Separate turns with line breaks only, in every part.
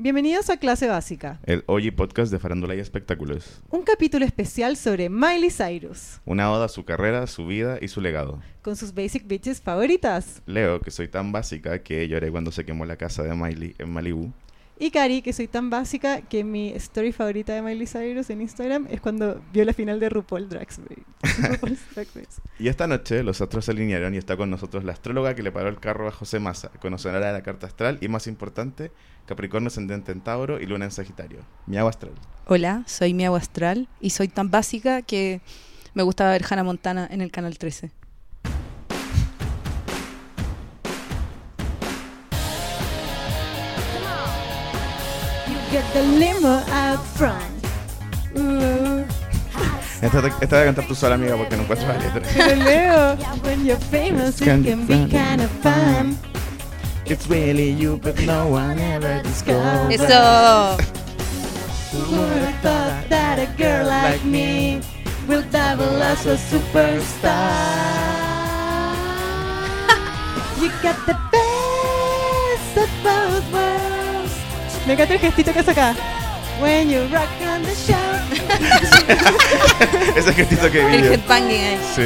Bienvenidos a Clase Básica,
El Oye Podcast de Farándula y Espectáculos.
un capítulo especial sobre Miley Cyrus,
Una oda a su carrera, su vida y su legado.
con sus basic bitches favoritas,
Leo, que soy tan básica que lloré cuando se quemó la casa de Miley en Malibu.
y Cari, que soy tan básica que mi story favorita de Miley Cyrus en Instagram es cuando vio la final de RuPaul Drag Race. RuPaul's Drag Race.
Y esta noche los astros se alinearon y está con nosotros la astróloga que le paró el carro a José Massa, conocedora de la carta astral y más importante, Capricornio ascendente en Tauro y Luna en Sagitario. Mi agua astral.
Hola, soy Mia Astral y soy tan básica que me gustaba ver Hannah Montana en el Canal 13.
Get the limo out front. Uh,
Esta, te- esta de cantar tú sola, amiga, porque no encuentro la letra.
pero Leo, when you're famous, it can be kind of fun.
It's really you, but no one ever discovered.
Eso.
Who would've thought that a girl like me will double as a superstar? You got the best of both worlds. Me encanta el gestito que hace acá. When you rock on the show,
Ese gestito que
El
vi yo.
headbanging ahí.
Sí.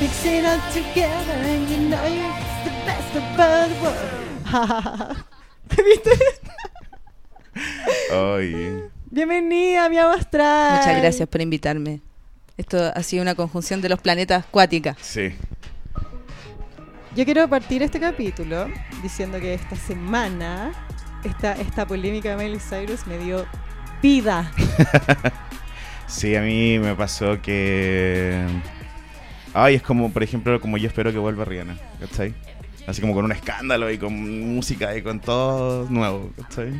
mix it all together and you know you're the best of both worlds. ¿Te viste?
Ay.
Bienvenida, mi amastral.
Muchas gracias por invitarme. Esto ha sido una conjunción de los planetas acuáticas.
Sí.
Yo quiero partir este capítulo diciendo que esta semana esta, esta polémica de Miley Cyrus me dio vida.
Sí, a mí me pasó que. Ay, es como, por ejemplo, como yo espero que vuelva Rihanna, ¿cachai? Así como con un escándalo y con música y con todo nuevo, ¿cachai?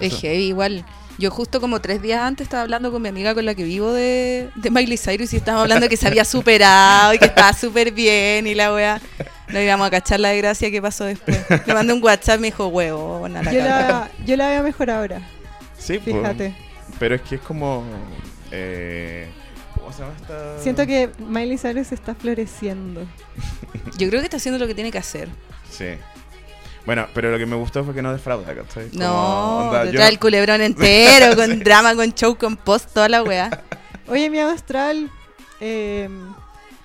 Es
Eso.
heavy, igual. Yo justo como tres días antes estaba hablando con mi amiga con la que vivo de, de Miley Cyrus y estábamos hablando que se había superado y que estaba súper bien y la weá. No íbamos a cachar la desgracia que pasó después. Le mandé un WhatsApp y me dijo, huevo, la
Yo
cabra".
la, yo la veo mejor ahora,
Sí, po.
fíjate.
Pero es que es como. eh, ¿Cómo se llama esta.?
Siento que Miley Cyrus está floreciendo.
Yo creo que está haciendo lo que tiene que hacer.
Sí. Bueno, pero lo que me gustó fue que no defrauda, ¿cachai? Como,
No,
onda,
te
yo
trae
no-
el culebrón entero, con drama, con show, con post, toda la weá.
Oye, mi amastral, eh,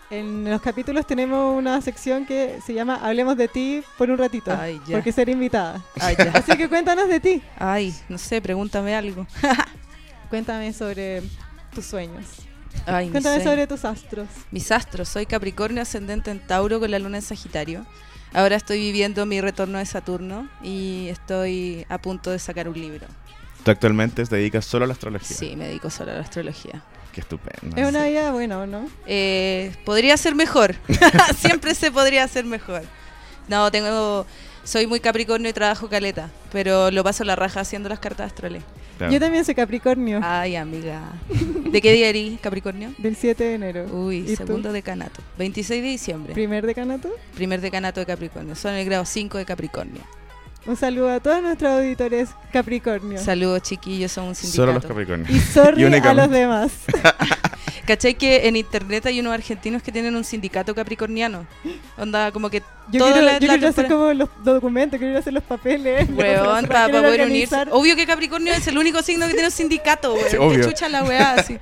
en los capítulos tenemos una sección que se llama Hablemos de ti por un ratito,
Ay, ya.
porque ser invitada.
Ay, ya.
Así que cuéntanos de ti.
Ay, no sé, pregúntame algo.
Cuéntame sobre tus sueños.
Ay, no
Cuéntame
sé.
sobre tus astros.
Mis astros, soy Capricornio ascendente en Tauro con la luna en Sagitario. Ahora estoy viviendo mi retorno de Saturno y estoy a punto de sacar un libro.
Tú actualmente te dedicas solo a la astrología.
Sí, me dedico solo a la astrología.
Qué estupendo.
Es una vida buena, ¿o no?
Eh, podría ser mejor, siempre se podría hacer mejor. No, tengo, soy muy Capricornio y trabajo caleta, pero lo paso la raja haciendo las cartas astrales.
Claro.
Yo también soy Capricornio,
Ay, amiga. ¿De qué día eres, Capricornio?
del 7 de enero. ¿Y
Uy,
tú?
segundo de Canato. 26 de diciembre,
Primer decanato.
primer decanato de Capricornio. Son el grado 5 de Capricornio.
Un saludo a todos nuestros auditores Capricornio.
Saludos, chiquillos, son un sindicato.
Solo los Capricornios.
y sorry
Y
a
únicamente.
los demás.
¿Cachai que en internet hay unos argentinos que tienen un sindicato capricorniano? Onda, como que
Yo
toda
quiero,
la,
yo
la
quiero hacer
temporada-
como los documentos, quiero ir a hacer los papeles.
Weón,
los-
para
quiero
poder unirse.
organizar.
Obvio que Capricornio es el único signo que tiene un sindicato, weón.
Sí, obvio.
Qué chucha la weá, así.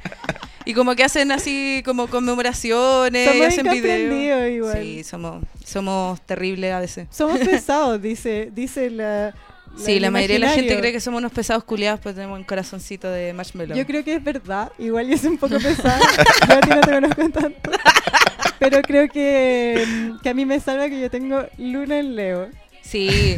Y como que hacen así, como conmemoraciones,
Somos
hacen videos.
incomprendidos igual.
Sí, somos, somos terribles a veces.
Somos pesados, dice, dice la...
Sí, la mayoría de la gente cree
que
que somos unos pesados culiados, pero tenemos un corazoncito de marshmallow.
Yo creo que es verdad, igual yo soy un poco pesada, yo a ti no te conozco tanto, pero creo que, mm, que a mí me salva que yo tengo luna en Leo.
Sí.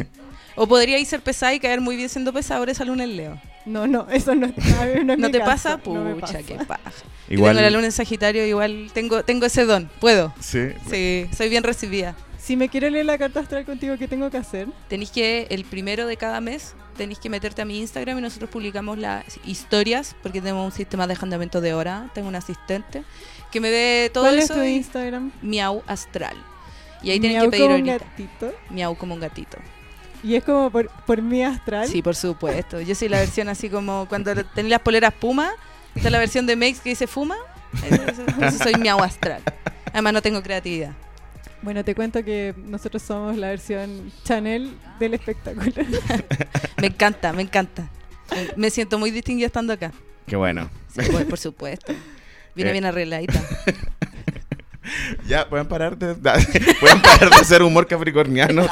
O podríais ser pesada y caer muy bien siendo pesada, ahora esa luna en Leo.
No, no, eso no, a ver, no, es
¿No
mi
te
caso,
pasa? Pucha,
no me pasa.
qué paja.
Igual.
Yo tengo la luna en Sagitario, igual tengo, tengo ese don, puedo.
Sí.
Sí, soy bien recibida.
Si me quiero leer la carta astral contigo, ¿qué tengo que hacer?
Tenéis que, el primero de cada mes, tenéis que meterte a mi Instagram y nosotros publicamos las historias, porque tenemos un sistema de agendamiento de hora, tengo un asistente que me ve todo
¿Cuál
eso.
es tu
y-
Instagram?
Miau Astral. Y ahí tenéis
Miau
que pedir
como un
ahorita.
gatito.
Miau como un gatito.
Y es como por, por mi astral.
Sí, por supuesto. Yo soy la versión así como cuando lo- tenés las poleras Puma, está la versión de Mex que dice Fuma. Eso- eso- Entonces soy miau astral. Además no tengo creatividad.
Bueno, te cuento que nosotros somos la versión Chanel del espectáculo.
Me encanta, me encanta. Me- Me siento muy distinguida estando acá.
Qué bueno.
Sí, por, por supuesto. Viene
Eh.
bien arregladita.
Ya, pueden parar de, pueden parar de hacer humor capricorniano.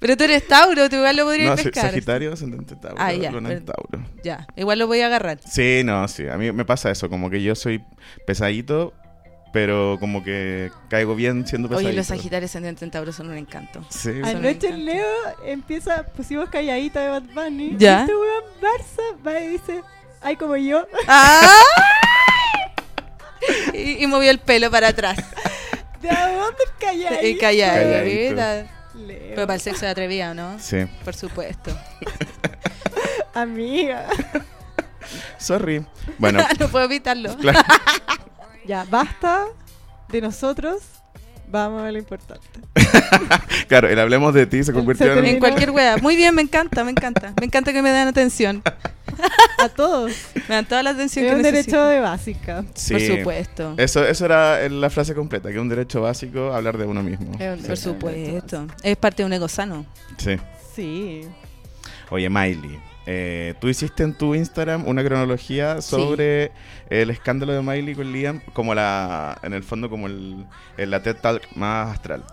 Pero tú eres Tauro, tú igual lo podrías
no, sí,
pescar.
Sagitario, ascendente Tauro,
Ah, ya,
luna en
pero-
Tauro.
Ya, igual lo voy a agarrar.
Sí, no, sí. A mí me pasa eso, como que yo soy pesadito, pero como que caigo bien siendo pesadito.
Oye, los Sagitarios ascendente en Tauro son un encanto.
Sí.
Ay.
Anoche
me encanta.
el Leo empieza, pusimos calladita de Bad Bunny.
Ya.
Y este weón Barça va y dice, ay, como yo.
¡Ah! Y, y movió el pelo para atrás.
¿De a dónde calladita?
Y calla,
Calladito.
¿verdad?
Leo.
Pero para el sexo de atrevida, ¿o ¿no?
Sí.
Por supuesto.
Amiga.
Sorry. Bueno,
no puedo evitarlo.
claro.
Ya, basta de nosotros. Vamos a lo importante.
Claro, el hablemos de ti se convirtió en.
terminó.
En cualquier wea. Muy bien, me encanta, me encanta. Me encanta que me den atención.
A todos.
Me dan toda la atención
es
que
un
necesito.
derecho de básica.
Sí.
Por supuesto.
Eso, eso era eh, la frase completa, que es un derecho básico hablar de uno mismo.
Es un
Por
derecho.
supuesto. Es parte de un ego sano.
Sí.
Sí.
Oye, Miley, eh, tú hiciste en tu Instagram una cronología sobre el escándalo de Miley con Liam, como la, en el fondo, como el, el- la TED Talk más astral.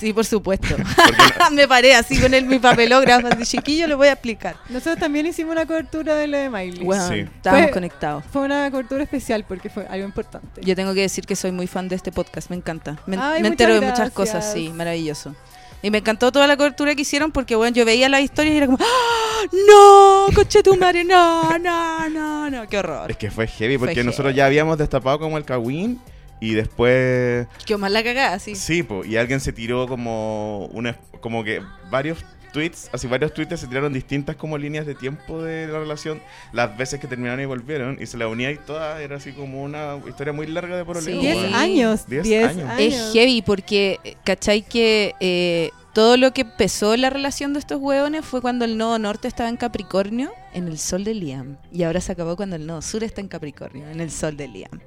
Sí, por supuesto. me paré así con el, mi papelógrafo. Así, chiquillo, lo voy a explicar.
Nosotros también hicimos una cobertura de lo de Miley.
Bueno,
Sí.
estábamos
Fue-
conectados.
Fue una cobertura especial porque fue algo importante.
Yo tengo que decir que soy muy fan de este podcast, me encanta. Me,
Ay, muchas
me entero de muchas
gracias.
cosas, sí, maravilloso. Y me encantó toda la cobertura que hicieron porque, bueno, yo veía las historias y era como, ¡Ah! ¡No! ¡Coche tu madre! ¡No, no, no, no! ¡Qué horror!
Es que fue heavy,
Fue
porque nosotros ya habíamos destapado como el Kawin y después...
¡Qué mal la cagada, sí!
Sí, po, y alguien se tiró como una, como que varios tweets, así varios tweets se tiraron distintas como líneas de tiempo de la relación, las veces que terminaron y volvieron, y se la unía y toda, era así como una historia muy larga de por
Sí.
10 años.
Diez
10
años.
años.
Es heavy porque, eh, ¿cachai? Que eh, todo lo que empezó la relación de estos hueones fue cuando el nodo norte estaba en Capricornio, en el sol de Liam. Y ahora se acabó cuando el nodo sur está en Capricornio, en el sol de Liam.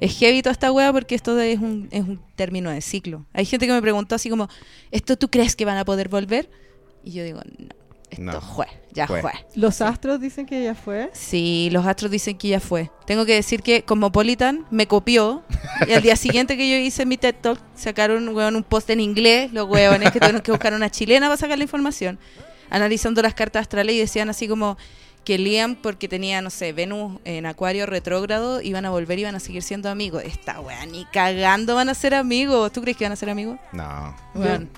Es heavy toda esta hueá porque esto es un, es un término de ciclo. Hay gente que me preguntó así como, ¿esto tú crees que van a poder volver? Y yo digo, no, esto
No.
fue, ya
Fue.
fue.
Los astros dicen que ella fue.
Sí, los astros dicen que ya fue. Tengo que decir que Cosmopolitan me copió y al día siguiente que yo hice mi TED Talk sacaron weón, un post en inglés, los hueones que tuvieron que buscar una chilena para sacar la información, analizando las cartas astrales y decían así como que Liam, porque tenía, no sé, Venus en Acuario retrógrado, iban a volver y iban a seguir siendo amigos. Esta weá, ni cagando van a ser amigos. ¿Tú crees que van a ser amigos?
No.
Weón,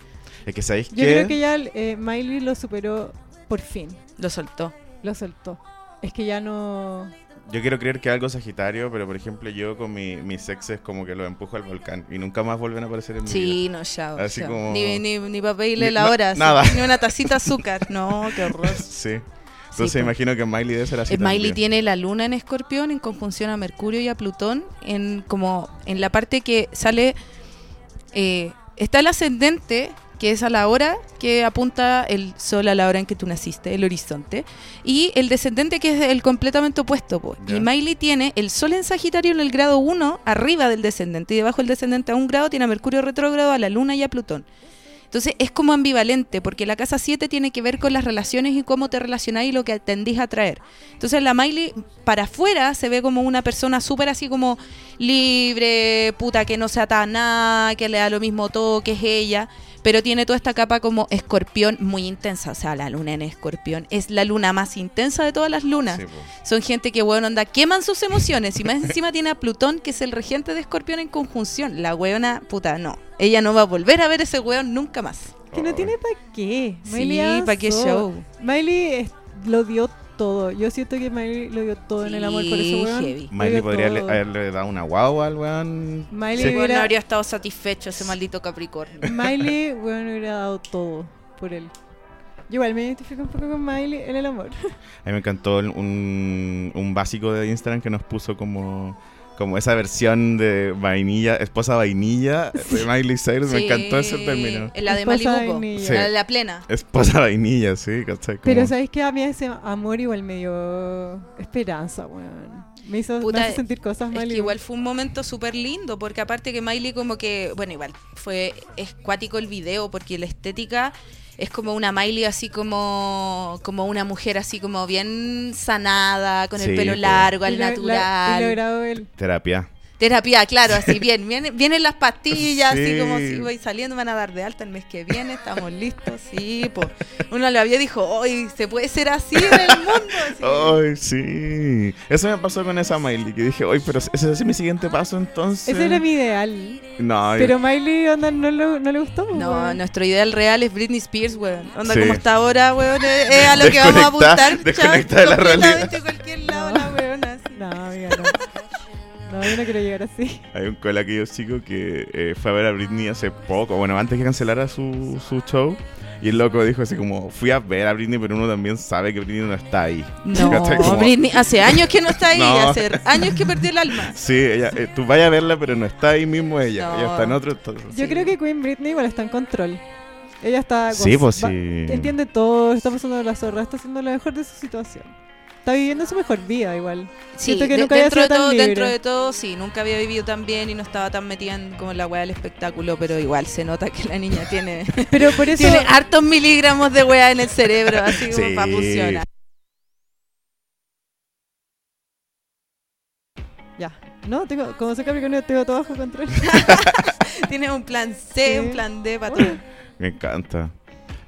Es que sabéis
Yo
que...
creo que ya eh, Miley lo superó por fin.
lo soltó.
Lo soltó. Es que ya no.
Yo quiero creer que algo Sagitario, pero por ejemplo yo con mi, mis exes como que los empujo al volcán y nunca más vuelven a aparecer en mi vida.
Sí, no, ya.
Así
ya.
como-
Ni, ni, ni para pedirle
Ni-
la
na-
hora, así,
nada.
ni una tacita de azúcar. No, qué horror.
sí. Entonces
Sí, po.
imagino que Miley debe ser así
Eh, Miley
también.
tiene la luna en escorpión en conjunción a Mercurio y a Plutón, en como en la parte que sale, eh, está el ascendente, que es a la hora que apunta el sol a la hora en que tú naciste, el horizonte, y el descendente que es el completamente opuesto. po.
Ya.
Y Miley tiene el sol en Sagitario en el grado 1, arriba del descendente, y debajo del descendente a un grado tiene a Mercurio retrógrado, a la luna y a Plutón. Entonces es como ambivalente, porque la casa 7 tiene que ver con las relaciones y cómo te relacionás y lo que tendís a atraer. Entonces la Miley para afuera se ve como una persona súper así como libre, puta, que no se ata a nada, que le da lo mismo todo, que es ella, pero tiene toda esta capa como escorpión muy intensa. O sea, la luna en escorpión es la luna más intensa de todas las lunas.
Sí, po.
Son gente que, weón, onda, queman sus emociones. Y más encima tiene a Plutón, que es el regente de Escorpión en conjunción. La weona, puta, no. Ella no va a volver a ver ese weón nunca más.
Que
Oh.
no tiene para qué. Miley
sí, ¿para qué
avanzó.
show?
Miley es- lo dio todo. Yo siento que Miley lo dio todo en el amor por ese
Sí,
weón.
heavy.
Lo
oh. Miley
dio
podría le-
todo.
haberle dado una guagua al weón.
Miley
Sí.
El weón no
hubiera-
habría estado satisfecho ese maldito Capricornio.
Miley, weón, hubiera dado todo por él. Yo igual me identifico un poco con Miley en el amor.
A mí me encantó el- un, un básico de Instagram que nos puso como, como esa versión de vainilla, esposa vainilla de Miley Cyrus. Me encantó ese
Sí,
término.
La de
Esposa
Malibu, po.
vainilla.
Sí.
la de la plena.
Esposa vainilla, sí, ¿cachai? Como-
Pero sabéis que a mí ese amor igual me dio esperanza, weón. Me hizo, me
Puta,
hace sentir cosas
Es
mal.
que igual fue un momento súper lindo, porque aparte que Miley como que, bueno, igual, fue escuático el video, porque la estética es como una Miley así como, como una mujer así como bien sanada, con
Sí,
el pelo
pues.
Y
largo, al
lo- la-
natural.
y logrado el-
Terapia.
Terapia, claro, así bien, bien- vienen las pastillas,
Sí.
así como si voy saliendo, me van a dar de alta el mes que viene, estamos listos, sí, pues. Uno lo había dijo, hoy se puede ser así en el mundo. así.
Ay, sí. Eso me pasó con esa Miley, que dije, oye, pero ese es mi siguiente paso entonces.
Ese era mi ideal.
No,
Pero Miley, onda, no, lo- no le gustó.
No,
weón.
nuestro ideal real es Britney Spears, weón. Onda
Sí.
como está ahora, weón, es, es a lo que vamos a
Desconecta-
apuntar. chao,
desconecta de la
completamente
realidad.
a cualquier lado
No.
la weona, así.
No, amiga, no. No, yo no quiero llegar así.
Hay un colega que yo sigo que eh, fue a ver a Britney hace poco, bueno, antes que cancelara su, su show. Y el loco dijo así como, fui a ver a Britney, pero uno también sabe que Britney no está ahí. ¿Cachai?
No,
Como-
Britney, hace años que no está ahí,
No.
hace años que perdió el alma.
Sí, ella, eh, tú vayas a verla, pero no está ahí mismo ella.
No.
Ella está en otro... to-
Yo
Sí.
creo que Queen Britney igual está en control. Ella está.
Sí,
goz-
pues sí.
va- Entiende todo, está pasando la zorra, está haciendo lo mejor de su situación. Está viviendo su mejor vida igual.
Sí,
Siento que
de-
nunca había
dentro,
sido
de
tan
todo,
libre.
dentro de todo, sí, nunca había vivido tan bien y no estaba tan metida en como en la weá del espectáculo, pero igual se nota que la niña tiene,
Pero por eso.
tiene hartos miligramos de weá en el cerebro, así como
Sí.
para funcionar.
Ya. No, tengo, como soy Capricornio, tengo todo bajo control.
Tiene un plan C,
Sí.
un plan D para todo.
Me encanta.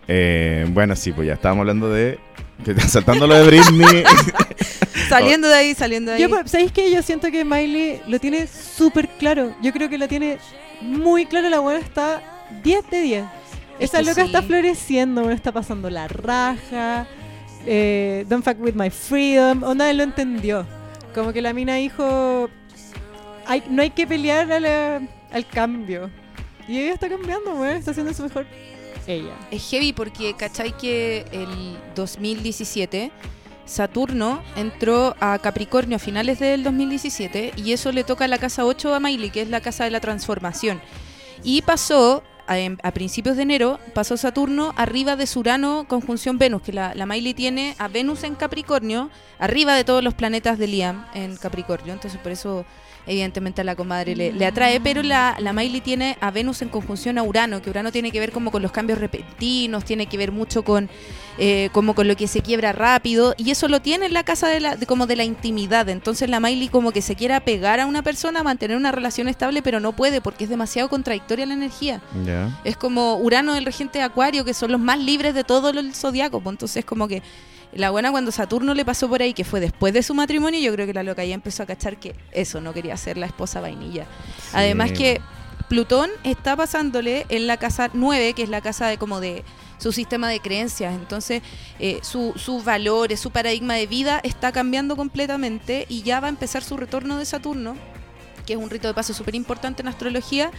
Eh, bueno, sí, pues ya estábamos hablando de... Que, saltando lo de Britney.
Saliendo de ahí, saliendo de ahí.
Yo, pa- ¿Sabéis qué? Yo siento que Miley lo tiene súper claro. Yo creo que lo tiene muy claro. La buena está 10 de 10.
Es
Esa
que
loca
sí.
está floreciendo, bueno, está pasando la raja. eh, don't fuck with my freedom. Onda él lo entendió. Como que la mina dijo: "Hay- No hay que pelear a la- al cambio. Y ella está cambiando, weón, está haciendo su mejor. Ella.
Es heavy porque, ¿cachai? Que el 2017 Saturno entró a Capricornio a finales del 2017 y eso le toca la casa 8 a Miley, que es la casa de la transformación. Y pasó, a, en- a principios de enero, pasó Saturno arriba de su Urano conjunción Venus, que la, la Miley tiene a Venus en Capricornio, arriba de todos los planetas de Liam en Capricornio. Entonces, por eso, evidentemente, a la comadre le, le atrae. Pero la, la Miley tiene a Venus en conjunción a Urano, que Urano tiene que ver como con los cambios repentinos, tiene que ver mucho con eh, como con lo que se quiebra rápido y eso lo tiene en la casa de la de- como de la intimidad entonces la Miley como que se quiera pegar a una persona mantener una relación estable pero no puede porque es demasiado contradictoria la energía
ya.
es como Urano el regente de Acuario que son los más libres de todo el zodiaco pues, entonces como que la buena cuando Saturno le pasó por ahí que fue después de su matrimonio yo creo que la loca ya empezó a cachar que eso no quería ser la esposa vainilla Además
Sí.
que Plutón está pasándole en la casa 9, que es la casa de como de su sistema de creencias. Entonces, eh, su- sus valores, su paradigma de vida está cambiando completamente y ya va a empezar su retorno de Saturno, que es un rito de paso súper importante en astrología,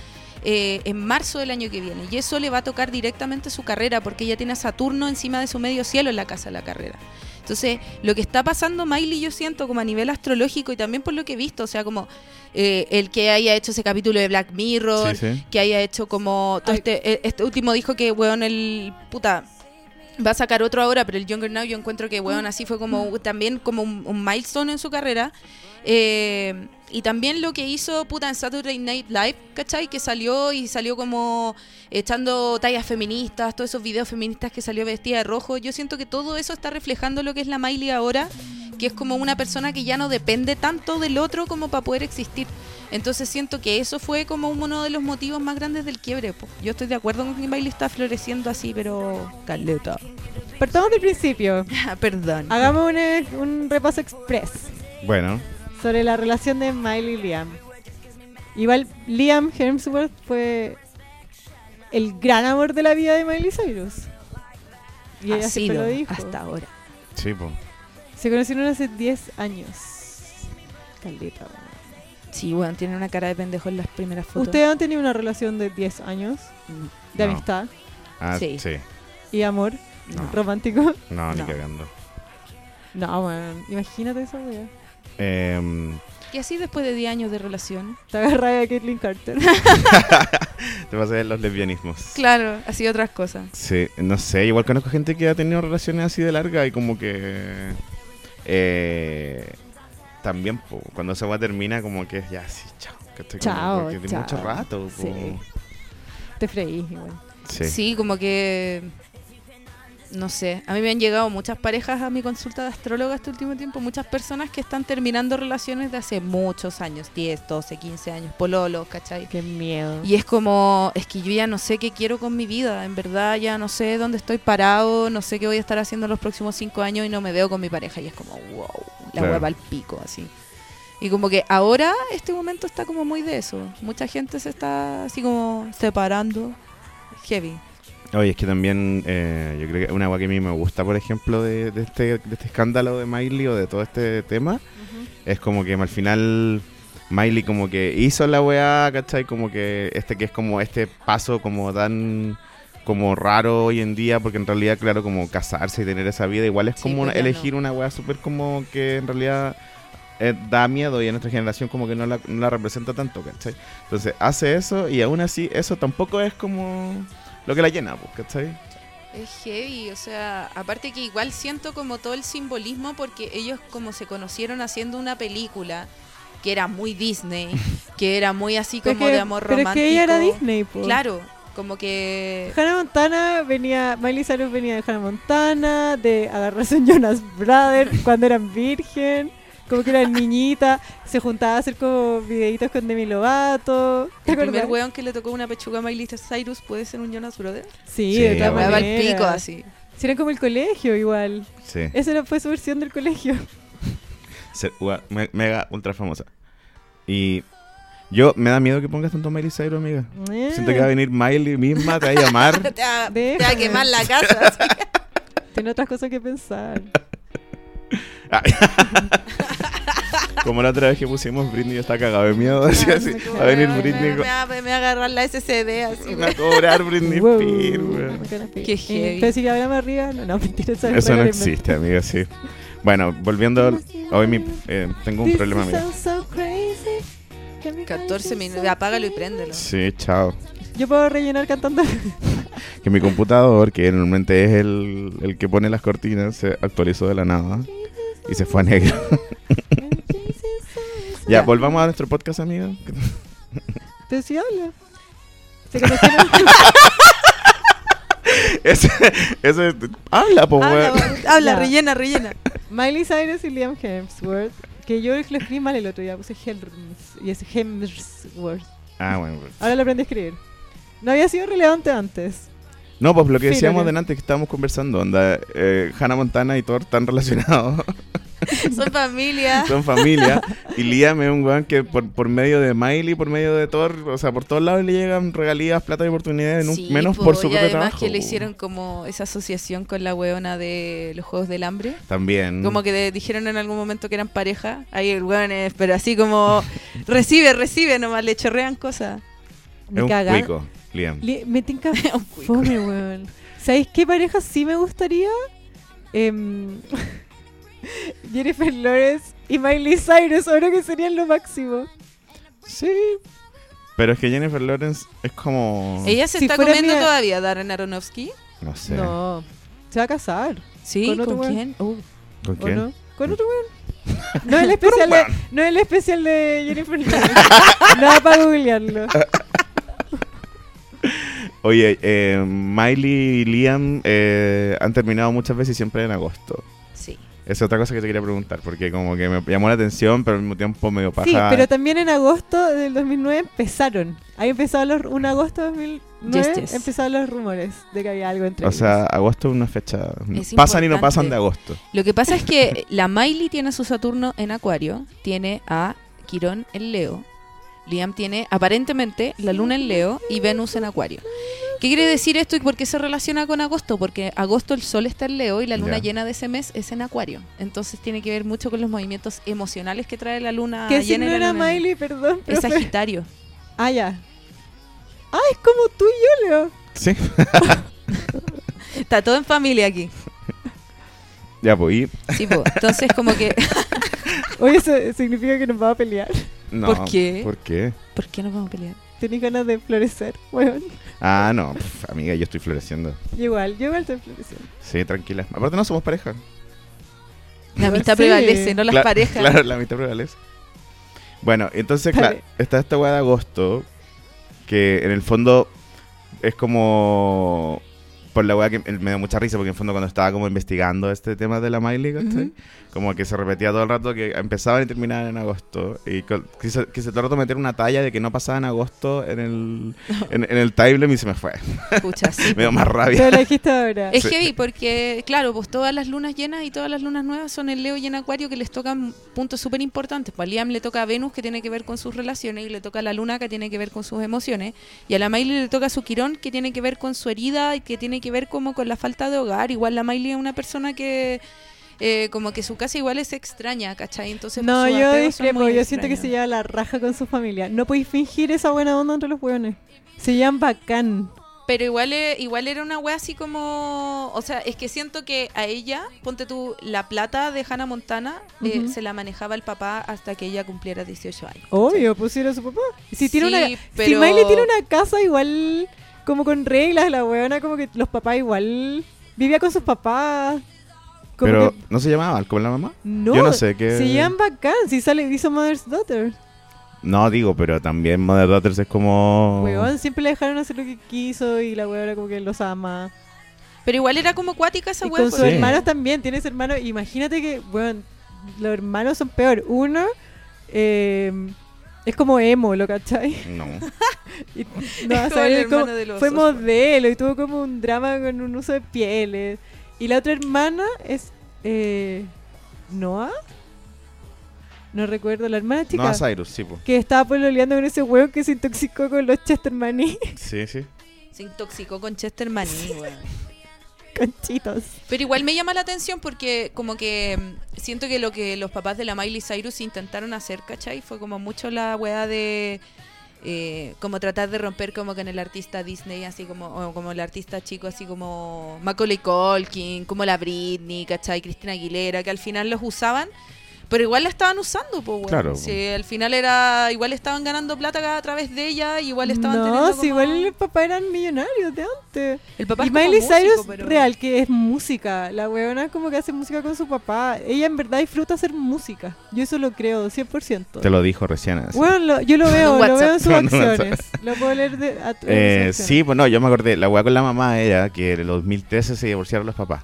eh, en marzo del año que viene. Y eso le va a tocar directamente su carrera, porque ella tiene a Saturno encima de su medio cielo en la casa de la carrera. Entonces, lo que está pasando, Miley, yo siento como a nivel astrológico y también por lo que he visto, o sea, como eh, el que haya hecho ese capítulo de Black Mirror,
Sí, sí.
que haya hecho como todo
Ay.
este, eh, este último dijo que weón el puta va a sacar otro ahora pero el Younger Now yo encuentro que weón así fue como u- también como un, un milestone en su carrera Eh, y también lo que hizo puta en Saturday Night Live ¿cachai? que salió y salió como echando tallas feministas todos esos videos feministas que salió vestida de rojo yo siento que todo eso está reflejando lo que es la Miley ahora que es como una persona que ya no depende tanto del otro como para poder existir entonces siento que eso fue como uno de los motivos más grandes del quiebre. po. Yo estoy de acuerdo con que Miley está floreciendo así, pero caleta.
Partamos del principio.
Ah, Perdón.
Hagamos un, eh, un repaso express.
Bueno,
sobre la relación de Miley y Liam. Igual Liam Hemsworth fue el gran amor de la vida de Miley Cyrus. Y ella siempre
Ha sido
lo dijo.
hasta ahora.
sí, pues.
Se conocieron hace 10 años. Caleta. weón.
Sí, bueno, tiene una cara de pendejo en las primeras fotos.
¿Ustedes han tenido una relación de 10 años
Mm,
de
No.
amistad
Ah, sí.
Sí.
y amor
No.
romántico?
No, ni
No.
cagando.
No, weón. Imagínate esa wea.
Em,
Y así después de 10 años de relación.
Te agarrada de Caitlyn Carter.
te vas a ver los lesbianismos.
Claro, así otras cosas.
Sí, no sé, igual conozco gente que ha tenido relaciones así de larga y como que... eh, también po, cuando esa weá termina, como que ya, sí, chao. ¿cachai? Como
Chao,
Porque tiene
chao.
mucho rato. po.
Sí. Te freí igual.
Sí.
Sí. como que. No sé, a mí me han llegado muchas parejas a mi consulta de astróloga este último tiempo, muchas personas que están terminando relaciones de hace muchos años, 10, 12, 15 años, pololos, ¿cachai?
Qué miedo.
Y es como, es que yo ya no sé qué quiero con mi vida, en verdad ya no sé dónde estoy parado, no sé qué voy a estar haciendo los próximos cinco años y no me veo con mi pareja y es como, wow, la
Claro.
hueva al pico, así. Y como que ahora este momento está como muy de eso, mucha gente se está así como separando, heavy.
Oye, es que también eh, yo creo que una agua que a mí me gusta, por ejemplo, de, de este, de este escándalo de Miley o de todo este tema, es como que al final Miley como que hizo la weá, ¿cachai? Como que este que es como este paso como tan como raro hoy en día, porque en realidad, claro, como casarse y tener esa vida, igual es
Sí,
como
pues
una-
ya no.
elegir una weá súper como que en realidad eh, da miedo y a nuestra generación como que no la, no la representa tanto, ¿cachai? Entonces hace eso y aún así eso tampoco es como lo que la llena, pues, ¿cachai?
Es heavy, o sea, aparte que igual siento como todo el simbolismo porque ellos como se conocieron haciendo una película que era muy Disney, que era muy así
Pero es
como
que-
de amor
pero
romántico.
es que ella era Disney, po.
Claro, como que
Hannah Montana venía, Miley Cyrus venía de Hannah Montana, de agarrarse en Jonas Brothers cuando eran virgen, como que era niñita, se juntaba a hacer como videitos con Demi Lovato. ¿Te
el primer
acuerdas?
weón que le tocó una pechuga a Miley Cyrus puede ser un Jonas Brothers.
Sí,
Sí,
de
la
todas
hueá
va al
maneras.
pico así.
Sí, era como el colegio igual.
Sí.
Esa era, fue su versión del colegio.
Ser ua- me- mega ultra famosa. Y yo me da miedo que pongas tanto Miley Cyrus, amiga.
Eh.
Siento que va a venir Miley misma, te va a llamar.
Te va,
Déjame.
te va a quemar la casa. así.
Tiene otras cosas que pensar.
Como la otra vez que pusimos Britney, está cagado de miedo. así, así. Va a venir
Me-
Britney.
Me, me va, me va a agarrar la SCD así.
con- Va a cobrar Britney
Wow.
Spears, weón.
Qué
Eh,
heavy.
Pero si hablamos arriba, no, no mentira, esa es
Eso no
regla
existe, amiga, sí. Bueno, volviendo. Hoy mi, eh, tengo un
This
problema,
is
amiga.
so, so crazy. Can we
14
find
minutos,
you
apágalo y
something?
préndelo.
Sí, chao.
Yo puedo rellenar cantando.
Que mi computador, que normalmente es el, el que pone las cortinas, se actualizó de la nada y se fue a negro. ya,
Ya.
volvamos a nuestro podcast, amiga.
Pero si habla. Se conocieron.
Ese, ese, habla, pues, po,
Habla, pues.
weón.
weón, habla,
Ya.
rellena, rellena.
Miley Cyrus y Liam Hemsworth. Que yo lo escribí mal el otro día, puse Helms y es Hemsworth.
Ah, bueno. weón.
Ahora lo aprendí a escribir. No había sido relevante antes.
No, pues lo que
Filo,
decíamos
que-
delante que estábamos conversando, onda, eh, Hannah Montana y Thor están relacionados,
Son familia.
son familia, y Liam es un weón que por, por medio de Miley, por medio de Thor, o sea, por todos lados le llegan regalías, plata y oportunidades, en un-
Sí, pues,
menos
po,
por su
y
propio
además
trabajo.
que le
po.
hicieron como esa asociación con la weona de los Juegos del Hambre.
También.
Como que de- dijeron en algún momento que eran pareja. Ahí el weón es, pero así como recibe, recibe, nomás le chorrean cosas.
es
Me
un
caga.
cuico, Liam.
Li- Me tinca
Un cuico.
fome, weón. ¿Sabéis qué pareja sí me gustaría? Em, Jennifer Lawrence y Miley Cyrus, ahora que serían lo máximo.
Sí. Pero es que Jennifer Lawrence es como...
Ella se
Si
está
fuera
comiendo
mía-
todavía Darren Aronofsky.
No sé.
No, se va a casar.
Sí,
¿Con
¿con,
otro weón?
quién? Uh,
¿Con
¿O
quién?
no? Con otro weón. No es el especial de, no es el especial de Jennifer Lawrence. Nada para googlearlo.
Oye, eh, Miley y Liam eh, han terminado muchas veces y siempre en agosto.
sí.
Es otra cosa que te quería preguntar, porque como que me llamó la atención, pero al mismo tiempo medio paja.
Sí, pero también en agosto del 2009 empezaron. Ahí empezaron los un agosto de 2009
Yes, yes.
empezaron los rumores de que había algo entre
O
ellos.
sea, agosto es una fecha...
Es
pasan y no pasan
importante.
de agosto.
Lo que pasa es que la Miley tiene a su Saturno en Acuario, tiene a Quirón en Leo, Liam tiene aparentemente la Luna en Leo y Venus en Acuario. ¿Qué quiere decir esto y por qué se relaciona con agosto? Porque agosto el Sol está en Leo y la Luna
Ya.
llena de ese mes es en Acuario. Entonces tiene que ver mucho con los movimientos emocionales que trae la Luna
que si no
llena y la
era
luna en-
Miley, perdón,
Es
profe.
Sagitario.
Ah, ya. Ah, es como tú y yo, Leo.
Sí.
Está todo en familia aquí.
ya, pues, y...
Sí, po. Entonces como que...
Oye, eso significa que nos vamos a pelear.
No,
¿Por qué?
¿Por qué?
¿Por qué nos vamos a pelear?
Tenés ganas de florecer, weón.
Ah, no, pf, amiga, yo estoy floreciendo.
Igual, yo igual estoy floreciendo.
Sí, tranquila. Aparte no somos pareja.
La amistad
Sí.
prevalece, no las
Cla-
parejas.
Claro, la mitad prevalece. Bueno, entonces, claro,
Vale.
está esta weá de agosto, que en el fondo es como. Por la weá que me da mucha risa, porque en el fondo cuando estaba como investigando este tema de la Miley, ¿cachai?
Ujú.
Como que se repetía todo el rato que empezaban y terminaban en agosto. Y col- quise, quise todo el rato meter una talla de que no pasaba en agosto en el, en, en el timeline y se me fue.
Pucha, sí.
Me dio más rabia.
Pero la dijiste ahora.
Es
Sí.
heavy porque, claro, pues todas las lunas llenas y todas las lunas nuevas son el Leo y en Acuario que les tocan puntos súper importantes. Pues a Liam le toca a Venus que tiene que ver con sus relaciones y le toca a la luna que tiene que ver con sus emociones. Y a la Miley le toca su Quirón que tiene que ver con su herida y que tiene que ver como con la falta de hogar. Igual la Miley es una persona que... eh, como que su casa igual es extraña, ¿cachai? Entonces,
No, yo
sus apegos son
discrepo.
muy
Yo siento que
extraños.
se lleva la raja con su familia. No podéis fingir esa buena onda entre los hueones. Se llevan bacán.
Pero igual, eh, igual era una wea así como. O sea, es que siento que a ella, ponte tú, la plata de Hannah Montana eh,
Ujú.
se la manejaba el papá hasta que ella cumpliera 18 años.
Obvio, pusieron a su papá. Si, tiene
Sí,
una, si
pero-
Miley tiene una casa igual, como con reglas, la hueona, como que los papás igual. Vivía con sus papás. Como
Pero,
que-
¿no se llamaba Mal como la mamá?
no,
yo no sé qué-
Se llevan bacán. Si sale, hizo Mother's Daughter.
No, digo, pero también Mother Daughters es como...
Huevón, siempre le dejaron hacer lo que quiso y la huevona como que los ama.
Pero igual era como cuática esa
Y
wea.
con sus
porque-
Sí.
hermanos también, tienes hermanos. Imagínate que, bueno, los hermanos son peor. Uno eh, es como emo, ¿lo cachai?
No.
Y no vas a
como el
ver cómo-
hermano de los pues.
fue
Osborne.
modelo y tuvo como un drama con un uso de pieles. Y la otra hermana es eh, Noah. No recuerdo, la hermana chica.
No a Cyrus, sí, pues.
que estaba pololeando con ese huevo que se intoxicó con los Chestermaní
Sí, sí.
Se intoxicó con Chester Manning, weón.
conchitos.
Pero igual me llama la atención porque como que mm, siento que lo que los papás de la Miley Cyrus intentaron hacer, ¿cachai? Fue como mucho la weá de... eh, como tratar de romper como con el artista Disney, así como o como el artista chico, así como Macaulay Culkin, como la Britney, ¿cachai? Cristina Aguilera, que al final los usaban, pero igual la estaban usando, pues, weón.
Claro.
Sí, al final era, igual estaban ganando plata a través de ella, igual estaban
no,
teniendo
si
como-
igual los papás eran millonarios de antes.
El papá
y
es como
Miley
músico,
Cyrus
pero-
real, que es música. La huevona como que hace música con su papá. Ella en verdad disfruta hacer música. Yo eso lo creo, 100%.
Te lo dijo recién. así.
Bueno, lo- yo lo veo, lo
WhatsApp.
veo en sus
Manda un
acciones. Lo puedo leer de, a tu- en
Eh,
sus acciones.
sí, pues no, yo me acordé, la weá con la mamá era que en el 2013 se divorciaron los papás.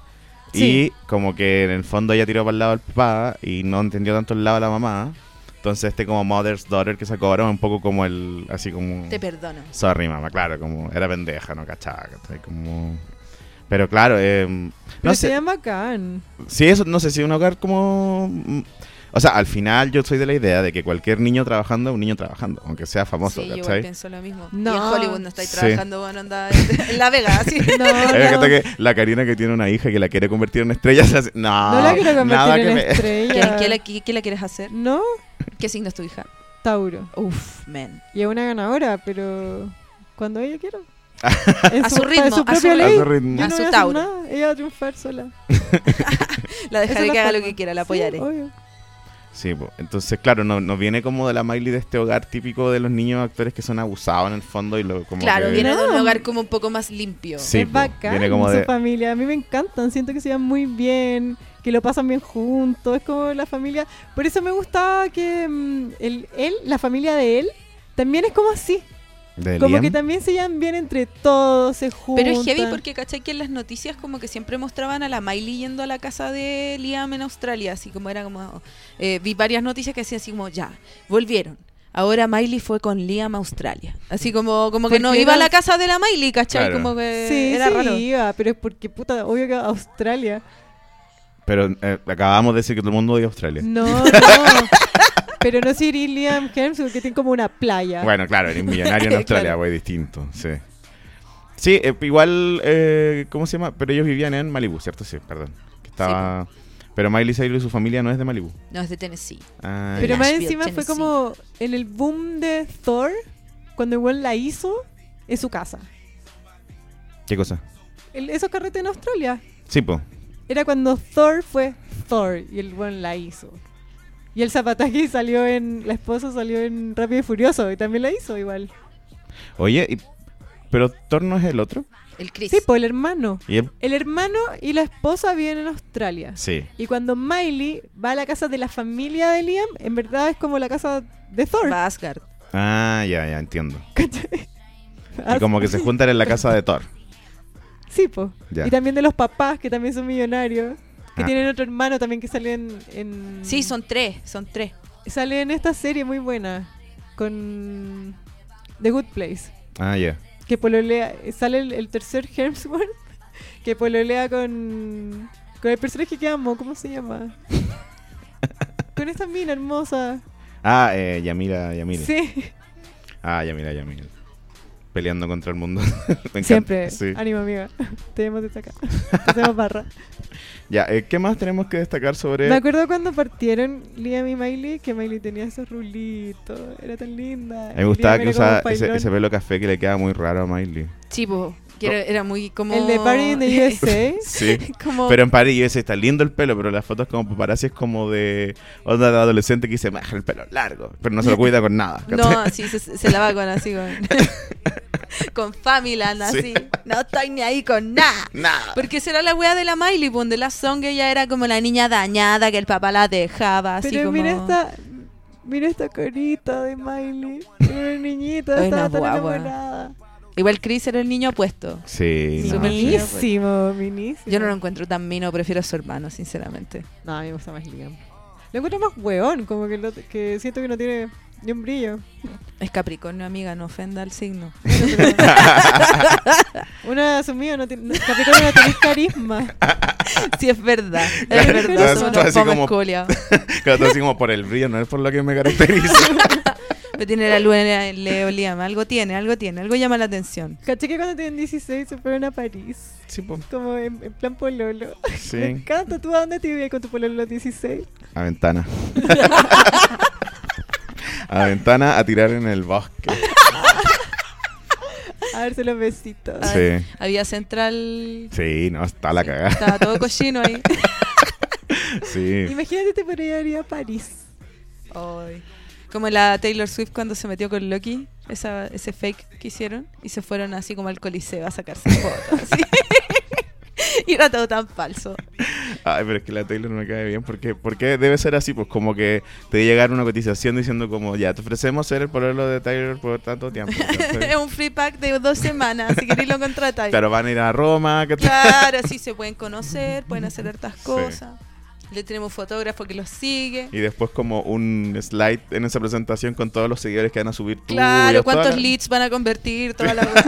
Sí.
Y como que en el fondo ella tiró para el lado del papá y no entendió tanto el lado de la mamá. Entonces este como Mother's Daughter que sacó ahora un poco como el, así como...
Te perdono.
Sorry, mamá, claro, como era pendeja, no cachaba, ¿cachai? como... Pero claro, eh,
Pero
no
se
sé,
llama Can.
Sí, eso, no sé si un hogar como... O sea, al final yo soy de la idea de que cualquier niño trabajando es un niño trabajando, aunque sea famoso,
sí, yo igual
¿cachai?
pienso lo mismo.
No.
Y en Hollywood no estáis
Sí.
trabajando, bueno, anda en La Vega, así.
No,
A mí me
no,
encanta que la Karina que tiene una hija que la quiere convertir en estrella se hace- No,
no la quiero
Ah, nada
convertir
que
en
me-
¿Qué,
estrella.
qué la, qué- qué la quieres hacer?
No,
¿Qué signo es tu hija?
Tauro.
Uf, men.
Y es una ganadora, pero cuando ella quiera.
A su ritmo,
su
a
propia
su
ley.
A su
Yo
ritmo.
no
A su
voy a hacer
Tauro.
nada, Ella va a triunfar sola.
La
Esa
dejaré
es
que haga lo
forma.
que quiera, la
Sí,
¿eh? apoyaré.
obvio.
Sí, po. entonces claro, no, no viene como de la Miley de este hogar típico de los niños actores que son abusados en el fondo y lo como
claro,
que-
viene de un
No.
hogar como un poco más limpio.
Sí,
es
po.
bacán
viene como
su
de
familia. A mí me encantan. Siento que se llevan muy bien, que lo pasan bien juntos. Es como la familia. Por eso me gustaba que mm, el, él, la familia de él, también es como así.
de
Como
Liam.
que también se llevan bien entre todos, se juntan.
Pero es heavy porque, ¿cachai? Que en las noticias como que siempre mostraban a la Miley yendo a la casa de Liam en Australia, así como era como... eh, vi varias noticias que decían así como, ya, volvieron. Ahora Miley fue con Liam a Australia. Así como, como que
Porque
no iba a
era-
la casa de la Miley, ¿cachai?
Claro.
Como que
Sí,
era
sí,
raro.
iba, pero es porque, puta, obvio que Australia.
Pero eh, acabamos de decir que todo el mundo odia Australia.
No, no. pero no si iría Liam Hemsworth, que tiene como una playa.
Bueno, claro, eres millonario en Australia,
Claro.
güey, distinto, sí. Sí, eh, igual, eh, ¿cómo se llama? Pero ellos vivían en Malibu, ¿cierto? Sí, perdón. Que estaba... Pero Miley Cyrus y su familia no es de Malibu.
No, es de Tennessee.
Ah,
Pero
ya.
más
Nashville,
encima fue
Tennessee.
como en el boom de Thor, cuando igual la hizo, en su casa.
¿Qué cosa?
El- esos carretes en Australia.
Sí, po.
Era cuando Thor fue Thor y el buen la hizo. Y el zapataje salió en. La esposa salió en Rápido y Furioso y también la hizo igual.
Oye, y- pero Thor no es el otro.
El Chris.
Sí, pues el hermano.
Y él-
El hermano y la esposa viven en Australia.
Sí.
Y cuando Miley va a la casa de la familia de Liam, en verdad es como la casa de Thor.
Va a Asgard.
Ah, ya, ya, entiendo.
¿cachai?
Y como que se juntan en la casa de Thor.
Ah, Sí, po.
Ya.
Y también de los papás, que también son millonarios. Que
Ah.
tienen otro hermano también que sale en, en-
Sí, son tres, son tres.
Sale en esta serie muy buena. Con The Good Place.
Ah, ya.
Que pololea. Sale el, el tercer Hemsworth. Que pololea con. Con el personaje que amo. ¿Cómo se llama? con esta mina hermosa.
Ah, eh, Yamila, Yamila.
Sí.
Ah, Yamila, Yamila. Peleando contra el mundo. Me encanta.
Siempre. Ah.
Sí.
Ánimo, amiga. Te vemos desde acá. Te hacemos barra.
Ya, eh, ¿qué más tenemos que destacar sobre...?
Me acuerdo cuando partieron Liam y Miley, que Miley tenía esos rulitos, era tan linda.
A mí me gustaba
Liam
que
era como un
usaba ese,
pailón.
ese pelo café que le queda muy raro a Miley.
Sí, po, que era, era muy como...
El de Party in the USA.
Sí.
como...
Pero en París yo decía, está lindo el pelo, pero las fotos como paparazzi es como de onda de adolescente que dice, me el pelo largo, pero no se lo cuida con nada.
No, sí, se, se lava con así, con... con Familand, así.
Sí.
No estoy ni ahí con nada.
Nada.
Porque esa era la wea de la Miley, pues, de la song ella era como la niña dañada que el papá la dejaba, así
Pero
como...
mira esta. Mira esta corita de Miley. Era una niñita,
Ay,
estaba
una
tan
guagua.
enamorada.
Igual Chris era el niño apuesto.
Sí, no,
Súper
sí.
lindo.
Minísimo, minísimo.
Yo no lo encuentro tan mino, prefiero a su hermano, sinceramente.
No, a mí me gusta más Liam. Lo encuentro más hueón, como que, lo- que siento que no tiene ni un brillo.
Es Capricornio, amiga, no ofenda al signo.
Bueno, pero- Una asumido, no tiene, no- Capricornio no tenés carisma.
Sí, es verdad. Es
Claro,
verdad.
claro,
Son
tú
unos
así
fomes
como-
culiaos.
Claro, todo así como por el brillo, no es por lo que me caracteriza.
Pero tiene la luna en Leo Liam. Algo tiene, algo tiene. Algo llama la atención.
Caché que cuando tienen 16 se fueron a París.
sí, po.
Como en, en plan pololo.
pues.
Me
sí.
encanta. ¿Tú a dónde te vivías con tu pololo a los 16?
A ventana. a ventana a tirar en el bosque.
A darse los besitos.
Ah.
Sí.
Había central.
Sí, no, está la cagada.
Estaba todo cochino ahí.
Sí.
Imagínate te podrías ir a París.
Ay. Como la Taylor Swift cuando se metió con Loki, esa, ese fake que hicieron, y se fueron así como al coliseo a sacarse fotos. así. y era todo tan falso.
Ay, pero es que la Taylor me cae bien. Porque, porque debe ser así, pues como que te debe llegar una cotización diciendo como, ya, te ofrecemos ser el pololo de Taylor por tanto tiempo.
es un free pack de dos semanas, si queréis lo contratáis.
Claro, van a ir a Roma, que
Claro, así se pueden conocer, pueden hacer hartas
Sí.
cosas. Le tenemos un fotógrafo que los sigue.
Y después como un slide en esa presentación con todos los seguidores que van a subir tú.
Claro,
y toda
cuántos
la-
leads van a convertir, toda la wea.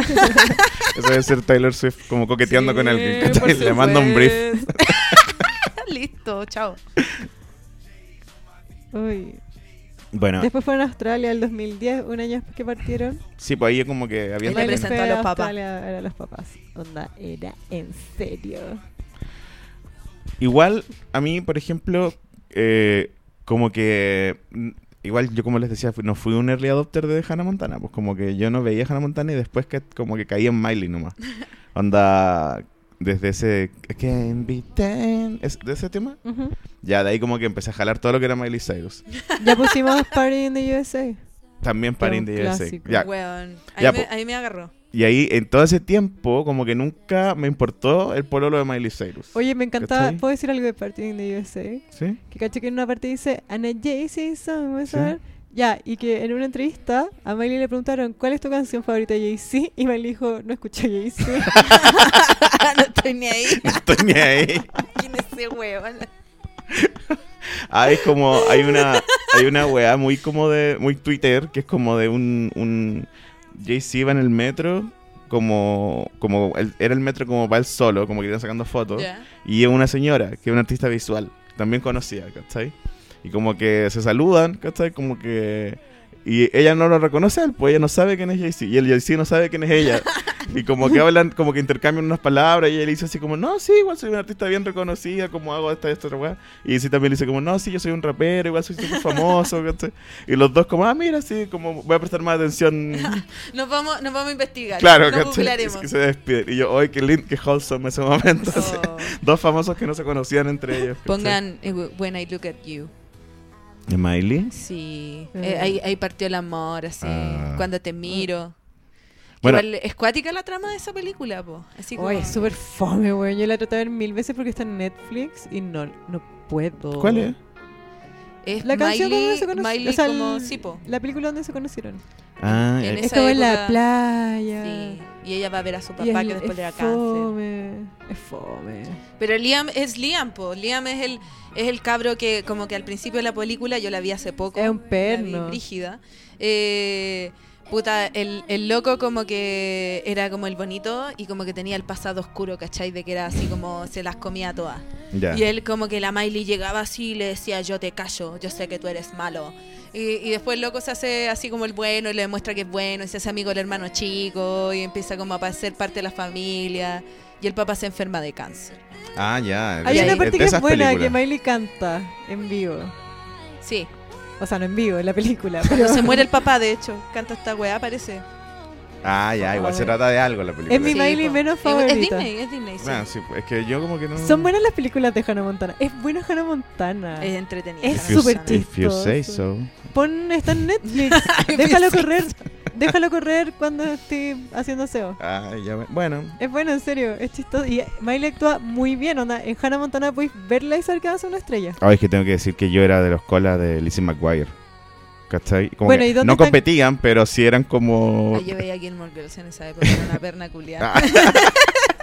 Eso debe ser Taylor Swift como coqueteando
Sí,
con alguien. que
por
Le manda un brief.
supuesto. Listo, chao.
Uy.
Bueno,
Después fueron a Australia el 2010, un año después que partieron.
sí, pues ahí es como que había...
Él le
Miley
presentó
fue
a los papás.
Australia a ver a los papás. Onda, era en serio.
Igual, a mí, por ejemplo, eh, como que... mm, Igual yo como les decía, fui- no fui un early adopter de Hannah Montana, pues como que yo no veía Hannah Montana y después que como que caí en Miley nomás. Onda, desde ese... Can't be ten- ¿es ¿De ese tema?
Ujú.
Ya, de ahí como que empecé a jalar todo lo que era Miley Cyrus.
Ya pusimos Party in the USA.
También
Pero
para
un
Indie USA.
clásico.
Ya.
Weón. Ahí,
Ya,
me,
po.
ahí me agarró.
Y ahí, en todo ese tiempo, como que nunca me importó el pololo de Miley Cyrus.
Oye, me encantaba.
¿Cachai?
¿Puedo decir algo de Party in the USA?
¿Sí?
Que caché que en una parte dice, Ana Jay-Z song, ¿vas a
Sí.
ver? Ya, y que en una entrevista a Miley le preguntaron, ¿cuál es tu canción favorita de Jay-Z? Y Miley dijo, no escucho Jay-Z.
no estoy ni ahí.
No estoy ni ahí.
¿Quién es ese weón?
Ah, es como, hay una, hay una weá muy como de, muy Twitter, que es como de un, un Jay-Z va en el metro, como, como, el- era el metro como para él solo, como que iban sacando fotos.
Ya.
y una señora, que es una artista visual, también conocida, ¿cachai? Y como que se saludan, ¿cachai? Como que... Y ella no lo reconoce, a él, pues ella no sabe quién es Jay-Z. Y el Jay-Z no sabe quién es ella. Y como que hablan, como que intercambian unas palabras. Y él dice así como, no, sí, igual soy una artista bien reconocida, como hago esta, esta, otra weá. Y Jay-Z también le dice como, no, sí, yo soy un rapero, igual soy súper famoso, ¿cachai? Y los dos como, ah, mira, sí, como voy a prestar más atención.
Nos vamos, nos vamos a investigar.
claro,
nos
¿cachai? Y
googlearemos.
se despiden. Y yo, ay, qué lindo, qué wholesome ese momento. así.
Oh.
Dos famosos que no se conocían entre ellos. ¿cachai?
Pongan eh, When I Look at You.
¿De Miley?
Sí.
Mm.
Eh, ahí, ahí partió el amor, así.
Ah.
Cuando te miro.
Bueno,
Igual es cuática la trama de esa película, po. Así como...
Oye, es súper fome, weón. Yo la he tratado de ver mil veces porque está en Netflix y no, no puedo.
¿cuál es?
Es
La canción donde
Miley,
se conocieron.
Miley como sí, po.
La película donde se conocieron.
Ah,
En
eh,
Es
Esa
como en la
época-
playa.
Sí. Y ella va a ver a su
Y
papá
es-
que después
es
le da cáncer.
fome, Es fome.
Pero Liam es Liam, po. Liam es el, es el cabro que como que al principio de la película, yo la vi hace poco.
Es un
la
perno.
vi brígida. Eh, puta, el, el loco como que era como el bonito y como que tenía el pasado oscuro, ¿cachai? De que era así como se las comía todas.
ya.
Y él como que la Miley llegaba así y le decía, yo te callo, yo sé que tú eres malo. Y, y después el loco se hace así como el bueno y le demuestra que es bueno y se hace amigo del hermano chico y empieza como a ser parte de la familia. Y el papá se enferma de cáncer.
Ah, ya.
Hay
de-
una
de
parte que es
esas
buena, que
películas.
Miley canta en vivo.
Sí,
O sea, no en vivo, en la película.
cuando
Pero
se muere el papá, de hecho, canta esta weá, parece.
Ah, ya, igual
Ah,
se
bueno.
trata de algo la película.
Es mi
Sí,
Miley
po.
menos
Es-
favorita.
Es Disney, es Disney, sí.
Ah, sí, pues, es que yo como que no...
Son buenas las películas de Hannah Montana. Es buena Hannah Montana.
Es entretenida.
Es
If you-
súper
chido.
If you say
chistoso.
so.
Pon, está en Netflix. Déjalo correr. Déjalo correr cuando esté haciendo SEO.
Ah, ya, ve- bueno.
Es bueno, en serio. Es chistoso. Y Miley actúa muy bien. Onda. En Hannah Montana puedes verla y saber que va a ser una estrella.
Ah, es que tengo que decir que yo era de los colas de Lizzie McGuire. ¿Cachai? Como
Bueno,
que
¿y dónde
no
están-
competían, pero sí eran como...
yo veía Gilmore Girls en esa época, era una perna culiada.
Ah.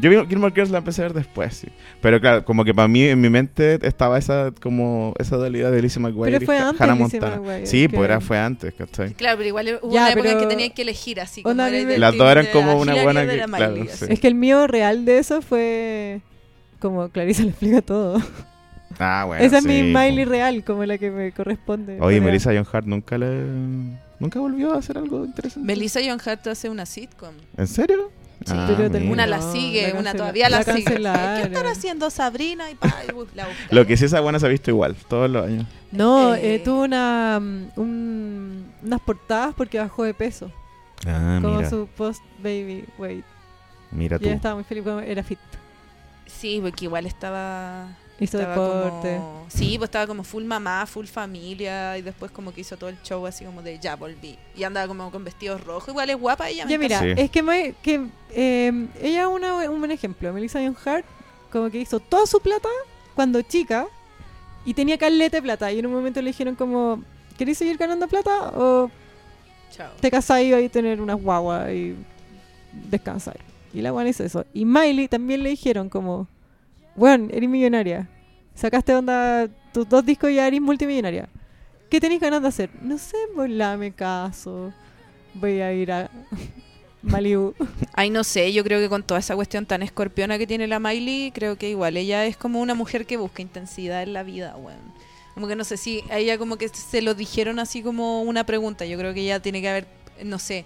Yo vi Gilmore Girls la empecé a ver después, sí. Pero claro, como que para mí en mi mente estaba esa como esa dualidad de Lizzie McGuire
Pero fue
y Ha-
antes
Hannah
Lizzie
Montana.
McGuire,
sí,
que-
pues era fue antes, ¿cachai?
Claro, pero igual hubo
Ya,
una época en que
pero-
tenían que elegir así.
Onda,
Como
a mí me-
era
Las dos eran
de
como
la
una
Hillary
buena
o de
que-
la
claro,
Miley,
sí.
así.
Es que el mío real de eso fue. Como Clarisa le explica todo.
Ah, bueno.
Esa es mi
sí,
Miley
pues.
real, como la que me corresponde.
Oye,
Real.
Melissa John Hart nunca le nunca volvió a hacer algo interesante.
Melissa John Hart hace una sitcom.
¿En serio? Ah,
Sí,
Pero
mira.
terminó,
Una la sigue, una
cancela-
todavía la sigue.
cancelaron.
¿Qué estará haciendo Sabrina? Y pa, y bu- la busca.
Lo que sí esa buena se ha visto igual todos los años.
No,
Eh.
eh, tuvo una, mm, un- unas portadas porque bajó de peso.
Ah,
como
mira.
su post baby weight.
Mira
Y ella
tú.
estaba muy feliz cuando era fit.
Sí, porque igual estaba...
Hizo
estaba
deporte.
como- sí, pues estaba como full mamá, full familia y después como que hizo todo el show así como de ya volví. Y andaba como con vestidos rojos. Igual es guapa ella. me
Ya mira,
Sí.
es que, me- que eh, ella es una bu- un buen ejemplo. Melissa John Hart como que hizo toda su plata cuando chica y tenía caleta de plata. Y en un momento le dijeron como, ¿querés seguir ganando plata o
encanta. Chao.
te casás y vas a tener unas guaguas y descansar. Y la buena hizo eso. Y Miley también le dijeron como, weón, eres millonaria. Sacaste onda tus dos discos y ya eres multimillonaria. ¿Qué tenéis ganas de hacer? No sé, volá, me caso. Voy a ir a Malibu.
Ay, no sé, yo creo que con toda esa cuestión tan escorpiona que tiene la Miley, creo que igual ella es como una mujer que busca intensidad en la vida, weón. Como que no sé si a ella como que se lo dijeron así como una pregunta, yo creo que ella tiene que haber, no sé,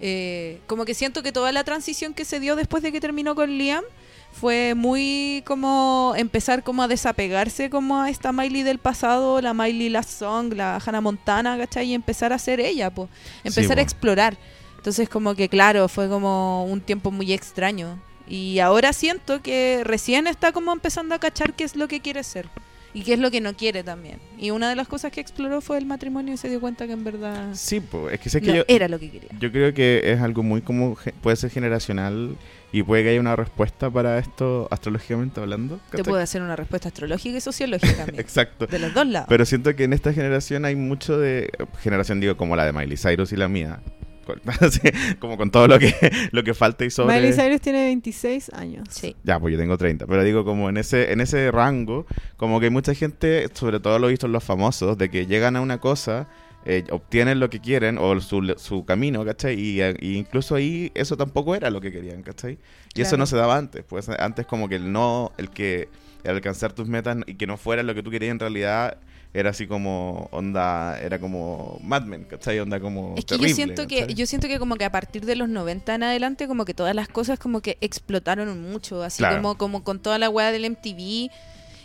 eh, como que siento que toda la transición que se dio después de que terminó con Liam fue muy como empezar como a desapegarse como a esta Miley del pasado, la Miley la Song, la Hannah Montana, ¿cachai? Y empezar a ser ella, pues, empezar
po.
a explorar. Entonces como que claro, fue como un tiempo muy extraño. Y ahora siento que recién está como empezando a cachar qué es lo que quiere ser y qué es lo que no quiere también. Y una de las cosas que exploró fue el matrimonio y se dio cuenta que en verdad
Sí, pues, es que sé que
no
yo
era lo que quería.
Yo creo que es algo muy como ge- puede ser generacional y puede que haya una respuesta para esto astrológicamente hablando.
Te
¿cachai?
puedo hacer una respuesta astrológica y sociológica también.
Exacto.
de los dos lados.
Pero siento que en esta generación hay mucho de generación digo como la de Miley Cyrus y la mía, con- así, como con todo lo que lo que falta y sobre.
Miley Cyrus tiene 26 años.
sí.
Ya, pues yo tengo 30, pero digo como en ese en ese rango, como que hay mucha gente, sobre todo lo he visto en los famosos, de que llegan a una cosa eh, obtienen lo que quieren o su, su camino, ¿cachai? Y, eh, y incluso ahí eso tampoco era lo que querían, ¿cachai? Y eso
Claro.
no se daba antes, pues antes como que el no, el que el alcanzar tus metas y que no fuera lo que tú querías en realidad era así como onda, era como Mad Men, ¿cachai? Onda como
Es que
terrible,
yo siento que
¿cachai?
yo siento que como que a partir de los 90 en adelante como que todas las cosas como que explotaron mucho, así
Claro.
como como con toda la weá del MTV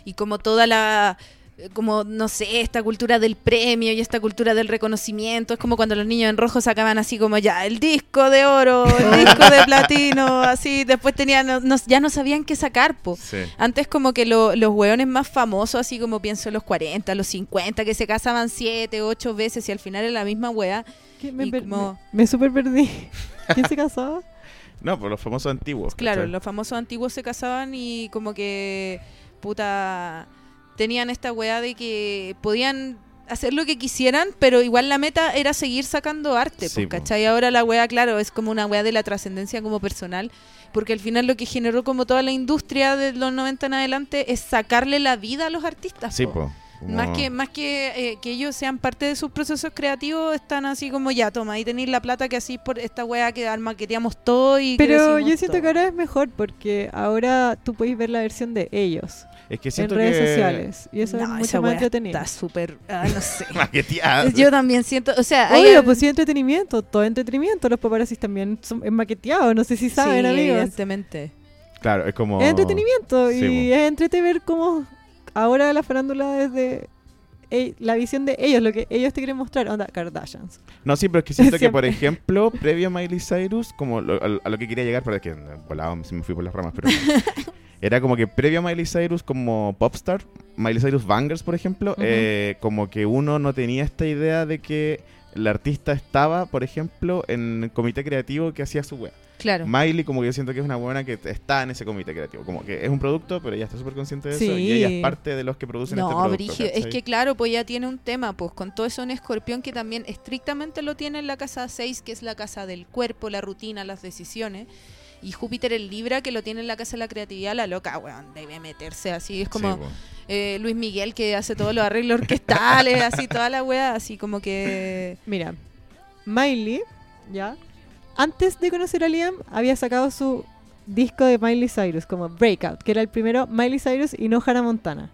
y como toda la eh, como, no sé, esta cultura del premio y esta cultura del reconocimiento. Es como cuando los niños en rojo sacaban así como ya el disco de oro, el disco de platino, así. Después tenían, no- no- ya no sabían qué sacar, po.
Sí.
Antes como que lo- los hueones más famosos, así como pienso en los 40, los 50, que se casaban 7, 8 veces y al final era la misma hueá.
¿Qué? Me,
Y
per-
como-
me- me super perdí. ¿Quién se casó?
No, por los famosos antiguos.
Claro,
pues, ¿cachai?
los famosos antiguos se casaban y como que puta tenían esta weá de que podían hacer lo que quisieran, pero igual la meta era seguir sacando arte,
Sí,
pues,
po.
¿cachai? Ahora la weá, claro, es como una weá de la trascendencia como personal, porque al final lo que generó como toda la industria de los 90 en adelante es sacarle la vida a los artistas.
Sí,
po.
po. Como-
Más que, más que, eh, que ellos sean parte de sus procesos creativos, están así como ya, toma, ahí tenéis la plata que así por esta weá que maqueteamos todo y que
Pero
hicimos
yo siento
todo".
que ahora es mejor porque ahora tú podéis ver la versión de ellos
Es que
en
siento
redes
que-
sociales. Y eso es
No,
mucho
esa
más
weá
entretenido.
Está súper. ah, no sé.
Maqueteadas.
Yo también siento. O sea, hay
Obvio,
al-
pues sí, entretenimiento, todo entretenimiento. Los paparazzis también son es maqueteado, no sé si saben,
Sí,
amigos.
Evidentemente.
Claro, es como.
Es entretenimiento
Oh, Sí,
y
po.
es entrete ver cómo ahora la farándula es de e- la visión de ellos, lo que ellos te quieren mostrar. Onda, Kardashians.
No, sí, pero es que siento que, por
Siempre.
ejemplo, previo a Miley Cyrus, como lo- a, a lo que quería llegar, pero es que volado, me fui por las ramas, pero. era como que previo a Miley Cyrus, como popstar, Miley Cyrus Bangers, por ejemplo,
Ujú.
eh, como que uno no tenía esta idea de que el artista estaba, por ejemplo, en el comité creativo que hacía su wea.
Claro.
Miley, como que yo siento que es una buena que está en ese comité creativo. Como que es un producto, pero ella está súper consciente de eso.
Sí.
Y ella es parte de los que producen este
No,
producto.
Brigio, es
¿cachai?
que claro, pues ya tiene un tema, pues con todo eso un escorpión que también estrictamente lo tiene en la casa 6, que es la casa del cuerpo, la rutina, las decisiones. Y Júpiter el Libra, que lo tiene en la casa de la creatividad, la loca, weón, debe meterse así. Es como
Sí, po.
eh, Luis Miguel que hace todos los arreglos orquestales, así toda la weá, así como que...
Mira, Miley, ya, antes de conocer a Liam, había sacado su disco de Miley Cyrus, como Breakout, que era el primero Miley Cyrus y no Hannah Montana.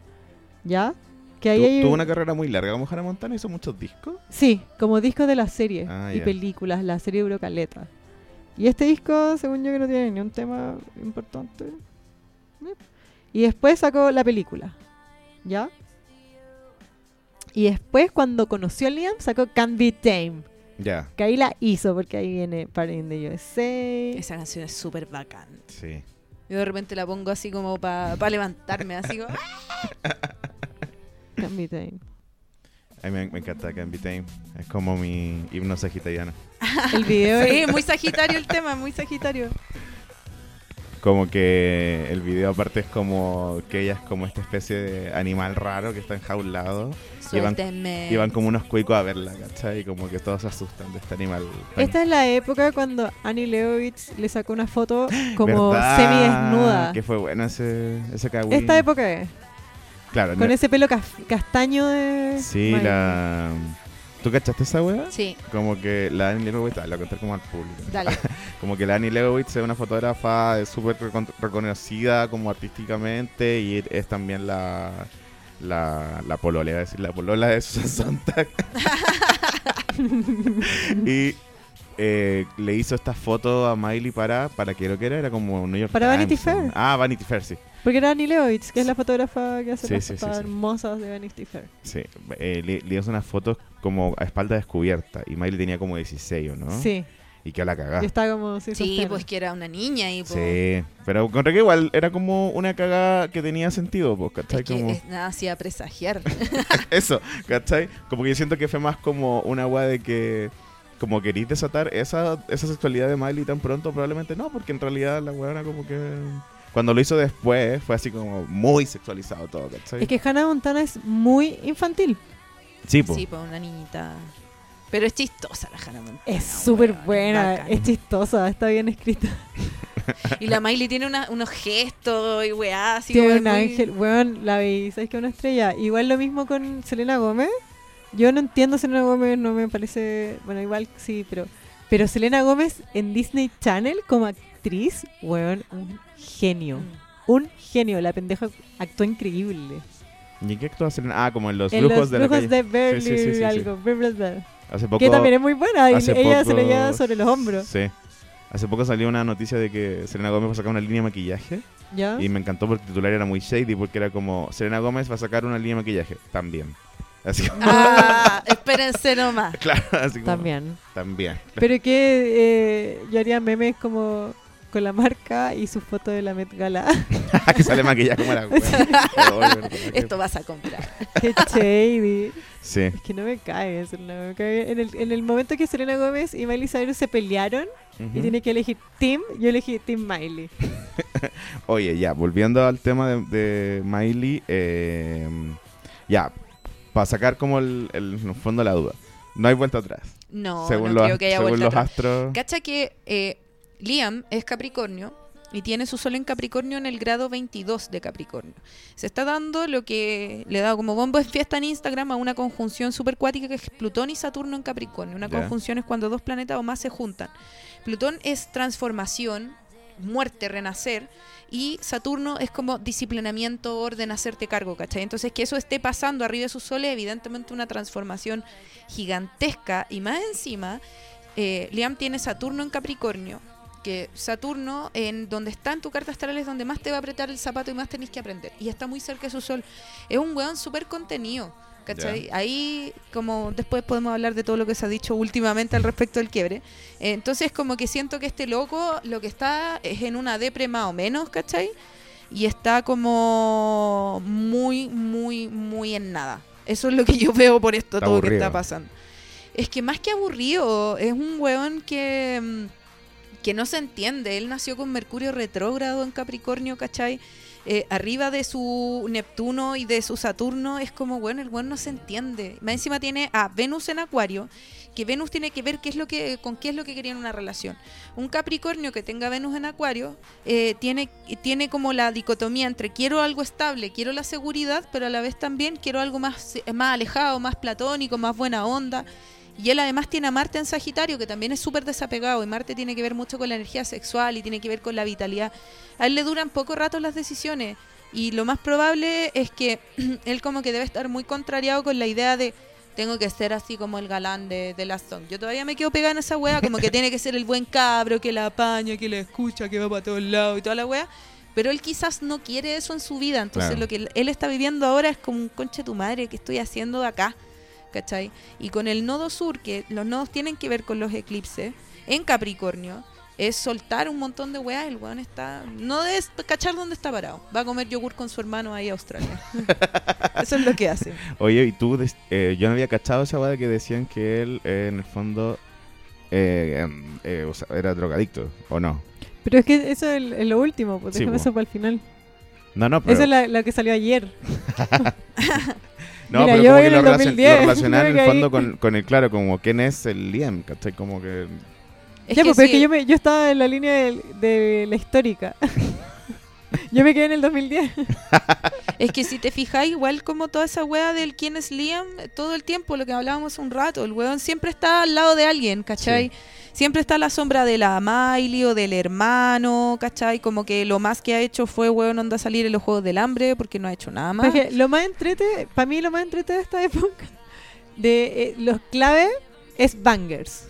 ¿Ya? Que ahí
Tu-
hay-
Tuvo una carrera muy larga. Como Hannah Montana hizo muchos discos.
Sí, como discos de las series
Ah,
y
ya.
películas, la serie de Caleta. Y este disco, según yo, que no tiene ni un tema importante. Eh. Y después sacó la película. ¿Ya? Y después, cuando conoció a Liam, sacó Can't Be Tame.
Ya,
Que ahí la hizo, porque ahí viene Party in the USA.
Esa canción es súper bacán.
sí.
Yo de repente la pongo así como para levantarme, así como... ¡ah!
Can't Be Tame.
A mí me, me encanta Can Be Tame. Es como mi himno sagitariano.
El video
Sí,
es-
muy sagitario el tema, muy sagitario.
Como que el video aparte es como que ella es como esta especie de animal raro que está enjaulado. Y van-
Suélteme.
Eh.
Y van como unos cuicos a verla, ¿cachai? Y como que todos se asustan de este animal. tan
Esta es la época cuando Annie Leovitz le sacó una foto como
¿Verdad?
semidesnuda.
Que fue bueno ese, ese cagüín.
Esta época es.
Claro,
Con
no-
ese pelo cas- castaño de.
Sí,
Madre mía.
la. ¿Tú cachaste esa wea?
Sí,
Como que la Annie Leibovitz, ah, la conté como al público.
dale.
Como que la Annie Leibovitz es una fotógrafa eh, súper recon- reconocida como artísticamente y es- es también la. La, la polola, iba a decir, la polola de Susan Sontag. y eh, le hizo esta foto a Miley para, para que lo que era, era como New York
Para
Times,
Vanity Fair.
¿no? Ah, Vanity Fair, sí.
Porque era Annie Leovitz, que es la fotógrafa que hace
Sí,
las
sí, sí,
fotos
sí.
hermosas de Vanity Fair.
Sí, eh, le, le hizo unas fotos como a espalda descubierta y Miley tenía como 16, ¿o no? Ah.
Sí,
Y que la cagá.
y está como. sin
Sí,
sostén.
pues que era una niña y pues...
Sí, pero encontré que igual era como una cagada que tenía sentido, po, ¿cachai?
Es que
como,
es- nada hacía presagiar.
Eso, ¿cachai? Como que yo siento que fue más como una weá de que como querís desatar esa, esa sexualidad de Miley tan pronto, probablemente no, porque en realidad la weá era como que... Cuando lo hizo después fue así como muy sexualizado todo, ¿cachai?
Es que Hannah Montana es muy infantil.
Sí, po.
sí, pues una niñita. Pero es chistosa la Hannah Montana.
Es
weón,
súper
es
buena, eh.
bacán.
es chistosa, está bien escrita.
Y la Miley tiene una- unos gestos y weá, así
Tiene
como
un
muy-
ángel, weón, la vi, ¿sabes que una estrella? Igual lo mismo con Selena Gómez. Yo no entiendo a Selena Gómez, no me parece. Bueno, igual sí, pero. Pero Selena Gómez en Disney Channel como actriz, weón, un genio.
Mm.
un genio. La pendeja actuó increíble.
¿Y en qué actúa Selena? Ah, como en Los
en
Brujos
los
de la
brujos
calle.
de Beverly
Sí, sí, sí, sí, sí.
algo. bla, bla, bla.
Hace poco...
Que también es muy buena. Y
hace
ella se
poco-
lo lleva sobre los hombros.
Sí. Hace poco salió una noticia de que Selena Gómez va a sacar una línea de maquillaje.
¿Ya?
Y me encantó porque el titular era muy shady, porque era como Selena Gómez va a sacar una línea de maquillaje. También. Así como-
Ah, espérense nomás.
claro, así como-
También.
También.
Pero que eh, yo haría memes como con la marca y su foto de la Met Gala.
que sale maquillaje como la wea.
Esto vas a comprar.
Qué shady.
Sí.
Es que no me cae, Selena Gómez. Cae- En el, en el momento que Selena Gómez y Miley Cyrus se pelearon y
Ujú.
tiene que elegir Team, yo elegí Team Miley.
Oye, ya, volviendo al tema de, de Miley, eh, ya, para sacar como el, el- en el fondo la duda, no hay vuelta atrás.
No,
según
no
los,
creo que haya
según
vuelta
los
atrás.
astros.
Cacha que eh, Liam es Capricornio y tiene su sol en Capricornio en el grado 22 de Capricornio. Se está dando lo que le he dado como bombo en fiesta en Instagram a una conjunción supercuática que es Plutón y Saturno en Capricornio. Una
Ya.
conjunción es cuando dos planetas o más se juntan. Plutón es transformación, muerte, renacer. Y Saturno es como disciplinamiento, orden, hacerte cargo, ¿cachai? Entonces que eso esté pasando arriba de su sol es evidentemente una transformación gigantesca. Y más encima, eh, Liam tiene Saturno en Capricornio, que Saturno, en donde está en tu carta astral, es donde más te va a apretar el zapato y más tenés que aprender. Y está muy cerca de su sol. Es un weón súper contenido. ¿Cachai? Ahí, como después podemos hablar de todo lo que se ha dicho últimamente al respecto del quiebre. Eh, Entonces, como que siento que este loco lo que está es en una depre más o menos, ¿cachai? Y está como muy, muy, muy en nada. Eso es lo que yo veo por esto
Está
todo que
aburrido.
está pasando. Es que más que aburrido, es un weón que, mm, que no se entiende. Él nació con Mercurio retrógrado en Capricornio, ¿cachai? Eh, arriba de su Neptuno y de su Saturno, es como, bueno, el weón no se entiende. Más encima tiene a Venus en Acuario, que Venus tiene que ver qué es lo que, con qué es lo que quería en una relación. Un Capricornio que tenga Venus en Acuario eh, tiene, tiene como la dicotomía entre quiero algo estable, quiero la seguridad, pero a la vez también quiero algo más, eh, más alejado, más platónico, más buena onda. Y él además tiene a Marte en Sagitario, que también es súper desapegado, y Marte tiene que ver mucho con la energía sexual y tiene que ver con la vitalidad. A él le duran poco rato las decisiones, y lo más probable es que él como que debe estar muy contrariado con la idea de tengo que ser así como el galán de, de Last Song. Yo todavía me quedo pegada en esa wea, como que tiene que ser el buen cabro, que la apaña, que la escucha, que va para todos lados y toda la wea. Pero él quizás no quiere eso en su vida, entonces
Claro.
lo que él- él está viviendo ahora es como un conche tu madre, ¿qué estoy haciendo acá? ¿Cachai? Y con el nodo sur, que los nodos tienen que ver con los eclipses, en Capricornio, es soltar un montón de weas, el weón está... No debes cachar dónde está parado. Va a comer yogur con su hermano ahí a Australia. eso es lo que hace.
Oye, y tú, des- eh, yo no había cachado esa weá de que decían que él, eh, en el fondo, eh, em, eh, o sea, era drogadicto, ¿o no?
Pero es que eso es, es lo último, pues
Sí,
déjame
po.
eso para el final.
No, no, pero,
Eso es la, la que salió ayer.
no,
mira, yo
pero como
en
que lo,
el
relacion- lo
2010,
relacionaron en
creo
el
que
fondo
ahí-
con, con el, claro, como quién es el Liam, ¿cachai? Como que...
Es
Ya,
que
pues, pero es
sí,
que yo, me- yo estaba en la línea del- de, la histórica. yo me quedé en el 2010.
Es que si te fijas, igual como toda esa wea del quién es Liam, eh, todo el tiempo, lo que hablábamos un rato, el weón siempre está al lado de alguien, ¿cachai? Siempre está a la sombra de la Miley o del hermano, ¿cachai? Como que lo más que ha hecho fue, weón, onda salir en los Juegos del Hambre porque no ha hecho nada más.
Porque lo más entrete, para mí lo más entrete de esta época, de eh, los claves, es Bangers.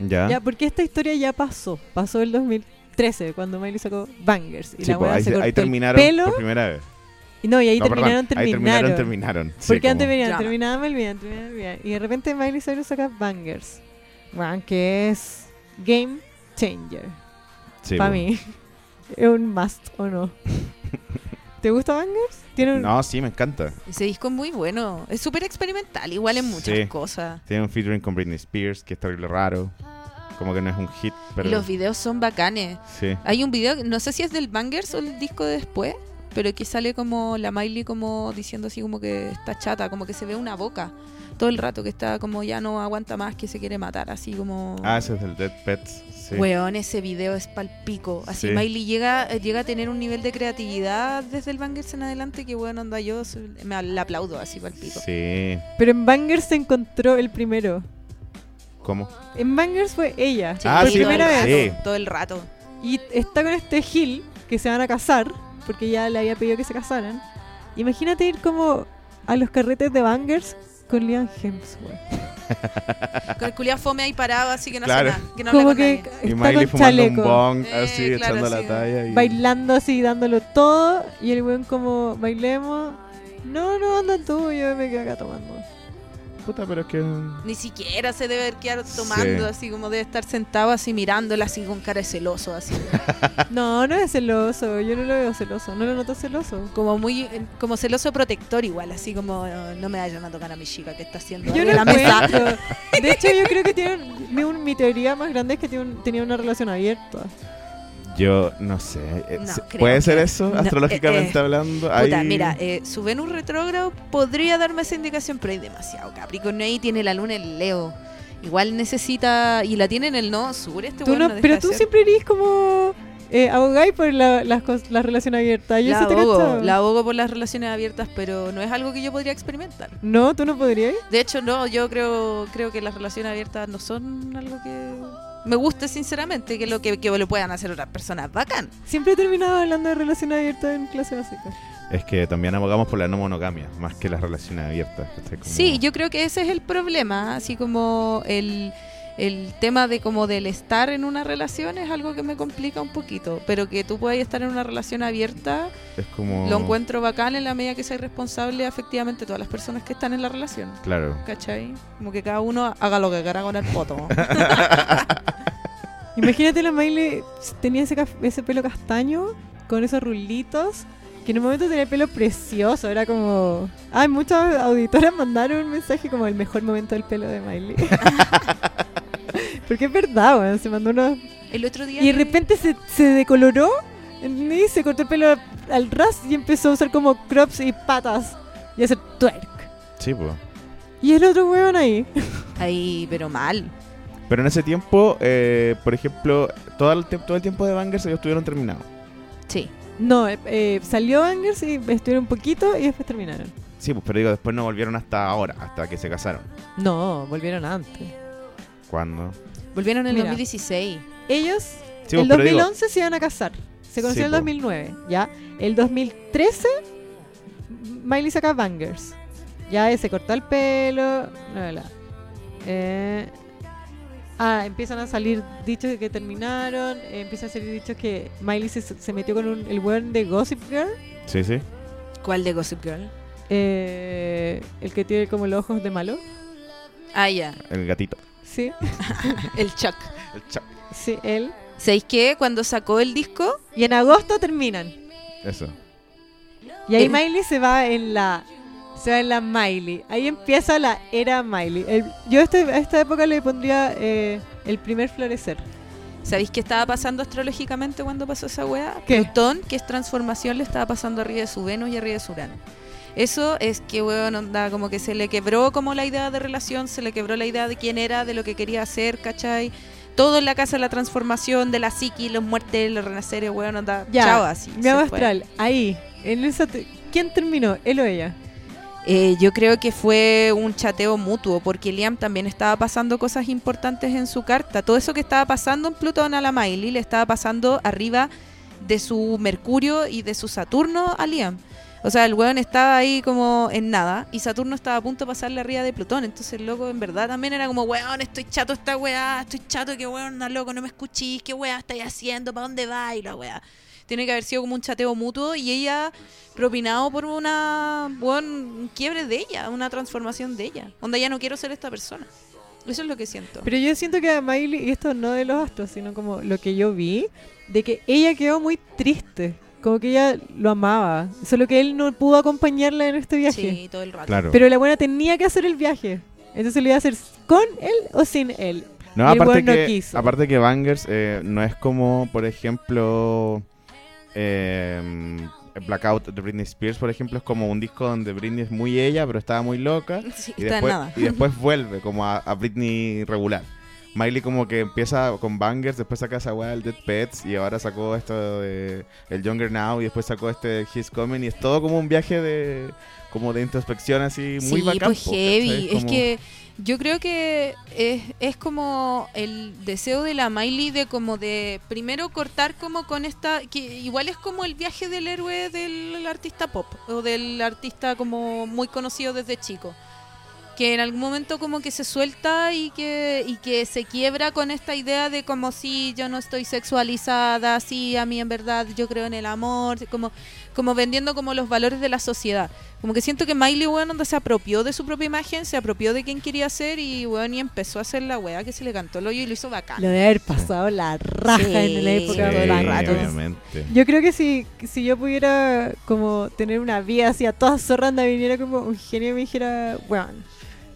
Ya,
Ya, porque esta historia ya pasó. Pasó el 2013, cuando Miley sacó Bangers. Y
Sí,
la
pues,
weá
ahí,
se
se- ahí
cortó el
terminaron
pelo.
por primera vez.
Y no, y ahí
No,
terminaron,
perdón, Ahí terminaron,
terminaron.
terminaron. Sí,
Porque antes
como-
venían,
Drama.
terminaban, me olvidaban, terminaban, me olvidaban. Y de repente Miley Cyrus saca Bangers. Weón, que es Game Changer.
sí,
para
pues.
mí. Es un must, ¿o no? ¿Te gusta Bangers? Tiene un...
No, sí, me encanta.
Ese disco es muy bueno, es súper experimental, igual en muchas
Sí.
cosas.
Tiene un featuring con Britney Spears, que es terrible raro. Como que no es un hit, pero.
Y los videos son bacanes.
sí.
Hay un video, no sé si es del Bangers o el disco de después, pero que sale como la Miley como diciendo así como que está chata, como que se ve una boca todo el rato, que está como ya no aguanta más, que se quiere matar, así como...
Ah, ese es del Dead Pets. Sí.
Weón, ese video es palpico. Así
Sí.
Miley llega, eh, llega a tener un nivel de creatividad desde el Bangers en adelante que, bueno, anda yo, se- me la aplaudo así palpico.
Sí.
Pero en Bangers se encontró el primero.
¿Cómo?
En Bangers fue ella.
Ah,
por
sí,
primera
todo
vez.
el
vez.
rato, todo el rato.
Y está con este Gil que se van a casar, porque ya le había pedido que se casaran. Imagínate ir como a los carretes de Bangers con Liam Hemsworth.
Con el culiao fome ahí parado, así que no
Claro.
hace nada. Que no habla
Como
con
que
nadie.
Y
está
Miley
con
fumando un
chaleco,
bong,
Eh,
así,
claro,
echando
sí.
la talla. Y...
bailando así, dándolo todo. Y el weón como, bailemos. No, no, anda tú, yo me quedo acá tomando.
Puta, pero es que.
Ni siquiera se debe quedar tomando,
Sí.
así como debe estar sentado así mirándola así con cara de celoso, así.
No, no es celoso, yo no lo veo celoso, no lo noto celoso.
Como muy, eh, como celoso protector igual, así como no, no me vayan a tocar a mi chica que está haciendo
Yo
algo
no
en la mesa.
encuentro. De hecho, yo creo que tiene un- mi, un- mi teoría más grande es que tiene un- tenía una relación abierta.
Yo no sé. eh,
No,
se-
creo
¿Puede ser
que-
eso,
no,
astrológicamente
eh, eh,
hablando?
Puta,
Ahí-
mira, eh, su Venus retrógrado podría darme esa indicación, pero hay demasiado Capricornio ahí tiene la luna en Leo. Igual necesita, y la tiene en el no sur este
Tú
weón
no,
deja
pero
de
tú
ser.
siempre eres como eh, abogáis por la, las cos- la relación abierta. Yo
la
sí te
abogo,
cachaba.
la abogo por las relaciones abiertas, pero no es algo que yo podría experimentar.
No, tú no podrías.
De hecho, no, yo creo, creo que las relaciones abiertas no son algo que me guste sinceramente, que lo que, que lo puedan hacer otras personas. Bacán.
Siempre he terminado hablando de relación abierta en clase básica.
Es que también abogamos por la no monogamia, más que las relaciones abiertas. ¿cachai? Como-
Sí, yo creo que ese es el problema, así como el, el tema de como del estar en una relación es algo que me complica un poquito, pero que tú puedas estar en una relación abierta,
Es como.
lo encuentro bacán en la medida que seas responsable afectivamente de todas las personas que están en la relación.
Claro.
¿Cachai? Como que cada uno haga lo que quiera con el poto.
Imagínate la Miley tenía ese, caf- ese pelo castaño con esos rulitos. Que en un momento tenía el pelo precioso, era como... Ay, muchas auditoras mandaron un mensaje como el mejor momento del pelo de Miley. Porque es verdad, weón, se mandó unos...
El otro día...
Y de
le-
repente se, se decoloró y se cortó el pelo al ras y empezó a usar como crops y patas y hacer twerk.
Sí, pues.
Y el otro weón ahí.
Ay, pero mal.
Pero en ese tiempo, eh, por ejemplo, todo el, tie- todo el tiempo de Bangers ellos estuvieron terminados.
Sí.
No, eh, eh, salió Bangers y estuvieron un poquito y después terminaron.
Sí, pues, pero digo, después no volvieron hasta ahora, hasta que se casaron.
No, volvieron antes.
¿Cuándo?
Volvieron en el
Mira.
2016.
Ellos
Sí,
el
pues, pero digo-
2011 se iban a casar. Se
Sí, pues.
conoció en el
po.
2009, ¿ya? El 2013 Miley saca Bangers. Ya eh, se cortó el pelo, bla, bla, bla. Eh, ah, empiezan a salir dichos de que terminaron, eh, empiezan a salir dichos que Miley se, se metió con un- el weón de Gossip Girl,
Sí, sí.
¿Cuál de Gossip Girl?
eh, el que tiene como los ojos de malo,
Ah, ya.
El gatito.
sí,
El Chuck.
El chao.
sí, él.
¿Sabéis qué? Cuando sacó el disco,
Y en agosto terminan.
Eso.
Y ahí
Eh.
Miley se va en la se va en la Miley. Ahí empieza la era Miley. El- yo este- a esta época le pondría eh, el primer florecer.
¿sabéis qué estaba pasando astrológicamente cuando pasó esa weá?
¿Qué?
Plutón, que es transformación, le estaba pasando arriba de su Venus y arriba de su Urano. Eso es que, weón, onda, como que se le quebró como la idea de relación, se le quebró la idea de quién era, de lo que quería hacer, ¿cachai? Todo en la casa, la transformación de la psiqui, los muertes, los renaceres, weón, onda.
Ya,
Chao, así.
Mi
se
agua
fue.
astral, ahí. En esa te- ¿Quién terminó? ¿Él o ella?
Eh, yo creo que fue un chateo mutuo, porque Liam también estaba pasando cosas importantes en su carta. Todo eso que estaba pasando en Plutón a la Miley le estaba pasando arriba de su Mercurio y de su Saturno a Liam. O sea, el weón estaba ahí como en nada y Saturno estaba a punto de pasarle arriba de Plutón. Entonces el loco en verdad también era como, weón, estoy chato esta weá, estoy chato, que weón, no loco, no me escuchís, qué weá estáis haciendo, para dónde vais, la weá. Tiene que haber sido como un chateo mutuo y ella propinado por una weón, un quiebre de ella, una transformación de ella. Onda ya no quiero ser esta persona. Eso es lo que siento.
Pero yo siento que a Miley, y esto no de los astros, sino como lo que yo vi, de que ella quedó muy triste. Como que ella lo amaba. Solo que él no pudo acompañarla en este viaje.
sí, todo el rato.
Claro.
Pero la buena tenía que hacer el viaje. Entonces lo iba a hacer con él o sin él.
No,
El
aparte
weón no
que,
quiso.
aparte que Bangers eh, no es como, por ejemplo, eh, Blackout de Britney Spears, por ejemplo, es como un disco donde Britney es muy ella, pero estaba muy loca.
Sí,
Y,
está en
después,
nada.
y después vuelve como a, a Britney regular. Miley como que empieza con Bangers, después saca esa weá del Dead Pets y ahora sacó esto de El Younger Now y después sacó este His Coming y es todo como un viaje de como de introspección así muy
sí,
bacán,
pues
po,
heavy.
¿cachai?
Es
Como-
que yo creo que es, es como el deseo de la Miley de como de primero cortar como con esta, que igual es como el viaje del héroe del artista pop o del artista como muy conocido desde chico. que en algún momento como que se suelta y que, y que se quiebra con esta idea de como si yo no estoy sexualizada, si a mí en verdad yo creo en el amor, como, como vendiendo como los valores de la sociedad. Como que siento que Miley weón onda, se apropió de su propia imagen, se apropió de quién quería ser y weón y empezó a hacer la weá que se le cantó el hoyo y lo hizo bacán.
Lo de haber pasado la raja
Sí.
en la
Sí,
época de los Beatles.
obviamente.
Yo creo que si, si yo pudiera como tener una vida así a toda zorra, anda, viniera como un genio y me dijera, weón,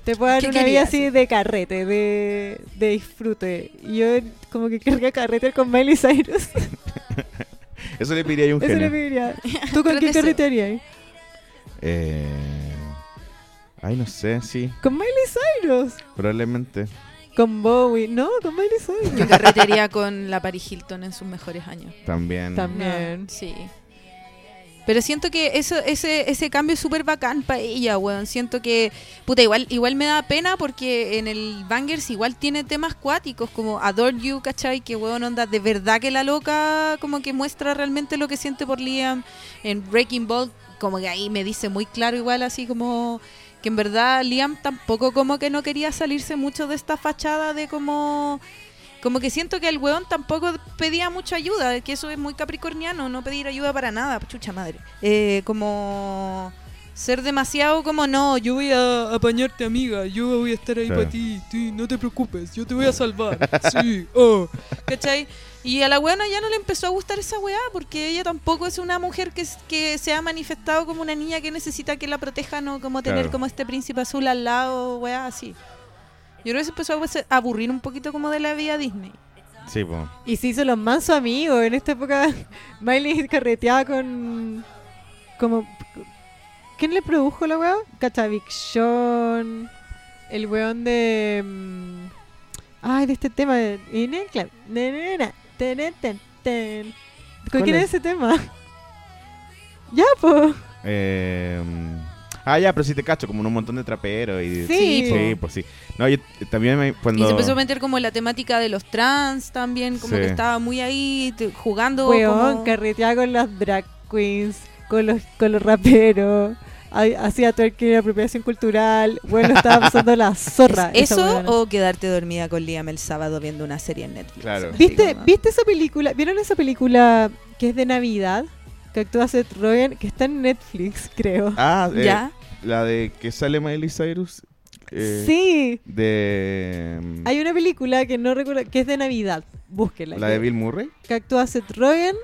te puedo dar
¿Qué
una vida
querías?
así de carrete, de, de disfrute. Y yo como que carga carrete con Miley Cyrus.
Eso le pediría yo a un
Eso le
genio.
pediría. ¿Tú con
Tres
qué
deseos.
carretearías?
Eh, Ay, no sé, sí,
Con Miley Cyrus.
probablemente.
Con Bowie. No, con Miley Cyrus.
Yo carretería con la Paris Hilton en sus mejores años.
También.
También.
No, sí. Pero siento que eso, ese, ese cambio es súper bacán para ella, weón. Siento que, puta, igual, igual me da pena porque en el Bangers igual tiene temas cuáticos como Adore You, ¿cachai? Que weón onda, de verdad que la loca como que muestra realmente lo que siente por Liam. En Breaking Ball, como que ahí me dice muy claro igual así como que en verdad Liam tampoco como que no quería salirse mucho de esta fachada de como como que siento que el weón tampoco pedía mucha ayuda, que eso es muy capricorniano, no pedir ayuda para nada, chucha madre. Eh, como ser demasiado como no, yo voy a apañarte amiga, yo voy a estar ahí
Claro.
para ti, ti, no te preocupes, yo te voy a salvar. sí, oh. ¿Cachai? Y a la weona ya no le empezó a gustar esa weá, porque ella tampoco es una mujer que, s- que se ha manifestado como una niña que necesita que la protejan o como tener
Claro.
como este príncipe azul al lado, weá, así. Yo creo que se empezó a abus- a aburrir un poquito como de la vida Disney.
Sí, po.
Y se hizo los manso amigos. En esta época, Miley carreteaba con. como. ¿Quién le produjo la weá? Cachaviction. El weón de. mm, Ay, de este tema. de- y ne- cla- ne- ne- na- te- ne- ten- ten. ¿Con
¿Cuál
quién
es?
es ese tema? Ya, po.
Eh, Ah, ya, pero sí te cacho, como un montón de traperos. Y...
Sí,
sí,
po.
pues sí. No, yo eh, también me- cuando.
Y se empezó a meter como en la temática de los trans también, como
Sí.
que estaba muy ahí te- jugando.
Weón,
como-
carreteaba con las drag queens, con los, con los raperos. ay, Hacía twerking y apropiación cultural. Bueno, estaba pasando la zorra.
¿Es
esa
¿Eso
weona.
o quedarte dormida con Liam el sábado viendo una serie en Netflix?
Claro.
Así
¿Viste,
como-
¿Viste esa película? ¿Vieron esa película que es de Navidad? Que actúa Seth Rogen, que está en Netflix, creo.
Ah, eh,
¿Ya?
la de que sale Miley Cyrus. eh,
sí,
De. mm,
hay una película que no recuerdo, que es de Navidad. Búsquenla.
La
que,
de Bill Murray.
que actúa Seth Rogen,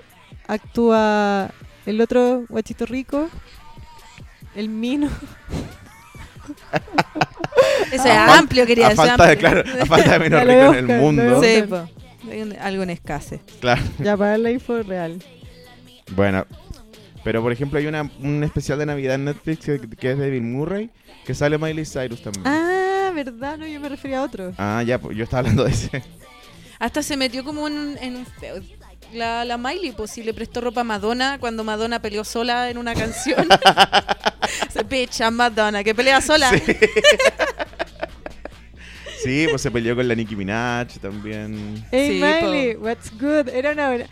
actúa el otro guachito rico, el Mino.
Ese es
fal-
amplio, quería
A
decir.
falta de,
amplio.
claro, a falta de menos
Ya lo
rico
voy a buscar, lo
en el
voy a
mundo.
buscar.
Sí, po. Hay un- algo en escasez.
Claro.
ya, para la info real.
Bueno, pero por ejemplo hay una, un especial de Navidad en Netflix que, que es de Bill Murray, que sale Miley Cyrus también. Ah,
Ah, ¿verdad? No, yo me refería a otro.
ya, pues, yo estaba hablando de ese.
Hasta se metió como en un, en un feo. La, la Miley, pues si le prestó ropa a Madonna cuando Madonna peleó sola en una canción. Bitch, I'm Madonna, que pelea sola.
Sí, pues se peleó con la Nicki Minaj también.
Hey,
Sí,
Miley, what's good? Era una buena-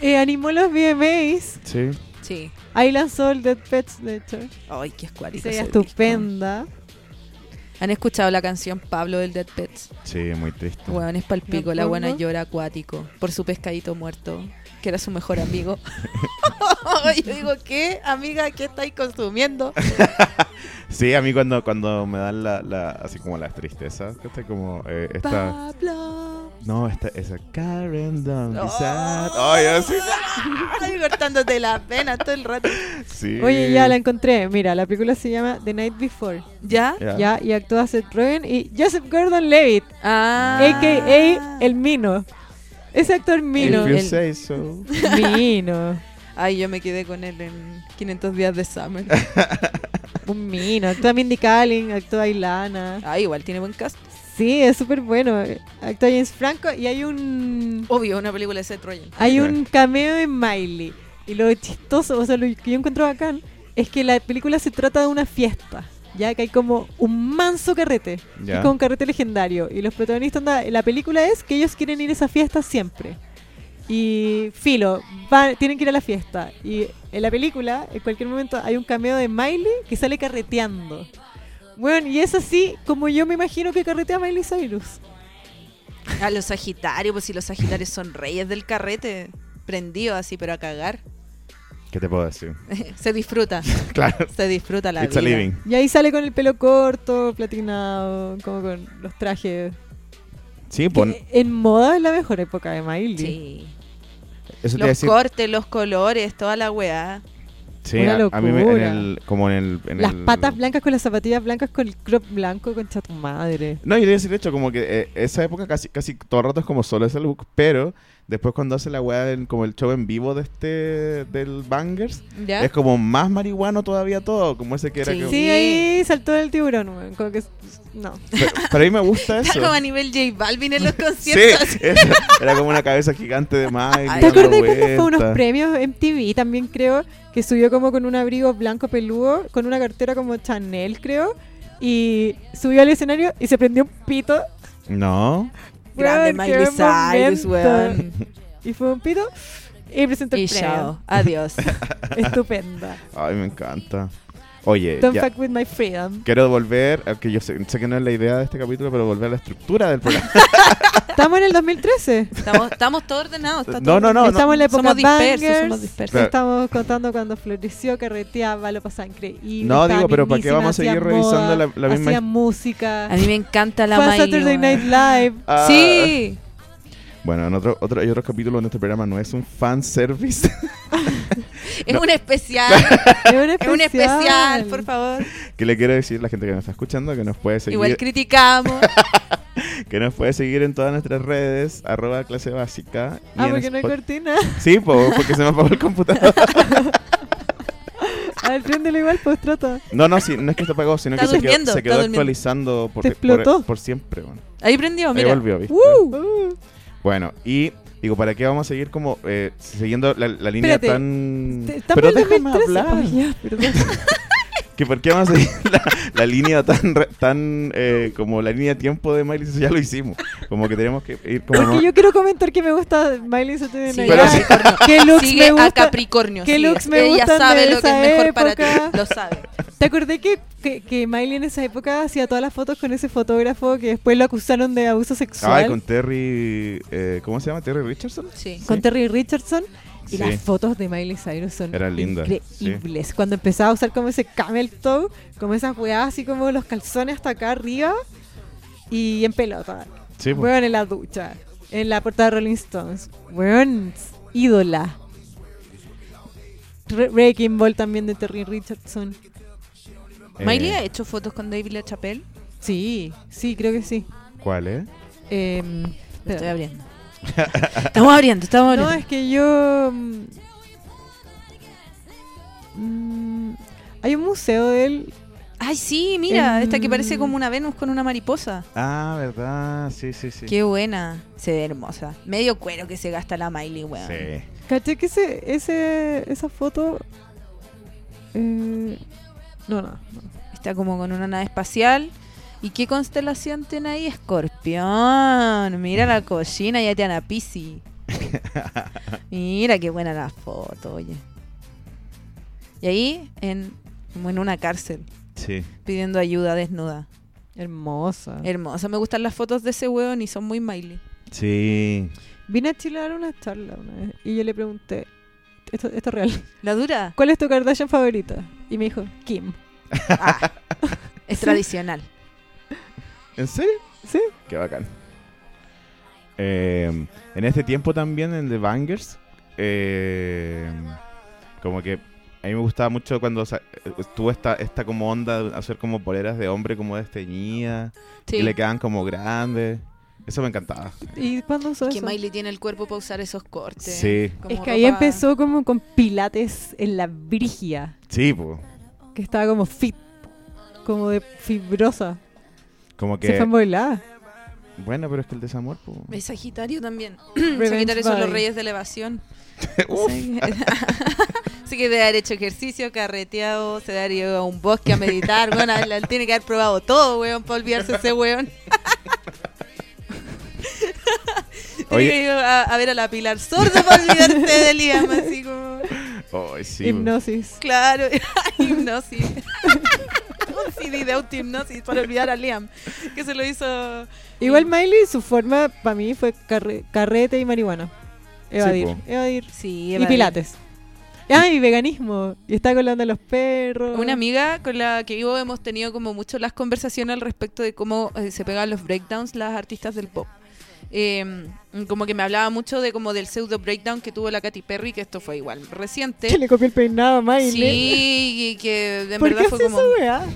eh, animó los VMAs.
Sí.
Sí.
Ahí lanzó el Dead Pets, de hecho.
Ay, qué escuático.
Y se veía
ese disco.
estupenda.
¿Han escuchado la canción Pablo del Dead Pets?
Sí, muy triste.
Weón, es palpico,
¿Me
la buena
acuerdo?
llora acuático por su pescadito muerto, que era su mejor amigo. Yo digo, ¿qué, amiga? ¿Qué estáis consumiendo?
Sí, a mí cuando, cuando me dan la, la- así como las tristezas, que está como eh, esta...
Pablo.
No, esta, esa Karen Don't be
Oh.
sad. Ay, así.
Ay, cortándote las venas todo el rato.
Sí.
Oye, ya la encontré. Mira, la película se llama The Night Before.
¿Ya?
Ya.
Ya, y actúa Seth Rogen y Joseph Gordon-Levitt,
Ah.
a.k.a. El Mino. Ese actor
If
Mino.
you
el-
say so.
Mino.
Ay, yo me quedé con él en 500 días de summer.
Un Mino. Actúa Mindy Kaling, actúa Ilana.
Ay, igual tiene buen cast.
Sí, es súper bueno. Actúa James Franco y hay un...
Obvio, una película de Seth Rogen.
Hay un cameo en Miley. Y lo chistoso, o sea, lo que yo encuentro bacán, es que la película se trata de una fiesta. Ya que hay como un manso carrete.
Ya.
Es como un carrete legendario. Y los protagonistas, onda, la película es que ellos quieren ir a esa fiesta siempre. Y filo, van- tienen que ir a la fiesta. Y en la película, en cualquier momento, hay un cameo de Miley que sale carreteando. Bueno, y es así como yo me imagino que carretea Miley Cyrus.
A Ah, los Sagitarios, pues si los Sagitarios son reyes del carrete, prendido así, pero a cagar.
¿Qué te puedo decir?
se disfruta,
Claro.
se disfruta la
It's a
vida.
living.
Y ahí sale con el pelo corto, platinado, como con los trajes.
Sí, pon,
Que En moda es la mejor época de Miley.
Sí.
eso te iba a
Los
decir.
cortes, los colores, toda la weá.
Sí,
Una
a, a mí me, en
locura.
el, como en el... en
Las
el-
patas blancas con las zapatillas blancas con el crop blanco, concha tu madre.
No, yo te iba a decir, de hecho, como que eh, esa época casi, casi todo el rato es como solo ese look, pero después cuando hace la weá en- como el show en vivo de este, del Bangers,
¿Ya?
es como más marihuano todavía todo, como ese que era...
Sí.
que-
Sí, ahí saltó el tiburón, weón. Como que. No.
pero, pero a mí me gusta
Está
eso.
como a nivel J Balvin en los
Sí,
conciertos.
eso, era como una cabeza gigante de Mike.
¿Te
dando
acordás cuando fue a
vueltas.
unos premios MTV también, creo? Que subió como con un abrigo blanco peludo, con una cartera como Chanel, creo. Y subió al escenario y se prendió un pito.
No.
Grande
Weón,
Miley
qué
Cyrus,
momento.
weón.
Y fue un pito y presentó
Y
el premio.
chao. Adiós.
Estupenda.
Ay, me encanta. Oye,
Don't
ya.
fuck with my freedom.
quiero volver, aunque yo sé, sé que no es la idea de este capítulo, pero volver a la estructura del programa.
Estamos en el 2013.
Estamos, estamos todos ordenados. está
No,
todo-
no, no.
Estamos en la época
Somos dispersos,
bangers.
somos dispersos.
Claro.
Estamos contando cuando floreció, carreteaba, lo pasaba increíble.
No, digo,
estaba
pero ¿para qué
mismísima,
vamos a seguir
hacía
revisando la- la misma
Hacía
his-
música.
A mí me encanta la
fue a
Miley,
Saturday
weón.
Night Live.
Ah,
Sí.
Bueno, en otro, otro, hay otros capítulos donde este programa no es un fan service.
Es
No.
un especial.
Es un especial.
es un especial, por favor.
que le quiero decir a la gente que nos está escuchando que nos puede seguir,
Igual criticamos.
que nos puede seguir en todas nuestras redes, arroba clase básica. y
Ah,
en
porque no hay
Spot-
cortina.
Sí, po, porque se me apagó el computador.
Al préndelo igual, pues trata.
No, no, sí, no es que está apagado, sino
Está
que se quedó,
durmiendo,
se quedó
está durmiendo.
actualizando por,
Te explotó.
por, por siempre. Bueno.
Ahí prendió,
Ahí
mira.
volvió, ¿viste?
Uh.
Mm. Bueno, y digo, ¿para qué vamos a seguir como eh, siguiendo la, la línea
Espérate.
tan...
Te- estamos
Pero
en el
déjame
2013.
hablar.
Ay, ya, perdón.
que por qué vamos a seguir la, la línea tan re- tan eh, como la línea de tiempo de Miley Cyrus, ya lo hicimos como que tenemos que ir como
Es que yo quiero comentar que me gusta Miley Saturday
Sí,
Night
Pero
Live.
sí.
Qué looks
Sigue
me
a
gusta.
Capricornio.
¿Qué
sigue.
looks me
Ella
gustan
sabe
de
lo que es
esa
mejor para
época?
ti. Lo sabe.
¿Te acordé que, que, que Miley en esa época hacía todas las fotos con ese fotógrafo que después lo acusaron de abuso sexual?
ay con Terry eh, cómo se llama Terry Richardson
Sí.
con Terry Richardson. Y
Sí.
las fotos de Miley Cyrus son
Eran lindas,
increíbles. Cuando empezaba a usar como ese camel toe, como esas weas así como los calzones hasta acá arriba y en pelota.
sí pues. po.
Weón en la ducha, en la puerta de Rolling Stones. Weón, ídola. Re- Wrecking Ball también de Terry Richardson.
Eh,
Miley ha hecho fotos con David LaChapelle.
Sí, sí, creo que sí.
cuál eh
Em,
Lo estoy
espera.
abriendo. estamos abriendo, estamos
No,
abriendo.
es que yo. mm, mm, hay un museo de él.
Ay, sí, mira,
En-
esta que parece como una Venus con una mariposa.
ah verdad sí sí sí
Qué buena. Se ve hermosa. Medio cuero que se gasta la Miley, weón.
sí
¿Caché que ese, ese, esa foto. eh, no, no.
Está como con una nave espacial. ¿Y qué constelación tiene ahí? Escorpión. Mira la cocina, ya te a Pisi. Mira qué buena la foto, oye. Y ahí, en, como en una cárcel,
sí
pidiendo ayuda desnuda.
Hermosa.
Hermosa. Me gustan las fotos de ese weón y son muy Miley.
sí
Vine a Chile a dar una charla una vez y yo le pregunté. Esto, esto es real.
¿La dura?
¿Cuál es tu Kardashian favorita? Y me dijo, Kim.
Ah, es tradicional.
en serio
Sí.
qué bacán Eh, en este tiempo también en The Bangers eh, como que a mí me gustaba mucho cuando sa- tuvo esta esta como onda de hacer como poleras de hombre como desteñida
Sí.
y le quedan como grandes. Eso me encantaba.
¿Y cuándo usó
Que
eso?
Miley tiene el cuerpo para usar esos cortes.
Sí,
Como
Es que ahí
ropa-
empezó como con pilates en la brigia.
sí, po.
que estaba como fit, como de fibrosa.
como
Se
que.
fue embolada.
Bueno, pero es que el desamor, po.
Es Sagitario también. Sagitario son los
body.
reyes de elevación.
Uf.
Sí. Así que debe haber hecho ejercicio, carreteado, se debe haber ido a un bosque a meditar. Bueno, él, él tiene que haber probado todo, weón, para olvidarse ese weón. tiene
Oye.
que ir a, a ver a la Pilar Sordo para olvidarte del Liam, así como.
Ay, sí. po.
Hipnosis.
Claro, hipnosis. Un y di de autohipnosis para olvidar a Liam, que se lo hizo.
pues. Igual Miley, su forma para mí fue carre- carrete y marihuana. Evadir.
po.
evadir.
Sí,
Y pilates. Ah, y veganismo. Y está colando a los perros.
Una amiga con la que vivo hemos tenido como mucho las conversaciones al respecto de cómo eh, se pegan los breakdowns las artistas del pop. Eh, como que me hablaba mucho de como del pseudo breakdown que tuvo la Katy Perry, que esto fue igual reciente.
Que le copió el peinado a Miley.
Sí, y que en
¿Por
verdad
qué
fue
hace
como...
esa weá?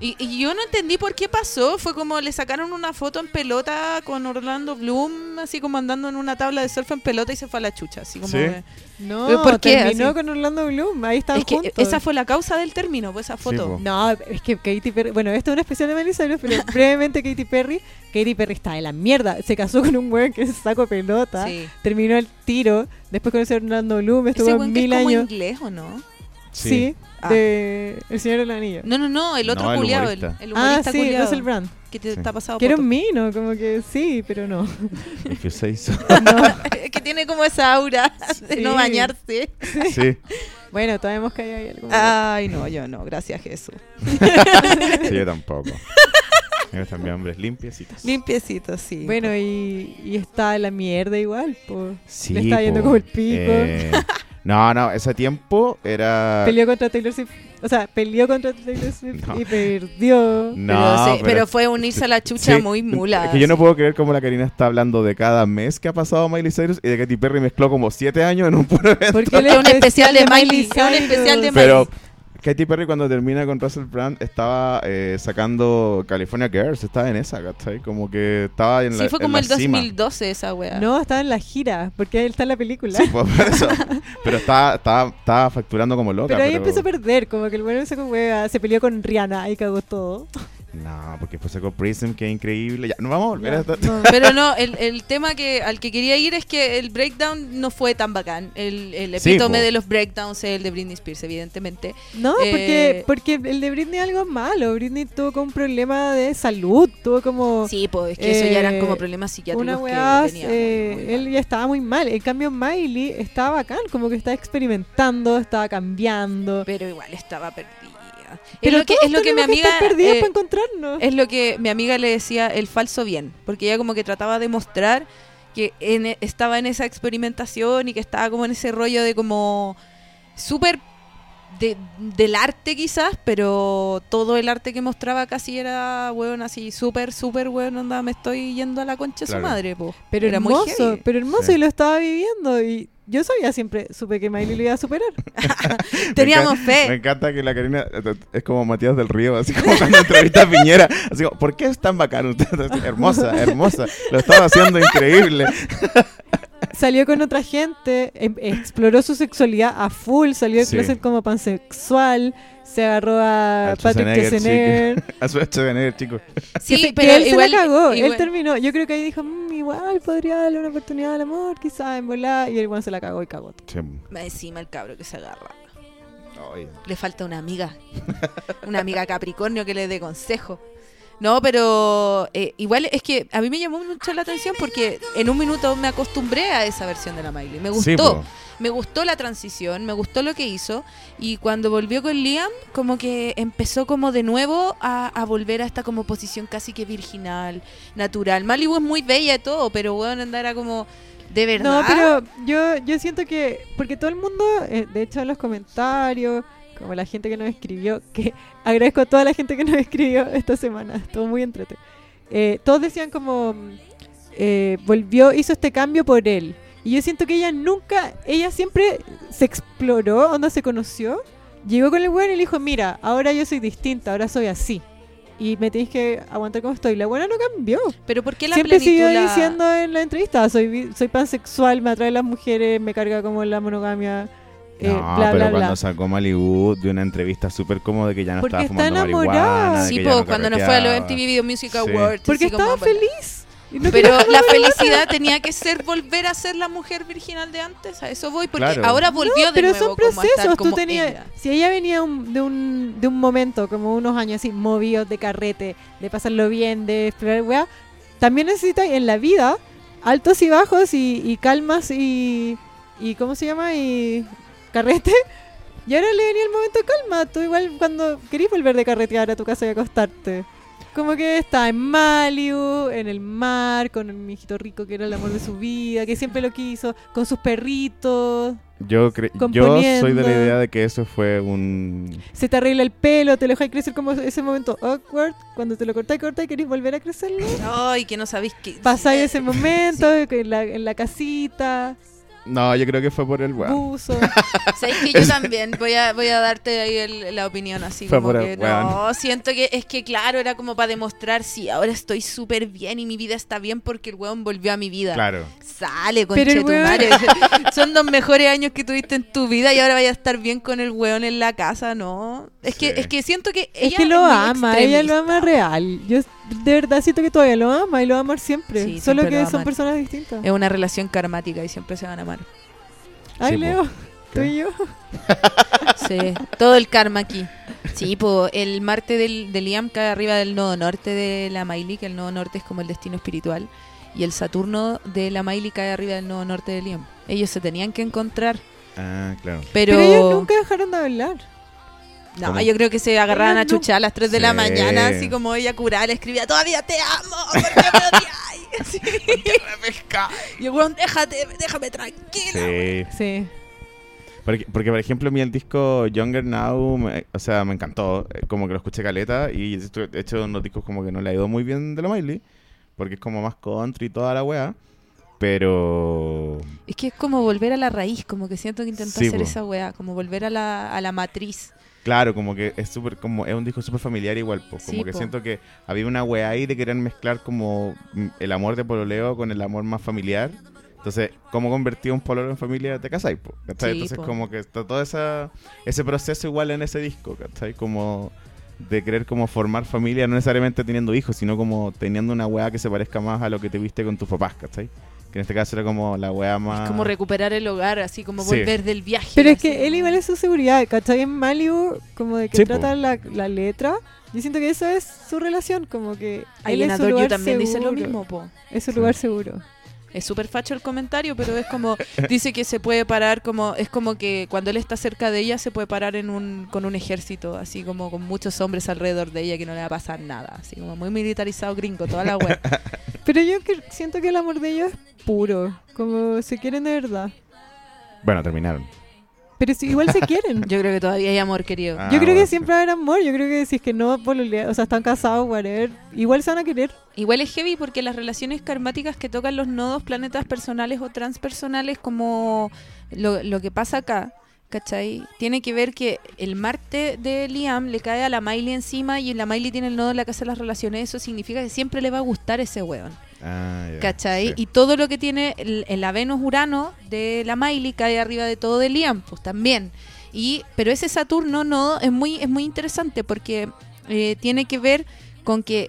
Y, y yo no entendí por qué pasó. Fue como le sacaron una foto en pelota con Orlando Bloom, así como andando en una tabla de surf en pelota y se fue a la chucha. Así como
Sí.
que-
No,
¿Pero por qué?
terminó
Así.
con Orlando Bloom. Ahí están
es que e,
juntos.
esa fue la causa del término, pues esa foto.
po.
No, es que Katy Perry. Bueno, esto es una especial de Miley Cyrus, pero brevemente Katy Perry. Katy Perry está de la mierda. Se casó con un weón que es saco pelota.
Sí.
Terminó el tiro. Después conoció a Orlando Bloom. Estuvo
Ese
en
buen que es
mil
como
años.
inglés, ¿o no?
Sí.
Ah.
De El Señor de los Anillos.
No, no, no, el otro
No, el
culiado, el,
humorista.
el
Ah,
humorista
sí,
culiado.
Russell Brand.
Que te
Sí.
está pasado
Que era
por
un mino, como que sí, pero no.
El que se hizo.
todo. que tiene como esa aura de no
Sí.
bañarse.
Sí.
Bueno, todavía hemos caído ahí algo.
Ay, no, yo no, gracias Jesús.
Sí, yo tampoco. Yo también, hombres limpiecitos.
Limpiecito, sí.
Bueno, y, y está la mierda igual, po.
Sí,
Le está yendo
po.
como el pico.
Eh, no, no, ese tiempo era.
Peleó contra Taylor Swift. O sea, peleó contra Taylor Swift
Ah. No.
y perdió.
No,
pero, sí, pero fue unirse a la chucha
Sí,
muy mula.
Es que yo no puedo creer cómo la Karina está hablando de cada mes que ha pasado Miley Cyrus y de Katy Perry mezcló como siete años en un puro evento.
Porque él
Este Es un especial de Miley, es un especial de Miley.
Pero Katy Perry cuando termina con Russell Brand estaba eh, sacando California Girls, estaba en esa, ¿cachai? Como que estaba en la
sí, fue
en
como
la
el
cima.
2012 esa wea.
No, estaba en la gira, porque él está en la película.
Sí, pues, por eso. Pero estaba, estaba, estaba facturando como loca.
pero ahí empezó a perder, como que el bueno se hueva, se peleó con Rihanna, ahí cagó todo.
No, porque después sacó Prism, que es increíble. Ya, no vamos a volver a esta-
No.
Pero no, el, el tema que al que quería ir es que el breakdown no fue tan bacán. El, el
Sí,
epítome
po.
de los breakdowns es el de Britney Spears, evidentemente.
No,
Eh.
porque, porque el de Britney es algo malo. Britney tuvo como un problema de salud, tuvo como
Sí, pues es que eso ya eran
Oh, Eh,
como problemas psiquiátricos
una weá.
que tenía. muy,
eh,
muy
él
mal.
ya estaba muy mal. En cambio, Miley estaba bacán, como que estaba experimentando, estaba cambiando.
Pero igual estaba perdida.
Pero
es lo que,
todos
es lo que mi
tenemos
amiga...
estar pues, perdidos
eh,
para encontrarnos.
es lo que mi amiga le decía el falso bien, porque ella como que trataba de mostrar que en- e, estaba en esa experimentación y que estaba como en ese rollo de como súper de- del arte quizás, pero todo el arte que mostraba casi era, weón, así súper, súper, weón, onda, me estoy yendo a la concha de
Claro.
su madre, po.
pero
era muy
hermoso,
heavy.
pero hermoso
Sí.
y lo estaba viviendo. Y yo sabía siempre, supe que Miley lo iba a superar.
Me
Teníamos
encanta- Me
fe.
encanta que la Karina eh, es como Matías del Río, así como cuando entrevista a Piñera. Así como, ¿por qué es tan bacán usted? Así, hermosa, hermosa. Lo estaba haciendo increíble.
salió con otra gente, em- exploró su sexualidad a full, salió de
Sí.
closet como pansexual, se agarró a
Al
Patrick
Schwarzenegger, sí,
Schwarzenegger.
A su Schwarzenegger, chicos.
Que
Sí,
se- que
pero
él
igual,
se la cagó, él
igual-
terminó. Yo creo que ahí dijo, "Mm, igual podría darle una oportunidad al amor, quizá en volar. Y el one se la cagó y cagó. todo.
Sí.
Más encima el cabro que se agarra.
Ay,
Le falta una amiga. una amiga Capricornio que le dé consejo. No, pero eh, igual es que a mí me llamó mucho la atención porque en un minuto me acostumbré a esa versión de la Miley. Me
sí,
gustó.
po.
me gustó la transición, me gustó lo que hizo. Y cuando volvió con Liam, como que empezó como de nuevo a, a volver a esta como posición casi que virginal, natural. Malibu es muy bella y todo, pero bueno, andar a como... De verdad.
No, pero yo, yo siento que, porque todo el mundo, eh, de hecho en los comentarios, como la gente que nos escribió, que agradezco a toda la gente que nos escribió esta semana, estuvo muy entrete. Eh, todos decían como, mm, eh, volvió, hizo este cambio por él. Y yo siento que ella nunca, ella siempre se exploró, onda se conoció, llegó con el weón y le dijo, mira, ahora yo soy distinta, ahora soy así. Y me tenéis que aguantar como estoy. La buena no cambió.
Pero ¿por qué la
Siempre
plenitud
siguió
la-
diciendo en la entrevista, soy, bi- soy pansexual, me atrae las mujeres, me carga como la monogamia, eh,
no,
bla,
pero
bla,
cuando
bla.
sacó Malibu de una entrevista súper cómoda de que ya no
Porque
estaba
está
fumando marihuana.
enamorada.
de
Sí,
Ah, que
po,
ya
cuando nos fue a los
carreteaba.
MTV Video Music
Sí.
Awards.
Porque
así como,
estaba
bueno.
feliz. Y no
Pero
quería-
la felicidad tenía que ser volver a ser la mujer virginal de antes. A eso voy, porque
Claro.
ahora volvió de
pero
nuevo
son
como a estar
procesos. Tú
como
tenías,
ella.
si ella venía un- de, un, de un momento, como unos años así, movidos de carrete, de pasarlo bien, de explorar, weá, también necesita en la vida altos y bajos y, y calmas y, y ¿cómo se llama? Y carrete Y ahora le venía el momento de calma. Tú igual cuando querís volver de carretear a tu casa y acostarte. Como que está en Malibu, en el mar, con mi hijito rico que era el amor de su vida, que siempre lo quiso, con sus perritos.
Yo, cre- yo
Componiendo.
soy de la idea de que eso fue un...
Se te arregla el pelo, te lo dejáis crecer como ese momento awkward. Cuando te lo cortáis, cortáis y querís volver a crecerlo.
Ay, que no sabéis que.
Pasáis ese momento en, la, en la casita,
No, yo creo que fue por el weón.
buzo.
Sabéis que yo también voy a, voy a darte ahí el- la opinión así
Fue
como
pura
que no,
weón.
siento que es que claro, era como para demostrar sí, ahora estoy súper bien y mi vida está bien porque el weón volvió a mi vida.
Claro.
Sale con
Pero el
Son los mejores años que tuviste en tu vida y ahora vaya a estar bien con el weón en la casa, ¿no? Es que
Sí.
es que siento que ella
es que lo
muy
ama, ella lo ama real. Yo de verdad siento que todavía lo ama y lo va a amar siempre.
Sí,
Solo
siempre lo va a
que son
amar. Eh,
personas distintas.
Es una relación karmática y siempre se van a amar.
Ay,
Sí, po.
Leo, tú
¿Qué?
y yo.
Sí, todo el karma aquí. Sí, po, el Marte del, del Liam cae arriba del nodo norte de la Miley, que el nodo norte es como el destino espiritual, y el Saturno de la Miley cae arriba del nodo norte de Liam. Ellos se tenían que encontrar,
Ah, claro.
pero...
Pero ellos nunca dejaron de hablar.
No,
¿Cómo?
yo creo que se agarraban a
Ellos nu-
chuchar a las 3 de la
Sí.
mañana, así como ella curada, le escribía, todavía te amo, porque me odiáis. Así. Y el weón, déjate, déjame tranquila.
Sí.
Sí.
Porque, porque, por ejemplo, a mí el disco Younger Now, me- o sea, me encantó. eh, Como que lo escuché caleta y estu- de hecho unos discos como que no le ha ido muy bien de la Miley. Porque es como más country y toda la wea. Pero...
Es que es como volver a la raíz, como que siento que intentó
Sí,
hacer
po.
esa weá, como volver a la, a la matriz.
Claro, como que es súper, como es un disco súper familiar igual, po. como
Sí,
que
po.
siento que había una weá ahí de querer mezclar como mm, el amor de pololeo con el amor más familiar. Entonces, ¿cómo convertir un pololo en familia te casáis, po? ¿Cachai?
Sí,
Entonces,
po.
como que está todo esa, ese proceso igual en ese disco, ¿cachai? Como de querer como formar familia, no necesariamente teniendo hijos, sino como teniendo una weá que se parezca más a lo que te viste con tus papás, ¿cachai? Que en este caso era como la weá más...
Es como recuperar el hogar, así como
Ah. Sí.
volver del viaje.
Pero es
así
que él
como-
igual es su seguridad, ¿cachai? En Malibu, como de que
Sí, po.
trata la, la letra. Yo siento que eso es su relación, como que
Ahí
él
en
es su
Adore You
lugar
también dice lo
seguro.
mismo, po.
Es su
Sí.
lugar seguro.
Es súper facho el comentario, pero es como, dice que se puede parar como, es como que cuando él está cerca de ella se puede parar en un, con un ejército, así como con muchos hombres alrededor de ella que no le va a pasar nada, así como muy militarizado gringo, toda la web.
Pero yo que- siento que el amor de ellos es puro, como se quieren de verdad.
Bueno, terminaron.
Pero sí, igual se quieren.
Yo creo que todavía hay amor querido.
Ah,
Yo creo
bueno,
que
sí.
siempre va a haber amor. Yo creo que si es que no, pololea- o sea, están casados, whatever, igual se van a querer.
Igual es heavy porque las relaciones karmáticas que tocan los nodos, planetas personales o transpersonales, como lo, lo que pasa acá, ¿cachai? Tiene que ver que el Marte de Liam le cae a la Miley encima y la Miley tiene el nodo en la casa de las relaciones. Eso significa que siempre le va a gustar ese weón,
Ah, ya,
¿cachai?
sí.
Y todo lo que tiene el, el la Venus Urano de la Miley cae arriba de todo de Liam, pues también. Y, pero ese Saturno no es muy, es muy interesante porque eh, tiene que ver con que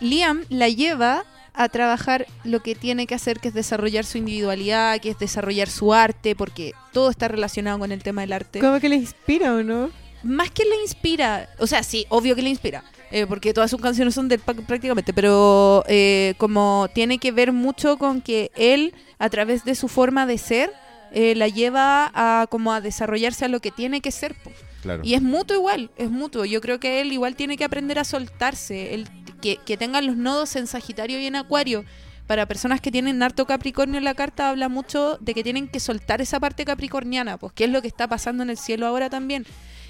Liam la lleva a trabajar lo que tiene que hacer, que es desarrollar su individualidad, que es desarrollar su arte, porque todo está relacionado con el tema del arte.
Como que les inspira, ¿o no?
Más que le inspira, o sea, sí, obvio que le inspira, eh, porque todas sus canciones son del pack prácticamente, pero eh, como tiene que ver mucho con que él, a través de su forma de ser, eh, la lleva a como a desarrollarse a lo que tiene que ser. po.
Claro.
Y es mutuo igual, es mutuo. Yo creo que él igual tiene que aprender a soltarse, él, que, que tengan los nodos en Sagitario y en Acuario. Para personas que tienen harto Capricornio en la carta habla mucho de que tienen que soltar esa parte capricorniana, pues que es lo que está pasando en el cielo ahora también.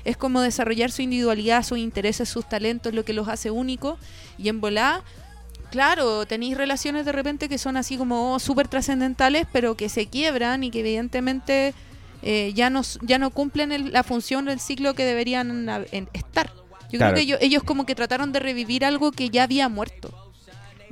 Es como desarrollar su individualidad, sus intereses, sus talentos, lo que los hace únicos. Y en volá, claro, tenéis relaciones de repente que son así como súper trascendentales, pero que se quiebran y que evidentemente eh, ya, no, s- ya no cumplen el- la función, el ciclo que deberían a- en- estar. Yo
Claro.
creo que ellos, ellos como que trataron de revivir algo que ya había muerto.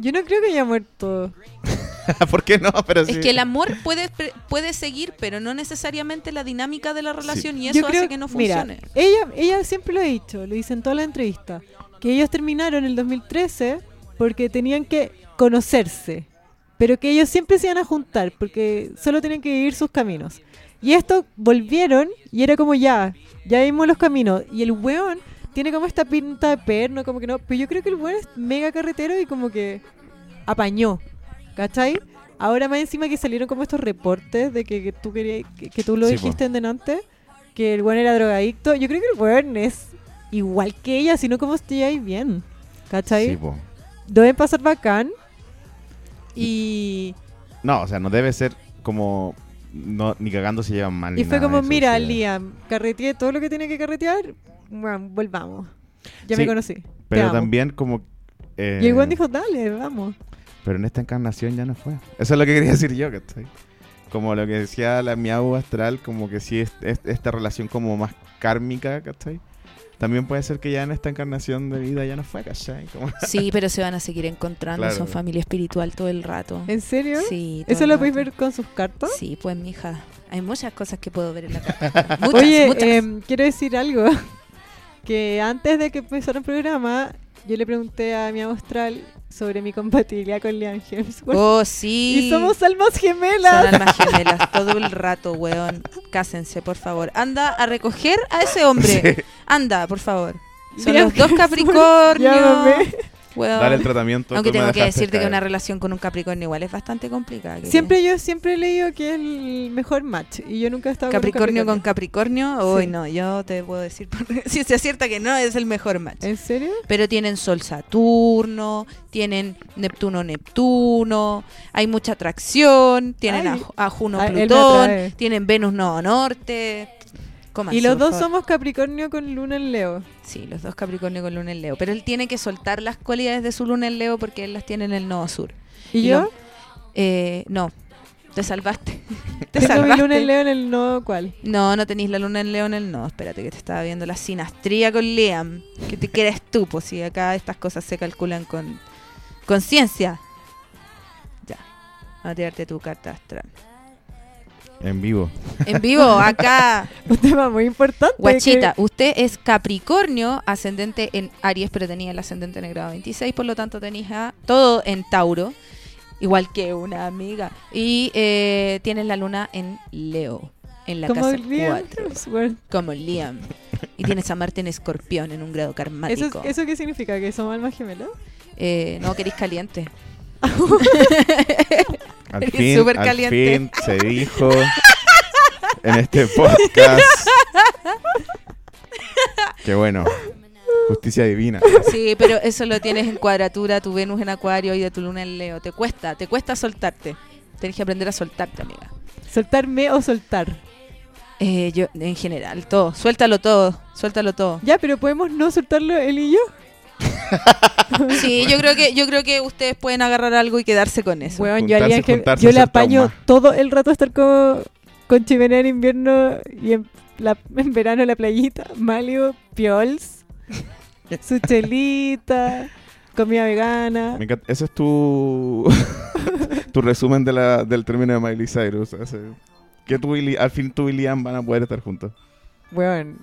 Yo no creo que haya muerto.
¿Por qué no? Pero sí.
Es que el amor puede, pre- puede seguir, pero no necesariamente la dinámica de la relación y eso
Yo creo-
hace que no
mira,
funcione.
ella, ella siempre lo ha dicho, lo dice en toda la entrevista, que ellos terminaron el 2013 porque tenían que conocerse, pero que ellos siempre se iban a juntar porque solo tenían que vivir sus caminos. Y esto volvieron y era como ya, ya vimos los caminos. Y el weón tiene como esta pinta de perno, como que no. Pero yo creo que el weón es mega carretero y como que apañó, ¿cachai? Ahora más encima que salieron como estos reportes de que, que tú querías, que, que tú lo
Sí, po.
dijiste en delante, que el weón era drogadicto. Yo creo que el weón es igual que ella, sino como estoy ahí bien. ¿Cachai?
Sí, po.
Deben pasar bacán. Y,
No, o sea, no debe ser como. No, ni cagando se llevan mal. ni
y fue
nada
como,
de eso,
mira,
o sea.
Liam, carreteé todo lo que tiene que carretear. Bueno, volvamos. Ya
Sí,
me conocí. te
Pero
amo".
también como... eh,
Y el weón dijo, dale, vamos.
Pero en esta encarnación ya no fue. Eso es lo que quería decir yo, que estoy. Como lo que decía la miau astral, como que sí, es, es- esta relación como más kármica, ¿cachai? También puede ser que ya en esta encarnación de vida ya no fue, ¿cachai? Como-
Sí, pero se van a seguir encontrando.
Claro.
Son familia espiritual todo el rato.
¿En serio?
Sí, todo
¿Eso
el
lo
rato.
podéis ver con sus cartas?
Sí, pues mija. Hay muchas cosas que puedo ver en la carta. Muchas,
Oye,
muchas.
em, quiero decir algo. Que antes de que empezara el programa, yo le pregunté a mi austral sobre mi compatibilidad con Liam Hemsworth.
oh, sí.
Y somos almas gemelas.
Son almas gemelas todo el rato, weón. Cásense, por favor. Anda a recoger a ese hombre. Anda, por favor. Son
Liam
los dos
Hemsworth,
Capricornios.
llámame.
Weón.
Dale el tratamiento.
Aunque
tú me
tengo que
dejaste
decirte que
caer.
una relación con un Capricornio igual es bastante complicada. que-
Siempre yo siempre he leído que es el mejor match. Y yo nunca he estado
Capricornio
con
con
un
Capricornio, hoy
Sí.
no, yo te puedo decir, por ciencia acierta que no es el mejor match.
¿En serio?
Pero tienen Sol Saturno, tienen Neptuno Neptuno, hay mucha atracción, tienen
Ay.
a, a Juno
Ay, él me atrae.
Plutón, tienen Venus Nodo Norte. Cómanse,
y los
por
dos
favor.
somos Capricornio con Luna en Leo.
Sí, los dos Capricornio con Luna en Leo. Pero él tiene que soltar las cualidades de su Luna en Leo porque él las tiene en el Nodo Sur.
¿Y,
Y
yo?
lo- Eh, no, te salvaste. te
Tengo mi
salvaste.
Luna en Leo en el no cual.
No, no tenéis la luna en León, el no. Espérate, que te estaba viendo la sinastría con Liam. Que te quedas tú, pues si acá estas cosas se calculan con con ciencia. Ya. Vamos a tirarte tu carta astral.
En vivo.
En vivo, acá.
Un tema muy importante. que-
Guachita, usted es Capricornio, ascendente en Aries, pero tenía el ascendente en el grado 26, por lo tanto tenéis a todo en Tauro, igual que una amiga. Y eh, tienes la luna en Leo, en la
como
casa
Liam
4.
Hemsworth.
como Liam. Y tienes a Marte en escorpión en un grado
¿Eso, es-
karmático.
¿Eso qué significa? ¿Que somos almas gemelas?
Eh, no, querís caliente.
Al
Eres
fin,
súper
al
caliente.
fin se dijo en este podcast. Qué bueno. Justicia divina.
Sí, pero eso lo tienes en cuadratura, tu Venus en Acuario y de tu Luna en Leo. Te cuesta, te cuesta soltarte. Tienes que aprender a soltarte, amiga.
¿Soltarme o soltar?
Eh, yo, en general, todo. Suéltalo todo, suéltalo todo.
Ya, pero podemos no soltarlo él y yo.
Sí, yo creo que, yo creo que ustedes pueden agarrar algo y quedarse con eso.
Weón, yo,
Juntarse,
haría que-
juntarse,
yo le
hacer
apaño
trauma.
todo el rato a estar con, con chimenea en invierno y en, la- en verano la playita, Malio, Piols, su chelita, comida vegana.
Me encanta- Ese es tu, tu resumen de la, del término de Miley Cyrus. Ese- Que tú y Li- al fin tú y Liam van a poder estar juntos.
Weón,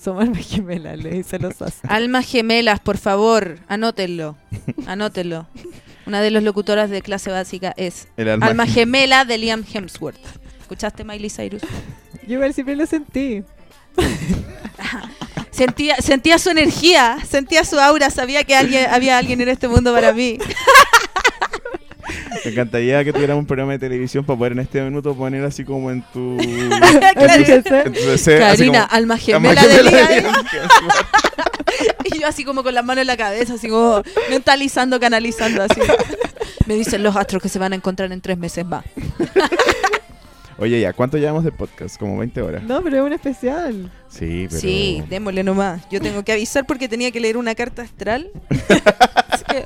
somos almas gemelas, le dice los as.
Almas gemelas, por favor, anótenlo. Anótenlo. Una de las locutoras de clase básica es
El alma,
Alma gemela de Liam Hemsworth. ¿Escuchaste Miley Cyrus?
Yo igual siempre lo sentí.
Sentía, sentía su energía, sentía su aura, sabía que alguien, había alguien en este mundo para mí.
Me encantaría que tuviéramos un programa de televisión para poder en este minuto poner así como en tu.
Ah,
Entonces,
Entonces, así
Karina,
como,
alma
"Alma
gemela de
gemela
Liam.
Liam".
Y yo así como con las manos en la cabeza, así como mentalizando, canalizando así. Me dicen los astros que se van a encontrar en tres meses más.
Oye, ya, ¿cuánto llevamos de podcast? Como 20 horas.
no, pero es un especial.
Sí, pero.
Sí, démosle nomás. Yo tengo que avisar porque tenía que leer una carta astral. Así que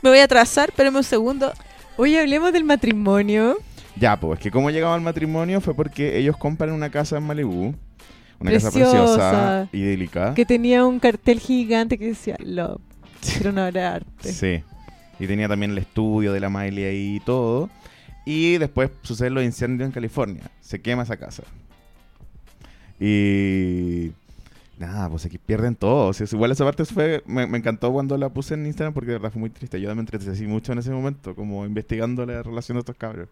me voy a atrasar, espérame un segundo.
Oye, hablemos del matrimonio.
Ya, pues, que cómo llegaba al matrimonio fue porque ellos compran una casa en Malibú. Una casa
Preciosa.
preciosa, idílica.
Que tenía un cartel gigante que decía Love. Quiero una obra de arte.
Sí. Y tenía también el estudio de la Miley ahí y todo. Y después suceden los incendios en California. Se quema esa casa. Y. Nada, pues aquí pierden todo. O sea, igual esa parte fue. Me, me encantó cuando la puse en Instagram porque de verdad fue muy triste. Yo me entretecí mucho en ese momento, como investigando la relación de estos cabros.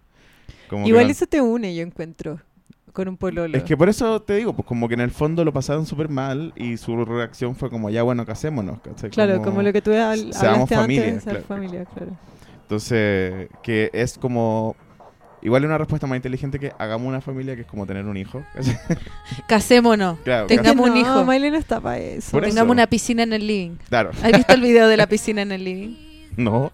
Como que
Igual
no-
eso te une, yo encuentro, con un pololo.
Es que por eso te digo, pues como que en el fondo lo pasaron súper mal y su reacción fue como, ya bueno, casémonos, ¿cachai?
claro, como, lo que tú habl-
Seamos
hablaste antes
familia,
de ser
claro.
familia, claro.
Entonces, que es como Igual es una respuesta más inteligente que hagamos una familia, que es como tener un hijo.
Casémonos.
claro,
Tenga- Tengamos
Que
un hijo.
No, Miley no está para eso.
Por eso.
Tengamos una piscina en el living.
claro.
¿Has visto el video de la piscina en el living?
No,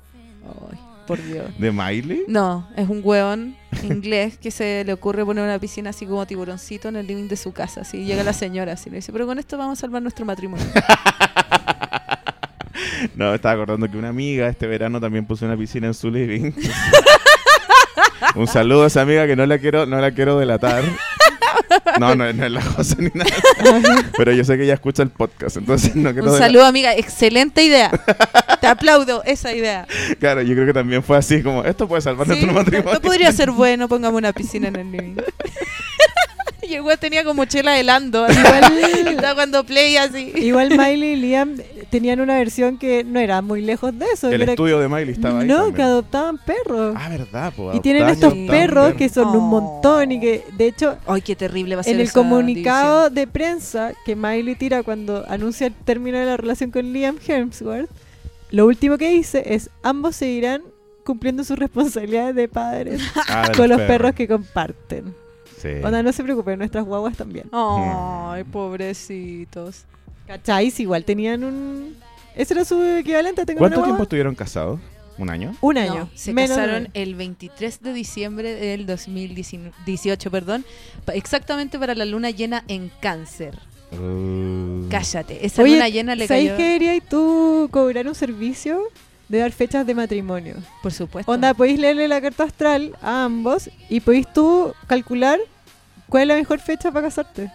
Ay, por Dios.
de Miley.
No, es un hueón inglés que se le ocurre poner una piscina así como tiburoncito en el living de su casa. Así llega la señora así, le dice, pero con esto vamos a salvar nuestro matrimonio.
No, me estaba acordando que una amiga este verano también puso una piscina en su living. Un saludo a esa amiga que no la quiero, no la quiero delatar. No, no, no es la cosa ni nada. Pero yo sé que ella escucha el podcast, entonces no quiero
un
delatar.
saludo, amiga. Excelente idea. Te aplaudo esa idea.
Claro, yo creo que también fue así como, esto puede salvar
Sí,
nuestro matrimonio.
No podría ser bueno, pongamos una piscina en el living. Y el weón tenía como chela helando. así,
Igual,
Estaba cuando play así.
igual Miley y Liam tenían una versión que no era muy lejos de eso.
El
era-
estudio de Miley estaba ahí.
no,
también.
que adoptaban perros.
Ah, verdad, po,
y tienen
adoptar,
estos
adoptar,
perros
perro.
que son un montón y que, de hecho,
Ay, qué terrible va a ser
en el
esa
comunicado de prensa que Miley tira cuando anuncia el término de la relación con Liam Hemsworth, lo último que dice es ambos seguirán cumpliendo sus responsabilidades de padres
Ah, de
con los perros que comparten.
Sí.
Onda, no se preocupen, nuestras guaguas también.
división.
Mm.
Ay, pobrecitos.
¿Cacháis? Igual tenían un... Ese era su equivalente, tengo
¿Cuánto
una
tiempo
guagua.
estuvieron casados? ¿Un año?
Un año.
No, se
menos de un
casaron
año.
el 23 de diciembre del 2018, perdón, pa- exactamente para la luna llena en cáncer.
Uh,
Cállate, esa
Oye,
luna llena le
¿Sabéis
cayó.
que deberías tú cobrar un servicio de dar fechas de matrimonio?
Por supuesto.
Onda, podéis leerle la carta astral a ambos y podéis tú calcular cuál es la mejor fecha para casarte.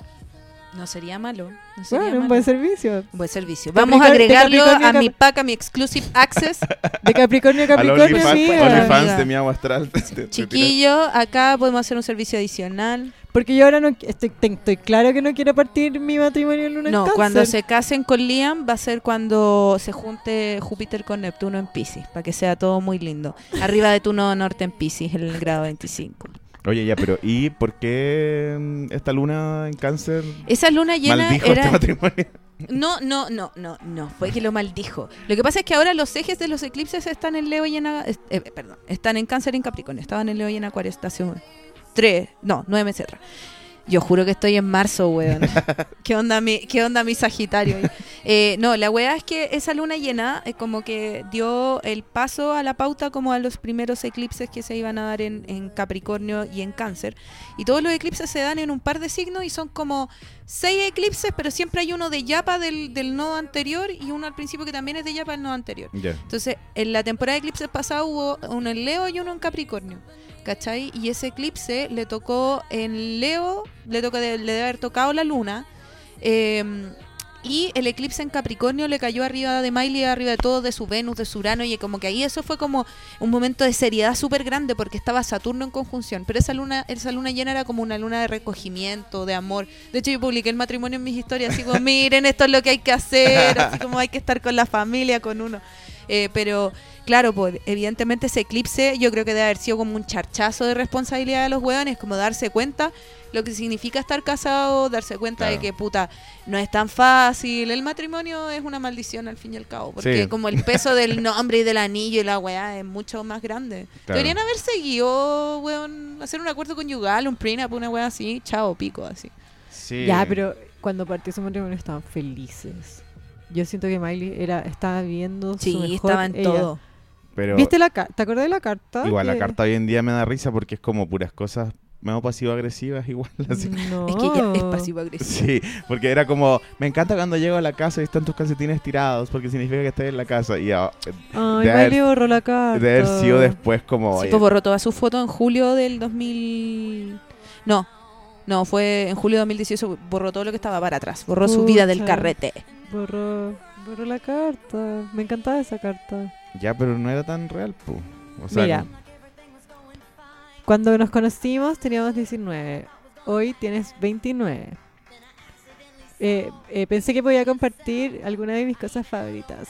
No sería malo. No sería
Bueno, pues, eh, un
malo.
buen servicio.
Un buen servicio. Vamos a
Capricornio,
agregarlo a
Capricornio,
mi pack, a mi exclusive access.
De Capricornio a
a los
Capricornio,
OnlyFans,
amiga.
OnlyFans de mi agua astral. te- te- te tiran-
Chiquillo, acá podemos hacer un servicio adicional.
Porque yo ahora no qui- estoy, te- estoy claro que no quiero partir mi matrimonio en luna en
No,
cáncer.
cuando se casen con Liam va a ser cuando se junte Júpiter con Neptuno en Pisces, para que sea todo muy lindo. Arriba de tu nodo norte en Pisces, el grado 25.
Oye, ya, pero ¿y por qué mm, esta luna en cáncer
Esa luna llena
maldijo
era...
este matrimonio?
No, no, no, no, no, fue que lo maldijo. Lo que pasa es que ahora los ejes de los eclipses están en Leo y en... Aga- es- eh, perdón, están en Cáncer y en Capricornio. Estaban en Leo y en Acuario hasta hace un- tres, no, nueve meses atrás. Yo juro que estoy en marzo, weón. ¿Qué onda mi, qué onda mi Sagitario? Eh, no, la weá es que esa luna llena eh, como que dio el paso a la pauta como a los primeros eclipses que se iban a dar en, en Capricornio y en Cáncer. Y todos los eclipses se dan en un par de signos y son como seis eclipses, pero siempre hay uno de yapa del, del nodo anterior y uno al principio que también es de yapa del nodo anterior.
Ya.
Entonces, en la temporada de eclipses pasada hubo uno en Leo y uno en Capricornio. ¿Cachai? Y ese eclipse le tocó en Leo, le, toca de- le debe haber tocado la luna. eh, y el eclipse en Capricornio le cayó arriba de Miley, arriba de todo, de su Venus, de su Urano. Y como que ahí eso fue como un momento de seriedad súper grande porque estaba Saturno en conjunción. Pero esa luna, esa luna llena era como una luna de recogimiento, de amor. De hecho, yo publiqué el matrimonio en mis historias, así como, miren, esto es lo que hay que hacer, así como hay que estar con la familia, con uno. Eh, pero claro, pues, evidentemente ese eclipse yo creo que debe haber sido como un charchazo de responsabilidad de los hueones, como darse cuenta lo que significa estar casado, darse cuenta de
Claro.
que puta, no es tan fácil, el matrimonio es una maldición al fin y al cabo, porque
Sí.
como el peso del nombre y del anillo y la weá es mucho más grande.
Claro.
Deberían haber seguido, weón, hacer un acuerdo conyugal, un prenup, una weá así, chao, pico, así.
Sí.
Ya, pero cuando partió su matrimonio estaban felices. Yo siento que Miley era, estaba viendo su
Sí,
mejor
estaba en
ella.
todo.
Pero
¿Viste la carta? ¿Te acordás de la carta?
igual la
Que-
carta hoy en día me da risa porque es como puras cosas medio pasivo-agresivas igual. Así.
No.
Es que ya
Oh.
es pasivo-agresivo.
Sí, porque era como, me encanta cuando llego a la casa y están tus calcetines tirados porque significa que estoy en la casa. Y ah,
Ay,
De haber-
Miley borró la carta.
de haber sido después como...
Sí,
oye,
pues borró todas sus fotos en julio del 2000. No, no, fue en julio de 2018. Borró todo lo que estaba para atrás. Borró su vida del
Pucha.
carrete.
Borró, borró la carta. Me encantaba esa carta.
ya, pero no era tan real, pu. O sea,
pues Mira. Cuando nos conocimos teníamos 19. Hoy tienes 29. Eh, eh, pensé que podía compartir alguna de mis cosas favoritas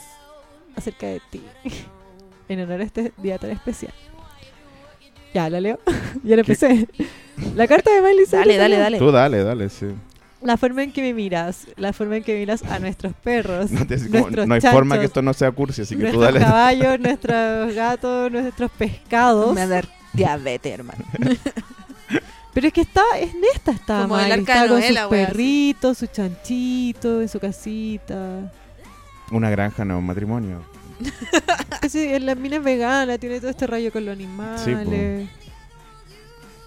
acerca de ti. en honor a este día tan especial. Ya, la leo. ya la empecé. la carta de Miley Cyrus.
Dale, dale,
¿no?
dale.
Tú dale, dale, sí.
La forma en que me miras. La forma en que miras a nuestros perros.
No, te- como-
nuestros
no hay forma
chanchos,
que esto no sea cursi, así que tú
nuestros
dale.
caballos, nuestros gatos, nuestros pescados.
Me dar-
Diabetes, hermano.
Pero es que estaba, es neta estaba
Como el
Miley,
arca
estaba
de
con
novela,
sus
wea, así.
perritos, sus chanchitos, en su casita.
Una granja, no, un matrimonio.
Casi en la mina es vegana, tiene todo este rayo con los animales.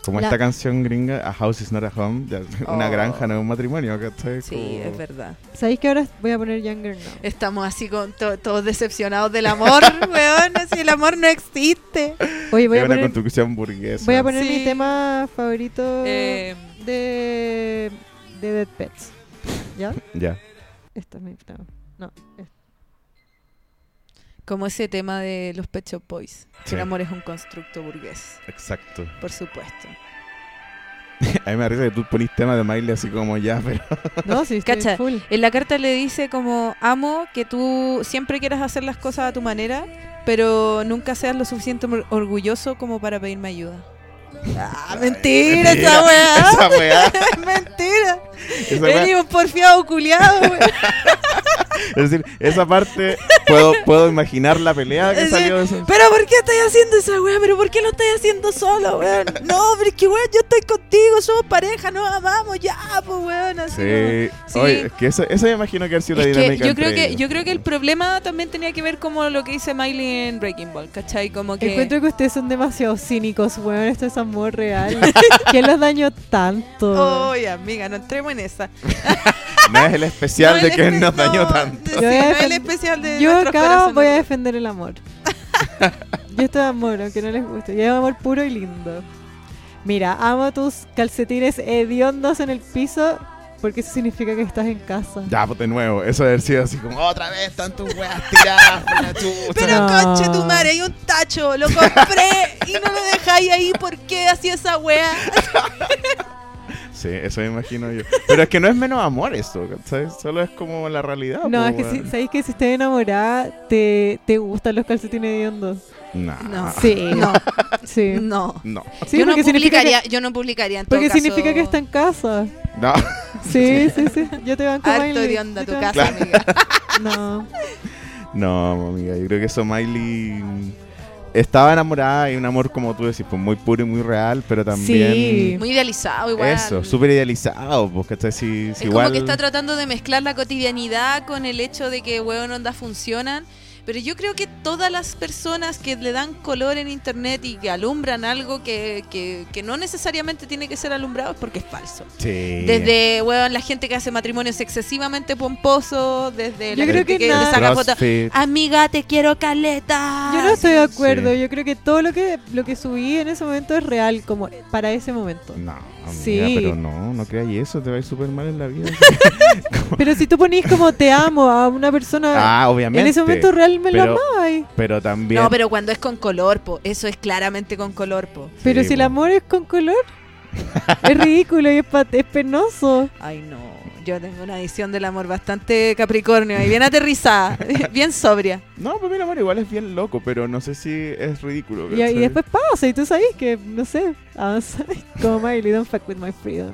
Como
La-
esta canción gringa, A House is not a home. ya, Una
Oh.
granja, no un matrimonio. ¿cachai?
Sí,
Como-
es verdad.
¿Sabéis que ahora voy a poner Younger Now?
Estamos así con to- todos decepcionados del amor, weón. Si el amor no existe.
Oye, voy
es
a
una
poner,
construcción burguesa.
voy a poner
Eh, Sí.
mi tema favorito
Eh,
de, de Dead Pets. ¿Ya?
Ya.
Este es mi tema. No, este.
como ese tema de los Pet Shop Boys.
Sí.
El amor es un constructo burgués,
Exacto.
por supuesto.
A mí me da risa que tú ponís tema de Miley así como ya, pero.
no sí, estoy
Cacha.
full.
En la carta le dice como amo que tú siempre quieras hacer las cosas a tu manera, pero nunca seas lo suficiente or- orgulloso como para pedirme ayuda. Ah, mentira, esa
Ah,
weá.
Esa weá.
mentira.
Esa weá.
Venimos porfiado culiado, weón.
Es decir, esa parte puedo, puedo imaginar la pelea que
Sí.
salió de eso.
Pero ¿por qué estás haciendo esa weá? ¿Pero por qué lo estás haciendo solo, weón? No, pero es que weón, yo estoy contigo, somos pareja, nos amamos, ya, pues weón, así. como-
Sí.
Sí.
Oye, es que eso, eso me imagino que ha sido la
Es que
dinámica.
yo creo
entre
que,
ellos.
yo creo que el problema también tenía que ver como lo que dice Miley en Breaking Ball, ¿cachai? Como que
Encuentro que ustedes son demasiado cínicos, weón. Esto es amor real. ¿Quién los dañó tanto?
Oye, amiga, no entremos en esa.
No es el especial
No,
de
el
que
espe-
nos dañó
no,
tanto.
sí,
Yo
no,
voy a
el
defend-
especial de
Yo
nuestros
acá
corazones.
voy a defender el amor. Yo estoy de amor, aunque no les guste. Yo de amor puro y lindo. Mira, amo tus calcetines hediondos en el piso porque eso significa que estás en casa.
Ya, pues de nuevo, eso debe haber sido así como otra vez, tantas weas tiradas por la chucha.
Pero
No.
conche tu madre, hay un tacho, lo compré y no lo dejáis ahí, ¿por qué así esa wea?
Sí, eso me imagino yo. Pero es que no es menos amor esto, ¿sabes? Solo es como la realidad.
No,
po,
es que si,
pues, weón.
sabéis que si estás enamorada, te, te gustan los calcetines hediondos.
Nah.
No.
Sí,
No,
sí.
no.
No.
Sí,
yo, no
porque significa que,
publicaría, yo no publicaría en todo
porque
caso,
significa que está en casa.
No.
Sí, sí, sí. Yo te banco
Harto
Miley.
de onda
Yo
tu
te
casa,
banco-
amiga.
No.
No, amiga, yo creo que eso Miley estaba enamorada y un amor, como tú decís, pues muy puro y muy real, pero también.
Sí.
Muy idealizado igual.
Eso, súper idealizado, porque está si,
Es
si igual.
como que está tratando de mezclar la cotidianidad con el hecho de que hueón ondas funcionan. Pero yo creo que todas las personas que le dan color en internet y que alumbran algo que, que- que no necesariamente tiene que ser alumbrado es porque es falso.
Sí.
Desde hueón la gente que hace matrimonios excesivamente pomposos, desde la
Yo creo
gente
que
que,
nada-
le saca fotos.
CrossFit.
Amiga, te quiero caleta.
Yo no estoy de acuerdo.
Sí.
Yo creo que todo lo que lo que subí en ese momento es real, como para ese
Ah.
momento.
No, amiga,
Sí.
pero no, no creas eso, te va a ir súper mal en la vida.
Pero si tú ponís como te amo a una persona,
ah, obviamente.
en ese momento real me lo
pero-
amáis.
Pero también.
No, pero cuando es con color, po. Eso es claramente con color, po.
Pero
Sí, pues.
si el
po.
amor es con color, es ridículo y es, pa- es penoso.
Ay, no. Yo tengo una visión del amor bastante capricornio y bien aterrizada, bien sobria.
No, pues mira, amor, igual es bien loco, pero no sé si es ridículo.
Y, y
¿cachai?
después pasa y tú sabes que, no sé, avanzáis como Miley, don't fuck with my freedom.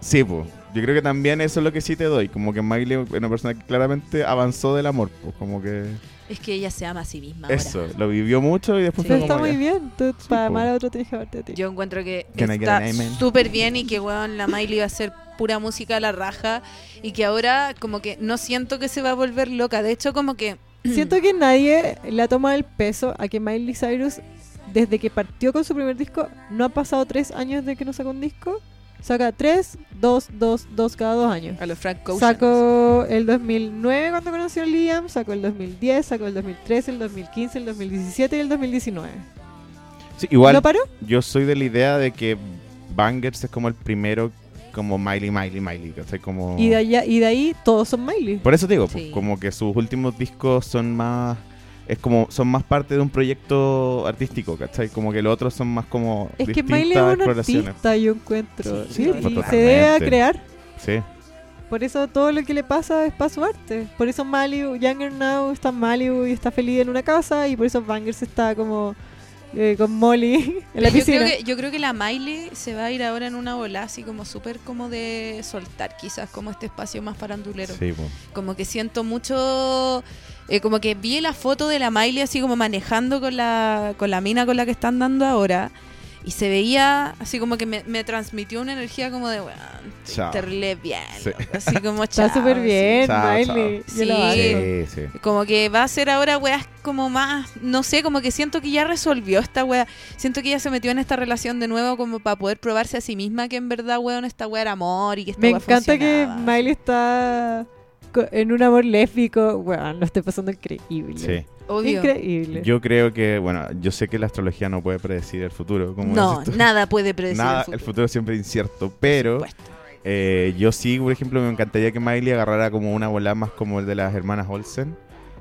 Sí, pues. Yo creo que también eso es lo que sí te doy. Como que Miley es una persona que claramente avanzó del amor, pues. Como que.
Es que ella se ama a sí misma
Eso,
ahora.
lo vivió mucho y después
Sí.
Pero
fue
está
como.
muy
ya.
bien. Tú,
Sí,
para
po.
amar a otro tienes que amarte a ti.
Yo encuentro que
Can I get
está
an amen?
súper bien y que, weón, la Miley va a ser pura música a la raja y que ahora como que no siento que se va a volver loca. De hecho, como que...
Siento que nadie le ha tomado el peso a que Miley Cyrus, desde que partió con su primer disco, no ha pasado tres años de que no saca un disco. Saca tres, dos, dos, dos cada dos años.
A los Frank Ocean.
Sacó el 2009 cuando conoció a Liam, sacó el 2010, sacó el 2013, el 2015, el 2017 y el 2019.
Sí, igual
¿Lo paró?
yo soy de la idea de que Bangers es como el primero, como Miley, Miley, Miley. ¿cachai? Como...
Y, de allá- y de ahí todos son Miley.
Por eso te digo, pues,
Sí.
como que sus últimos discos son más. Es como, son más parte de un proyecto artístico, ¿cachai? Como que los otros son más como
Es que
distintas
Miley es una
exploraciones.
artista, yo encuentro.
Sí,
Sí,
sí,
y
totalmente.
se debe a crear.
Sí.
Por eso todo lo que le pasa es para su arte. Por eso Malibu, Younger Now está en Malibu y está feliz en una casa y por eso Bangers está como eh, con Molly en la
yo,
piscina.
creo que, yo creo que la Miley se va a ir ahora en una bola así como súper como de soltar quizás como este espacio más farandulero.
Sí, po.
Como que siento mucho, eh, como que vi la foto de la Miley así como manejando con la, con la mina con la que están dando ahora. Y se veía así como que me, me transmitió una energía como de, bueno,
Chao.
terrible bien.
Ah, Sí.
loco", Así como
Está
chao,
súper
así.
bien,
Chao, chao.
Miley. Yo
Sí.
la banco.
Sí, sí.
Como que va a ser ahora weas como más, no sé, como que siento que ya resolvió esta wea. Siento que ya se metió en esta relación de nuevo como para poder probarse a sí misma que en verdad, weón, esta wea era amor y que esta
Me
wea
encanta que
funcionaba.
Miley está co- en un amor lésbico. Bueno, lo estoy pasando increíble.
Sí.
Obvio.
Increíble.
Yo creo que, bueno, yo sé que la astrología no puede predecir el futuro. Como
No,
dices tú.
nada puede predecir
Nada,
el futuro.
siempre es incierto, pero
supuesto.
eh, yo sí, por ejemplo, me encantaría que Miley agarrara como una bola más como el de las hermanas Olsen,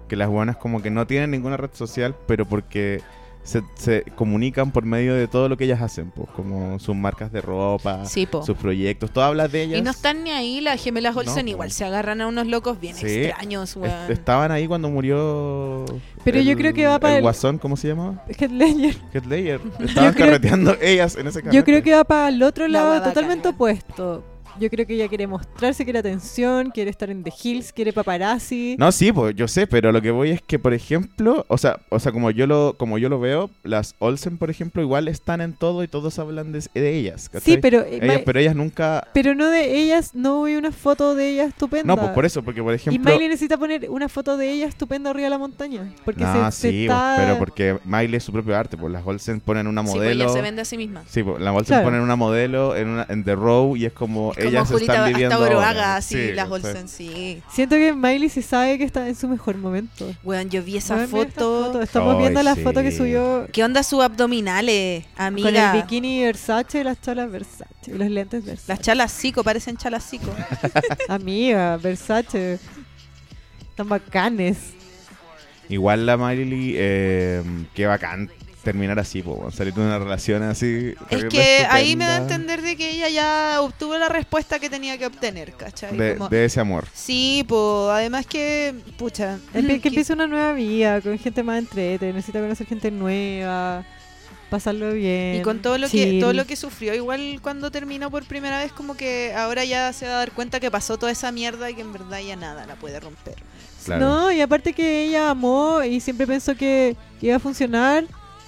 que las buenas como que no tienen ninguna red social, pero porque se, se comunican por medio de todo lo que ellas hacen, pues como sus marcas de ropa,
Sí, po.
sus proyectos, todo habla de ellas.
Y no están ni ahí, las gemelas Olsen
No,
igual
po.
se agarran a unos locos bien
Sí.
extraños, weón.
Est- estaban ahí cuando murió.
Pero yo
el-
creo que va para
el
el-
guasón, ¿cómo se llamaba?
Heath Ledger.
Heath Ledger. Estaban
creo-
carreteando ellas en ese carrete.
Yo creo que va para el otro
La
lado,
guada
totalmente
bacana.
opuesto. Yo creo que ella quiere mostrarse, quiere atención, quiere estar en The Hills, quiere paparazzi.
No, sí, pues yo sé, pero lo que voy es que, por ejemplo, o sea, o sea, como yo lo, como yo lo veo, las Olsen, por ejemplo, igual están en todo y todos hablan de, de ellas.
sí,
¿cachai?
pero, eh,
ellas,
Ma-
pero ellas nunca.
pero no de ellas, no vi una foto de ella estupenda.
No, pues por eso, porque por
y
ejemplo.
Miley necesita poner una foto de ella estupenda arriba de la montaña. Porque
No,
se, se
sí,
está... pues,
pues, pero porque Miley es su propio arte, pues las Olsen ponen una
Sí, po,
modelo.
ella se vende a sí misma.
Sí, pues las Olsen
Claro.
ponen una modelo en, una, en The Row y es como,
Como
ellas
Julita
están viviendo.
hasta Oroaga,
ahora.
sí, las
¿cachai?
Olsen, sí.
Siento que Miley se sabe que está en su mejor momento.
Weón, yo vi esa
Weón, mira esta
foto.
foto. Estamos
Ay,
viendo la
sí.
foto que subió
¿Qué onda sus abdominales, amiga?
con el bikini Versace y las chalas Versace. Y los lentes Versace.
Las chalacico, parecen chalacico.
Amiga, Versace. Tan bacanes.
Igual la Miley, eh, qué bacán terminar así, po, weón, salir de una relación así.
es
terrible,
que ahí me da a
estupenda,
entender de que ella ya obtuvo la respuesta que tenía que obtener, ¿cachai?
De,
Como-
de ese amor.
Sí, po, además que, pucha, mm,
El pi- que
que-
empieza una nueva vida, con gente más entrete, necesita conocer gente nueva, pasarlo bien.
y con todo lo que todo
chill.
lo que sufrió, igual cuando terminó por primera vez como que ahora ya se va a dar cuenta que pasó toda esa mierda y que en verdad ya nada la puede romper.
Claro.
No, y aparte que ella amó y siempre pensó que iba a funcionar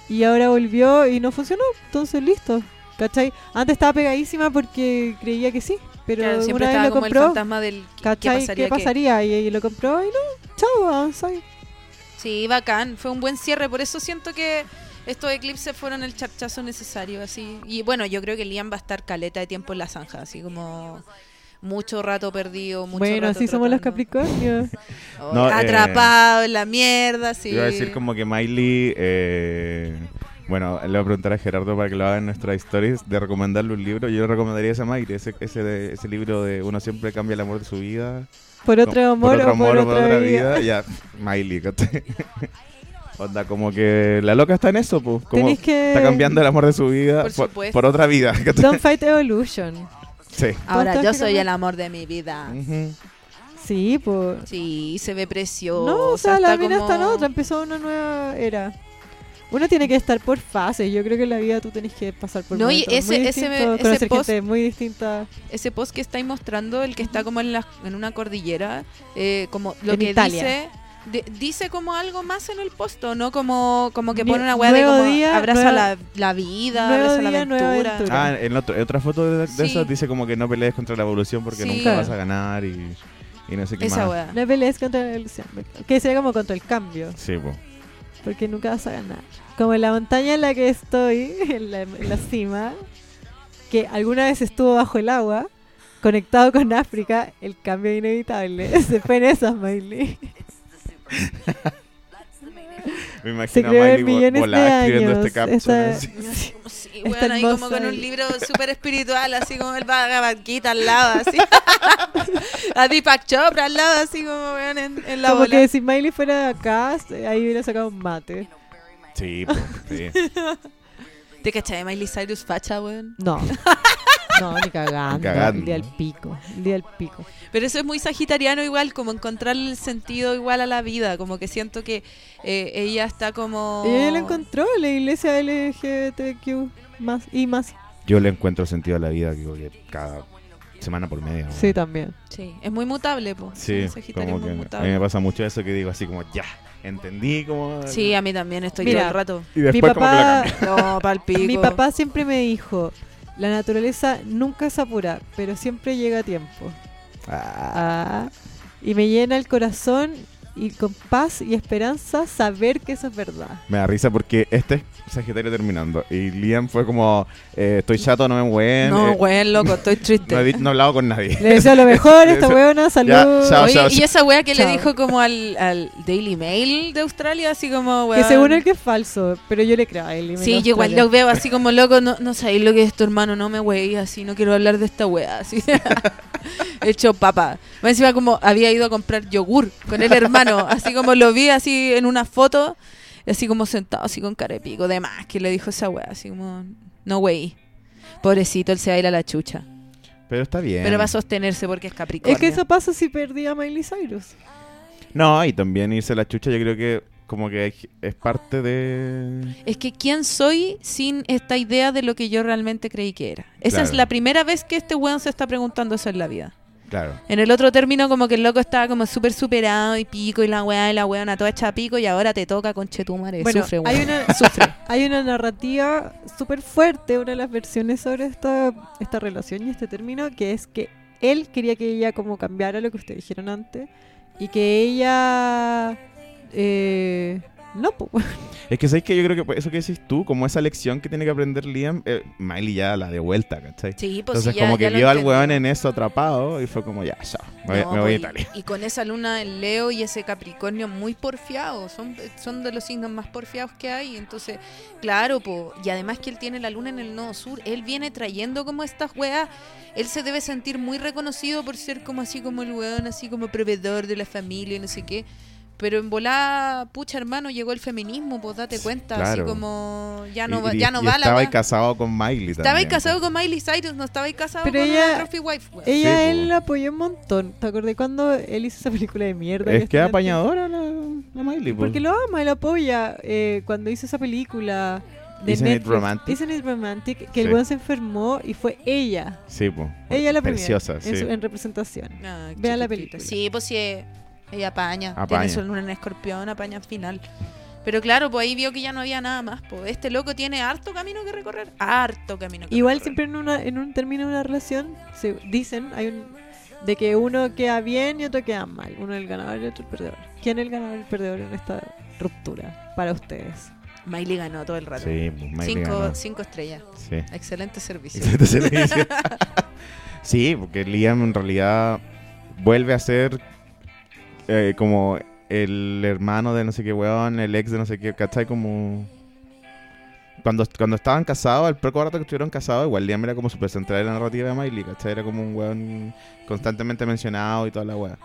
y ahora volvió y no funcionó, entonces listo. ¿Cachai? Antes estaba pegadísima porque creía que sí, pero una vez lo compró,
del
¿cachai? ¿Qué pasaría? Y, y lo compró y no, ah, chao, avanzai.
Sí, bacán, fue un buen cierre, por eso siento que estos eclipses fueron el charchazo necesario, así. Y bueno, yo creo que Liam va a estar caleta de tiempo en la zanja, así como mucho rato perdido, mucho
Bueno,
rato
así somos los
tratando.
Capricornios.
Oh,
No, eh,
atrapado en la mierda, sí.
Iba a decir como que Miley, eh, bueno, le voy a preguntar a Gerardo para que lo haga en nuestras stories, de recomendarle un libro. Yo le recomendaría esa Miley, ese, ese, de- ese libro de Uno siempre cambia el amor de su vida.
Por otro
No,
amor,
otro
o por
amor
otra,
o por otra
vida.
vida. Ya, Miley, ¿cachai? Onda, como que la loca está en eso, pues. Como
Tenéis que-
Está cambiando el amor de su vida
Por
por,
supuesto.
por otra vida, ¿cachai?
Don't Fight Evolution.
Sí.
Ahora
Todos
yo
que
soy
cambian.
el amor de mi vida.
Ujú.
Sí, pues.
Sí, se ve precioso.
No, o sea, la mina
vida
está en otra, empezó una nueva era. Uno tiene que estar por fases. Yo creo que en la vida tú tenés que pasar por
No, y
momentos
ese-
muy
ese-
distintos,
ese
conocer
post-
gente muy distinta.
Ese post que estáis mostrando, el que está como en, la- en una cordillera, eh, como lo
En
que
Italia.
dice. de- dice como algo más en el post, ¿o ¿no? Como, como que
Ni-
pone una weá de
nuevo
como
día,
abraza
nueva-
la, la vida,
nuevo
abraza la
día, nueva
aventura.
aventura.
Ah, en, otro- en otra foto de, de
Sí.
esas dice como que no pelees contra la evolución porque
Sí.
nunca vas a ganar y, y no sé qué
Esa
más.
weá.
No pelees contra la evolución. Que sea como contra el cambio,
Sí, po.
porque nunca vas a ganar. Como en la montaña en la que estoy, en la, en la cima, que alguna vez estuvo bajo el agua, conectado con África, el cambio es inevitable. Se fue en esas, Miley.
Me
Se
imagino a
creó
Miley
en
vo-
millones de
volada escribiendo
años.
este caption
Esta-
así.
Sí.
Como sí,
Está
weón, ahí como
hermosa
con un
el-
libro súper espiritual, así como el vagabanquita al lado, así. A Deepak Chopra al lado, así como weón en, en la
Como
bola.
que si Miley fuera de acá, ahí hubiera sacado un mate.
Sí, po, sí.
¿Te cachai de Miley Cyrus facha, weón?
No. No, ni cagando.
Ni cagando.
El día del pico. El día del pico.
Pero eso es muy sagitariano igual, como encontrarle el sentido igual a la vida, como que siento que eh, ella está como...
Y ella lo encontró, la iglesia LGBTQ más y más.
Yo le encuentro sentido a la vida digo, que cada semana por medio.
Sí, también.
Sí, es muy mutable, po.
Sí,
El sagitario
como
es muy
que a mí
mutable.
me pasa mucho eso que digo así como, ya, entendí como...
Sí, a mí también estoy
Mira.
todo el rato.
Y después
Mi
como que la
papá-
cambié.
No, palpico.
Mi papá siempre me dijo, la naturaleza nunca es apura, pero siempre llega a tiempo.
Ah,
Ah, y me llena el corazón y con paz y esperanza saber que eso es verdad.
me da risa porque este es Sagitario terminando. Y Liam fue como, eh, estoy chato, no me mueven.
No,
eh,
güey, loco, estoy triste.
no, he, di- no he hablado con nadie.
Le deseo lo mejor, esta
Eso-
huevona, salud.
chao,
Oye,
chao,
y
chao.
esa wea que
Chao.
le dijo como al, al Daily Mail de Australia, así como,
que
weón,
según él que es falso, pero yo le creo a él. y me
Sí,
lo
yo igual
creo.
lo veo así como loco, no, no sabéis lo que es tu hermano, no me wey, así, no quiero hablar de esta wea, así. Hecho papa. Más encima como había ido a comprar yogur con el hermano, así como lo vi así en una foto, así como sentado, así con cara de pico, de más, que le dijo esa wea, así como, no wey. Pobrecito, él se va a ir a la chucha.
Pero está bien.
Pero va a sostenerse porque es Capricornio.
Es que eso pasa si perdí a Miley Cyrus.
No, y también irse a la chucha yo creo que como que es- es parte de...
Es que quién soy sin esta idea de lo que yo realmente creí que era. Esa es
Claro.
la primera vez que este weón se está preguntando eso en la vida.
Claro.
En el otro término, como que el loco estaba como súper superado y pico y la weá y la weona toda hecha pico y ahora te toca con chetumare.
Bueno,
eh, Sufre,
hay
weón.
una-
Sufre.
Hay una narrativa súper fuerte, una de las versiones sobre esta, esta relación y este término, que es que él quería que ella como cambiara lo que ustedes dijeron antes y que ella... eh, no, po.
Es que sabes que yo creo que pues, eso que decís tú, como esa lección que tiene que aprender Liam, eh, Miley ya la de vuelta, ¿cachai?
Sí, pues
Entonces como que vio al weón en eso atrapado y fue como, ya, ya, me, voy- me
pues,
voy a Italia.
Y con esa luna en Leo y ese Capricornio muy porfiado, son, son de los signos más porfiados que hay, entonces, claro, po, y además que él tiene la luna en el nodo sur, él viene trayendo como estas weas, él se debe sentir muy reconocido por ser como así como el weón, así como proveedor de la familia y no sé qué. Pero en volá, pucha hermano, llegó el feminismo, pues date cuenta,
claro.
así como ya no,
Y-
va-
y-
ya no
y
va la
Estaba ahí
wea.
casado con Miley
Estaba ahí
también, pues.
casado con Miley Cyrus, no estaba ahí casado
Pero
con
ella-
una trophy wife. weón.
Ella
Sí, po.
él la apoyó un montón. ¿Te acordás cuando él hizo esa película de mierda?
Es que es
está en Netflix?
apañadora la, la Miley. pues. po.
Porque lo ama, lo apoya. eh, cuando hizo esa película de
Isn't It
Netflix,
Romantic?
Isn't It Romantic, que el
Sí.
weón se enfermó y fue ella.
Sí, pues.
Ella la primera
Preciosa, sí.
en, su- en representación.
Ah,
Vean la
chiquitita.
película.
Sí, pues sí, eh, ella apaña.
Apaña.
Tiene su luna en escorpión, apaña al final. Pero claro, pues ahí vio que ya no había nada más. Pues este loco tiene harto camino que recorrer. Harto camino que
Igual
recorrer.
siempre en, una, en un término de una relación se dicen hay un, de que uno queda bien y otro queda mal. Uno es el ganador y otro el perdedor. ¿Quién es el ganador y el perdedor en esta ruptura para ustedes?
Miley ganó todo el rato.
Sí, pues Miley
cinco,
ganó.
cinco estrellas.
Sí.
Excelente servicio.
Entonces le dice- sí, porque Liam en realidad vuelve a ser eh, como el hermano de no sé qué weón, el ex de no sé qué, ¿cachai? Como... Cuando, cuando estaban casados, el poco rato que estuvieron casados, igual Liam era como súper central en la narrativa de Miley, ¿cachai? Era como un weón constantemente mencionado y toda la weá.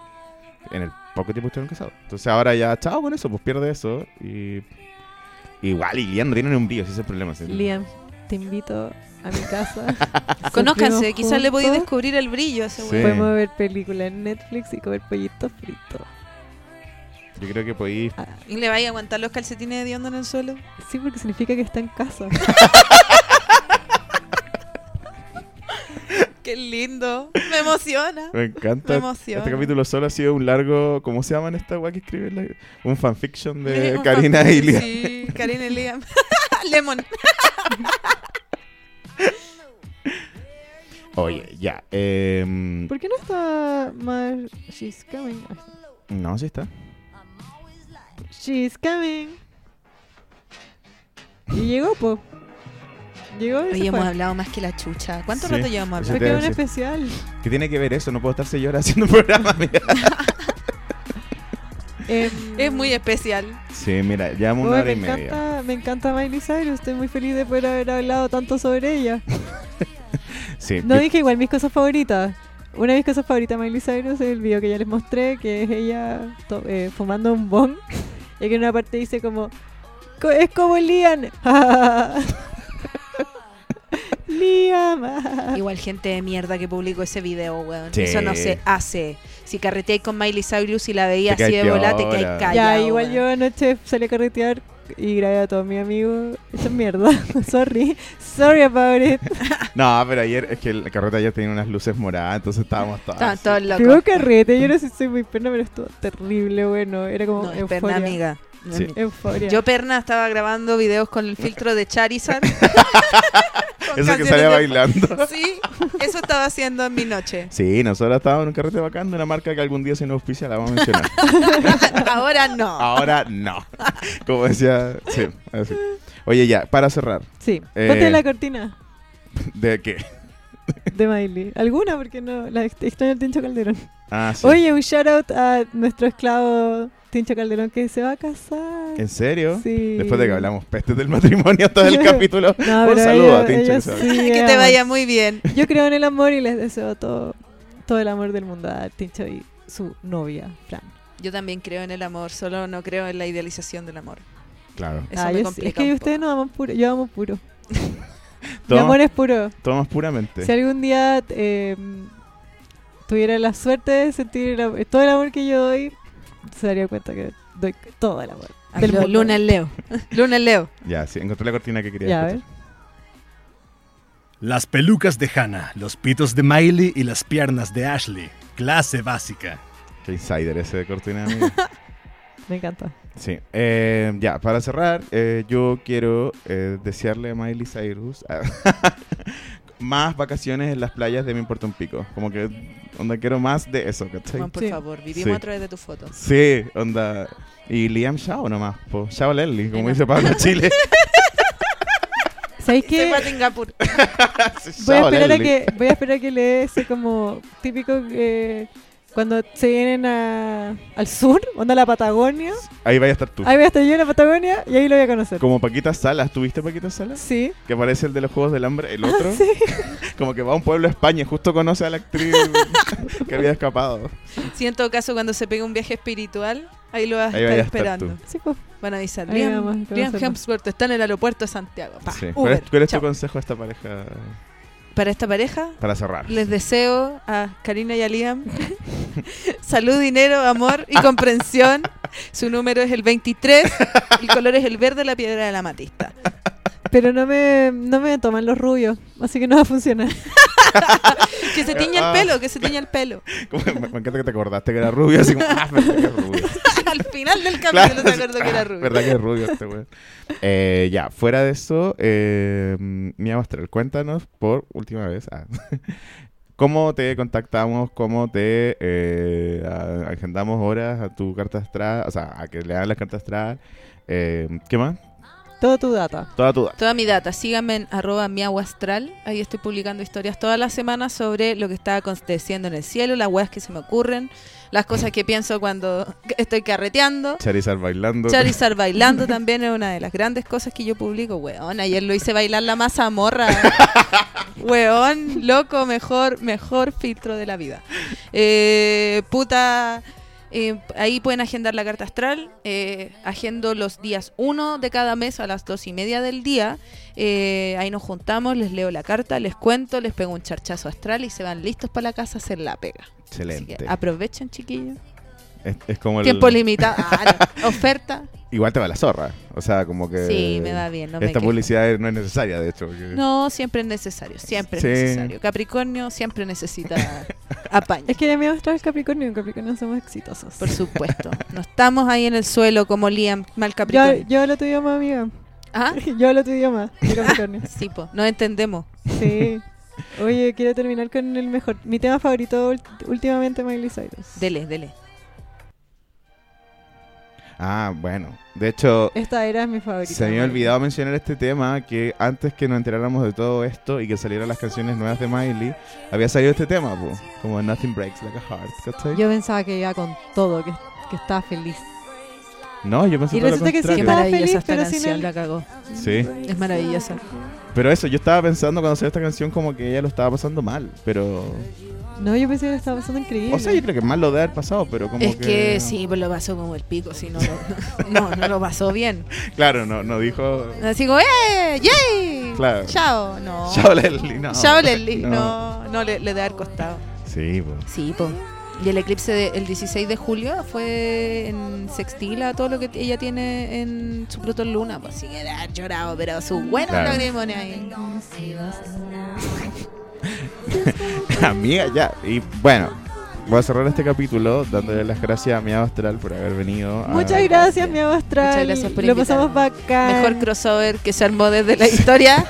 En el poco tiempo que estuvieron casados. Entonces ahora ya, chao con eso, pues pierde eso. Y igual, y Liam no tiene ni un brillo, ese es el problema. ¿sí?
Liam, te invito a mi casa.
Conózcanse, quizás le podéis
descubrir.
descubrir el brillo a ese
Sí.
weón.
Podemos ver películas en Netflix y comer pollitos fritos.
Yo creo que podéis
Y le vais a aguantar los calcetines de onda en el suelo.
Sí, porque significa que está en casa.
Qué lindo. Me emociona.
Me encanta.
Me emociona.
Este capítulo solo ha sido un largo. ¿Cómo se llaman esta weá que escribe? la- Un fanfiction de
Le- un
Karina
fanfic,
y Liam.
Sí, Karina y Liam. Lemon.
Oye, ya. em,
¿Por qué no está más She's Coming? Ahí está.
no, sí está.
She's Coming. Y llegó, po. Llegó y
Hoy
se
hemos
fue.
hablado más que la chucha. ¿Cuánto
Sí.
rato llevamos hablando?
Porque es un
Sí.
especial.
¿Qué tiene que ver eso? No puedo estar seis horas haciendo un programa. mira.
Em,
Es muy especial.
Sí, mira, llevamos
oh,
una hora
me,
y media.
encanta, me encanta Miley Cyrus. Estoy muy feliz de poder haber hablado tanto sobre ella.
Sí,
No
yo-
dije igual mis cosas favoritas. Una de mis cosas favoritas de Miley Cyrus es el video que ya les mostré, que es ella to- eh, fumando un bong. Y que en una parte dice como, "Co- es como Lian. Lian. Liam.
Igual gente de mierda que publicó ese video, weón.
Sí.
Eso no se hace. Si carreteáis con Miley Cyrus y la veías
Te
así
caes
de volate, que
piola.
hay
ya,
callado.
igual
weón.
yo anoche salí a carretear y grabé a todos mis amigos. Esa mierda. Sorry. Sorry about it.
No, pero ayer, es que el carrete ayer tenía unas luces moradas, entonces estábamos todos.
Estaban
así.
todos
Tuvo
locos.
carrete. Yo no sé si soy muy perna, pero estuvo terrible, bueno. Era como
No, es
euforia.
perna, amiga. No es
Sí.
mi-
Euforia.
Yo, perna, estaba grabando videos con el filtro de Charizard. Con
Eso que
canciones
salía
de-
bailando.
Sí, eso estaba haciendo en mi noche.
Sí, nosotros estábamos en un carrete bacán de una marca que algún día se nos auspicia, la vamos a mencionar.
Ahora no.
Ahora no. Como decía. Sí, así. Oye, ya, para cerrar.
Sí.
Eh.
Ponte la cortina
¿De qué?
de Miley. ¿Alguna? Porque no. La ex- extraño el Tincho Calderón.
Ah, sí.
Oye, un shout out a nuestro esclavo Tincho Calderón que se va a casar.
¿En serio?
Sí.
Después de que hablamos pestes del matrimonio todo el capítulo.
No,
un
pero
saludo
ellos-
a Tincho.
ellos
que se-
sí
Que te
aman.
vaya muy bien.
Yo creo en el amor y les deseo todo, todo el amor del mundo a Tincho y su novia, Fran.
Yo también creo en el amor, solo no creo en la idealización del amor.
Claro.
Eso
Ah,
me
yo sí.
complica
es que
un
ustedes
poco.
no aman puro, yo amo puro. Mi
Tomamos,
amor es puro.
tomamos puramente.
Si algún día eh, tuviera la suerte de sentir el am- todo el amor que yo doy, se daría cuenta que doy todo el amor.
Ah,
del
Leo,
mundo.
Luna en Leo. Luna en Leo.
Ya, sí, encontré la cortina que quería.
Ya, a ver.
escuchar.
Las pelucas de Hannah, los pitos de Miley y las piernas de Ashley. Clase básica.
Qué insider ese de cortina, amigo.
Me encanta.
Sí, eh, ya, para cerrar, eh, yo quiero eh, desearle a Miley Cyrus ah, más vacaciones en las playas de Me Importa un Pico. Como que, onda, quiero más de eso, ¿cachai?
Juan, por
Sí.
favor,
Sí.
vivimos a través de tus fotos.
Sí, onda. Y Liam Shaw nomás, po. Shaw Lely, como
Venga.
dice Pablo Chile.
¿Sabéis
Se
qué?
fue a Singapur.
Voy a,
Shao
esperar a
Lely.
que, voy a esperar a que le ese como típico eh, cuando se vienen a- al sur, onda a la Patagonia.
Ahí vaya a estar tú.
Ahí voy a estar yo en la Patagonia y ahí lo voy a conocer.
Como Paquita Salas, ¿tuviste Paquita Salas?
Sí.
Que parece el de los Juegos del Hambre, el otro.
Sí.
Como que va a un pueblo de España y justo conoce a la actriz que había escapado.
Si en todo caso cuando se pegue un viaje espiritual, ahí lo vas a
Ahí
estar
vaya a estar
esperando.
Sí, pues.
Van a avisar.
Ahí
Liam,
vamos,
Liam
conocemos.
Hemsworth está en el aeropuerto de Santiago. Pa,
Sí. ¿Cuál es,
Uber,
cuál es tu
chao.
consejo a esta pareja
Para esta pareja,
para cerrar?
les deseo a Karina y a Liam salud, dinero, amor y comprensión. Su número es el 23, el color es el verde, la piedra de la matista.
Pero no me, no me toman los rubios, así que no va a funcionar.
Que se tiña
Ah.
el pelo, que se tiña el pelo.
Como- me, me encanta que te acordaste que era rubio, así como, ah, verdad que es rubio.
Al final del
Claro,
capítulo te acuerdo que era
ah,
rubio.
Verdad que es rubio este weón. Eh, ya, fuera de eso, eh, Mia Bastel, cuéntanos por última vez ah, cómo te contactamos, cómo te eh, a- agendamos horas a tu carta astral, o sea, a que le hagan las cartas astral. Eh, ¿Qué más?
Todo tu data.
Toda tu
Toda mi data, síganme en arroba miaguastral. Ahí estoy publicando historias todas las semanas sobre lo que está aconteciendo en el cielo, las weas que se me ocurren, las cosas que pienso cuando estoy carreteando.
Charizard bailando.
Charizard bailando también es una de las grandes cosas que yo publico, weón. Ayer lo hice bailar la mazamorra. weón, loco, mejor, mejor filtro de la vida. Eh, puta. eh, ahí pueden agendar la carta astral. eh, agendo los días 1 de cada mes a las dos y media del día. eh, ahí nos juntamos, les leo la carta, les cuento, les pego un charchazo astral y se van listos para la casa a hacer la pega. Así que
Excelente.
aprovechen, chiquillos.
Es, es como el-
Tiempo limitado. Ah, no. Oferta.
Igual te va la zorra. O sea, como que.
Sí, me va bien. No me
Esta
quejo.
publicidad no es necesaria, de hecho. porque-
No, siempre es necesario, siempre
Sí.
es necesario. Capricornio siempre necesita apaño.
Es que ya me va a estar el Capricornio, en Capricornio somos exitosos.
Por supuesto. No estamos ahí en el suelo como Liam, mal
yo,
Capricornio.
yo hablo tu idioma, amiga.
¿Ah?
Yo hablo tu idioma, de Capricornio.
Sí, po, nos entendemos.
Sí. Oye, quiero terminar con el mejor. Mi tema favorito ult- últimamente, Miley Cyrus.
Dele, dele.
Ah, bueno. De hecho,
Esta era mi favorita.
Se me había olvidado mencionar este tema, que antes que nos enteráramos de todo esto y que salieran las canciones nuevas de Miley, había salido este tema, po, como Nothing Breaks Like a Heart, ¿cachai?
Yo pensaba que iba con todo, que, que estaba feliz.
no, yo pensé
Y
todo lo
resulta que sí,
Qué
Yo
contrario.
estaba feliz,
maravillosa esta
pero sin
canción,
el-
la cagó.
Sí,
Es maravillosa.
pero eso, yo estaba pensando cuando salió esta canción como que ella lo estaba pasando mal, pero...
No, yo pensé que la estaba pasando increíble.
O sea, yo creo que mal lo debe haber pasado, pero como
Es que sí, pues lo pasó como el pico, si no, lo- no, no lo pasó bien.
Claro, no, no dijo...
Así como, ¡eh! ¡Yay! Leslie.
Claro.
Chao, no.
Chao, Leslie. No.
Chao, Leslie. No, no, le, le da al costado.
Sí, po.
Sí, po. Y el eclipse del 16 de julio fue en sextila todo lo que ella tiene en su Plutón Luna. Pues sí que ha llorado, pero su
Mm.
buena
Claro.
lagrimonia ahí.
Amiga, ya. Y bueno, voy a cerrar este capítulo dándole las gracias a mi Astral por haber venido. a-
Muchas gracias, mi Austral.
Muchas gracias por
Lo pasamos bacán.
Mejor crossover que se armó desde la historia.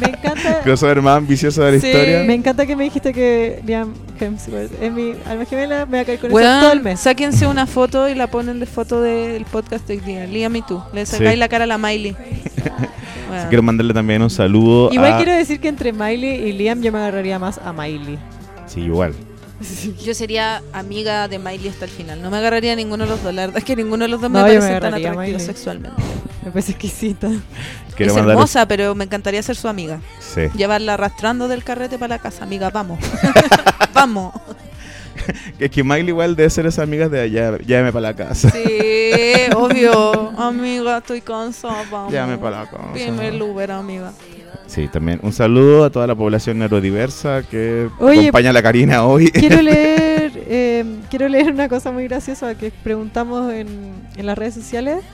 me encanta.
Crossover más ambicioso de la
Sí.
historia.
Me encanta que me dijiste que Liam Hemsworth es mi alma gemela. Me va a caer con eso
Weón,
todo el mes.
Sáquense una foto y la ponen de foto del podcast de hoy día. Liam y tú. Le sacáis
Sí.
la cara a la Miley. Weón.
Quiero mandarle también un saludo.
Igual
a...
quiero decir que entre Miley y Liam yo me agarraría más a Miley.
Sí, igual.
Yo sería amiga de Miley hasta el final. No me agarraría a ninguno de los dos. La verdad es que ninguno de los dos
No,
me
yo me
parece tan
agarraría a
atractivo
Miley.
sexualmente.
Me parece exquisita.
Quiero
es
mandar-
hermosa, pero me encantaría ser su amiga.
Sí.
Llevarla arrastrando del carrete para la casa. Amiga, vamos. vamos.
Es que Miley igual debe ser esas amigas de allá. Llévame para la casa.
Sí, obvio. Amiga, estoy cansada. Vamos.
Llévame para la casa.
Pídeme el Uber, amiga.
Sí, también un saludo a toda la población neurodiversa que
Oye,
acompaña a la Karina hoy.
Quiero leer, eh, quiero leer una cosa muy graciosa que preguntamos en, en las redes sociales.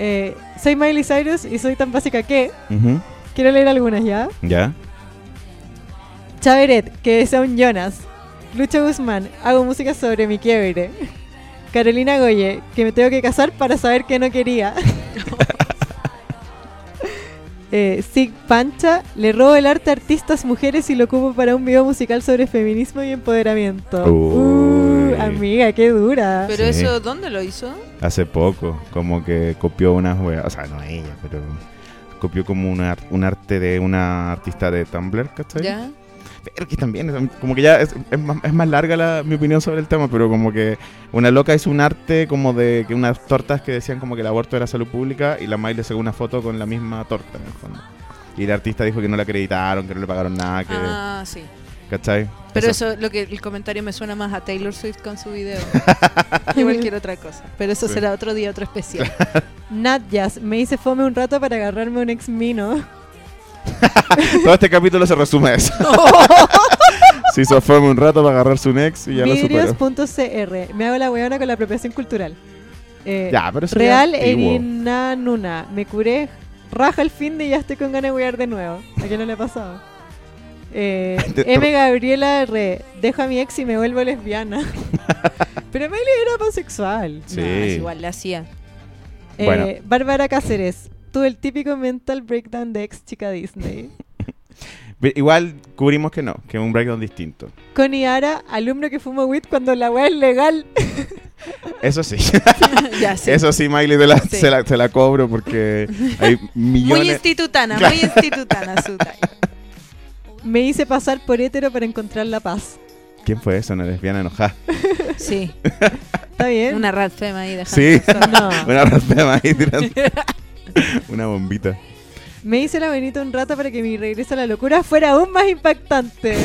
Eh, soy Miley Cyrus y soy tan básica que...
Ujú,
Quiero leer algunas ya.
¿Ya?
Chaveret, que sea un Jonas. Lucho Guzmán, hago música sobre mi quiebre. Carolina Goye, que me tengo que casar para saber que no quería. eh, Sig Pancha, le robo el arte a artistas mujeres y lo ocupo para un video musical sobre feminismo y empoderamiento.
Uy.
Uh, amiga, qué dura.
Pero
Sí.
eso, ¿dónde lo hizo?
Hace poco, como que copió una weas. O sea, no ella, pero copió como una, ar- un arte de una artista de Tumblr, ¿cachai?
¿Ya?
Pero que también, es- como que ya es, es más, es más larga la- mi opinión sobre el tema, pero como que una loca hizo un arte como de que unas tortas que decían como que el aborto era salud pública y la Miley sacó una foto con la misma torta en el fondo. Y el artista dijo que no la acreditaron, que no le pagaron nada, que...
Ah, sí.
¿Cachai?
Pero eso, lo que el comentario me suena más a Taylor Swift con su video que cualquier otra cosa. Pero eso
Sí.
será otro día, otro especial.
Natyas, me hice fome un rato para agarrarme un ex mino.
Todo este capítulo se resume a eso. Se hizo fome un rato para agarrarse un ex y ya lo superó.
Vidrios.cr, me hago la weona con la apropiación cultural. Eh,
Ya, pero eso ya
Real
es antiguo.
Erinanuna. Me curé, raja el fin de y ya estoy con ganas de wear de nuevo. ¿A quién no le ha pasado? Eh,
Te-
M. Gabriela R. Dejo a mi ex y me vuelvo lesbiana. Pero Miley era pansexual.
Sí.
No, es igual la hacía.
Eh,
Bueno.
Bárbara Cáceres. Tuve el típico mental breakdown de ex chica Disney.
Ve- Igual cubrimos que no, que es un breakdown distinto.
Connie Ara, alumno que fuma weed cuando la weá es legal.
Eso sí.
ya, sí.
Eso sí, Miley, te la-
Sí.
Se, la, se la cobro porque hay
Muy
millones.
institutana,
Claro.
muy institutana su Taylor.
Me hice pasar por hétero para encontrar la paz.
¿Quién fue eso? Una lesbiana enojada.
Sí,
¿Está bien?
una rat fema ahí dejando.
Sí.
No.
Una raspema ahí tirando. Una bombita.
Me hice la venita un rato para que mi regreso a la locura fuera aún más impactante.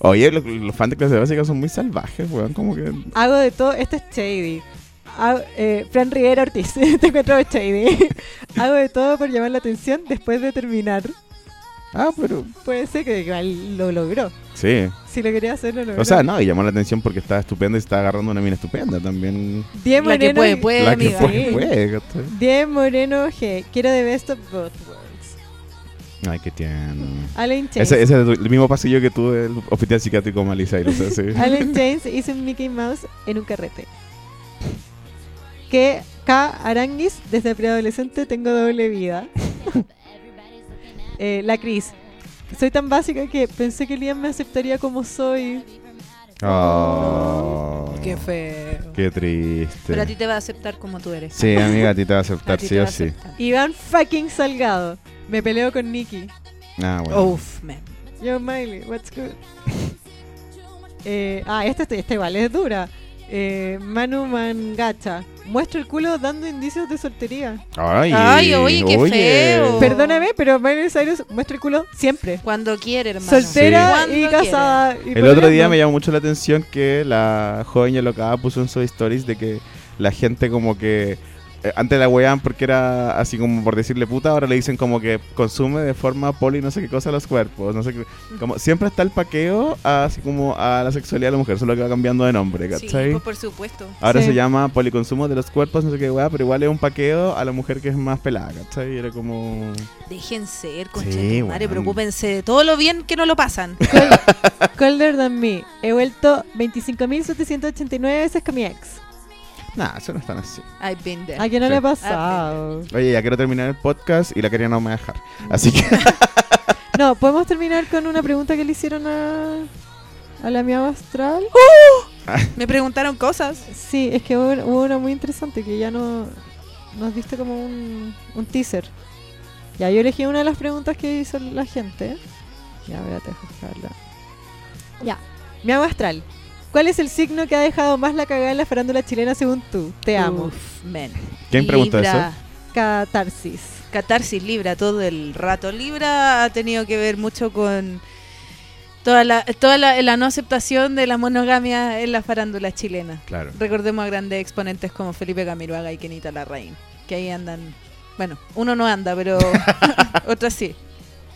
Oye, los, los fans de clase básica son muy salvajes, weón. Como que.
Hago de todo. Este es Shady. Hago- eh, Fran Rivera Ortiz. Te encuentro Shady. Hago de todo por llamar la atención después de terminar.
Ah, pero.
Puede ser que igual lo logró.
Sí.
Si lo quería hacer, lo logró.
O sea, no, y llamó la atención porque estaba estupenda y se estaba agarrando una mina estupenda también.
Diez
La que
Moreno,
puede, puede,
la
amiga.
que fue,
Sí.
fue, ¿cachai?
Diez Moreno G. Quiero de Best of Both Worlds.
Ay, qué tierno.
Alan James.
Ese, ese es el mismo pasillo que tuve del hospital psiquiátrico Miley Cyrus, o sea, sí.
Alan James hizo un Mickey Mouse en un carrete. Que K. Aranguis, desde preadolescente tengo doble vida. Eh, la Cris. Soy tan básica que pensé que Liam me aceptaría como soy.
Oh,
Qué feo.
qué triste.
Pero a ti te va a aceptar como tú eres.
Sí, amiga, a ti te va a
A
aceptar,
ti
sí
te va
o
a
sí.
aceptar.
Iván fucking Salgado. Me peleo con Nicky.
Ah, bueno.
Uf, man.
Yo, Miley, what's good? Eh, ah, esta este, este igual es dura. Eh, Manu Mangacha. Muestro el culo dando indicios de soltería.
Ay,
Ay, oye, qué feo.
Perdóname, pero Miley Cyrus muestra el culo siempre.
Cuando quiere, hermano.
Soltera
Cuando
y
quiera.
casada. y
El otro día
pololeando.
me llamó mucho la atención que la joven y alocada puso en sus stories de que la gente como que eh, antes la weaban porque era así como por decirle puta, ahora le dicen como que consume de forma poli no sé qué cosa los cuerpos, no sé qué. Como siempre está el paqueo a- así como a la sexualidad de la mujer, solo que va cambiando de nombre,
Sí,
¿cachai?
pues, por supuesto.
Ahora
Sí.
se llama policonsumo de los cuerpos, no sé qué weá, pero igual es un paqueo a la mujer que es más pelada, ¿cachai? Era como...
Dejen ser,
Sí,
conchetumare,
weón.
preocúpense de todo lo bien que no lo pasan.
Col- Colder than me. He vuelto 25.789 veces con mi ex.
Nah, eso no es tan así.
I've been there.
¿A qué no
Sí. Ah,
le ha pasado?
Oye, ya quiero terminar el podcast y la quería no me dejar. Así que...
No, podemos terminar con una pregunta que le hicieron a, a la mía astral.
Me preguntaron cosas.
Sí, es que hubo, hubo una muy interesante que ya no nos diste como un, un teaser. Ya, yo elegí una de las preguntas que hizo la gente. Ya, ahora te dejo buscarla. Ya, mi agua astral. ¿Cuál es el signo que ha dejado más la cagada en la farándula chilena según tú? Te amo.
Uf, men.
¿Quién preguntó
Libra.
eso?
Catarsis.
Catarsis Libra todo el rato. Libra ha tenido que ver mucho con toda la, toda la, la no aceptación de la monogamia en la farándula chilena.
Claro.
Recordemos a grandes exponentes como Felipe Camiroaga y Kenita Larraín, que ahí andan. Bueno, uno no anda, pero otro sí.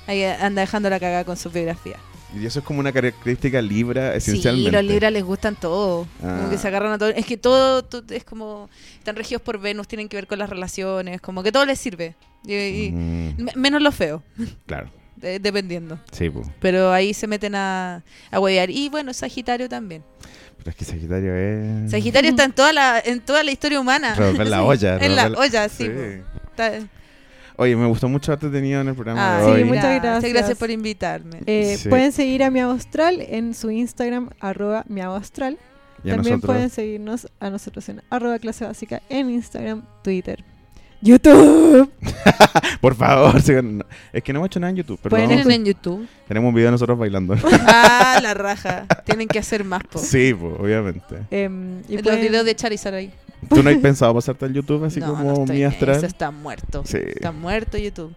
Ahí anda dejando la cagada con su biografía.
Y eso es como una característica libra,
Sí,
esencialmente.
los Libras les gustan todo.
Ah.
Como que se agarran a todo. Es que todo to- es como. Están regidos por Venus, tienen que ver con las relaciones, como que todo les sirve. Y- y-
Mm,
me- menos lo feo,
claro,
de- dependiendo.
sí, pues. po.
Pero ahí se meten a, a huevear. Y bueno, Sagitario también.
Pero es que Sagitario es.
Sagitario está en toda la, en toda la historia humana.
Revolver la olla.
en la
revolver
olla, sí. pues.
Sí.
po. Está-
Oye, me gustó mucho haberte tenido en el programa
Ah,
de
sí,
hoy.
muchas
gracias.
gracias.
Gracias por invitarme.
Eh,
Sí.
Pueden seguir a mi agua astral en su Instagram, arroba mi agua astral.
Y a
También
nosotros.
pueden seguirnos a nosotros en arroba clase básica en Instagram, Twitter, YouTube.
Por favor, sigan- Es que no hemos hecho nada en YouTube, pero
Pueden
vamos-
Tienen en YouTube.
tenemos un video de nosotros bailando.
Ah, la raja. Tienen que hacer más, po.
sí, po, obviamente.
Em, y
Los
pueden-
videos de Charizard ahí.
¿Tú no has pensado pasarte al YouTube así
no, no
como
estoy
mi
en
astral?
Eso está muerto.
Sí.
Está muerto YouTube.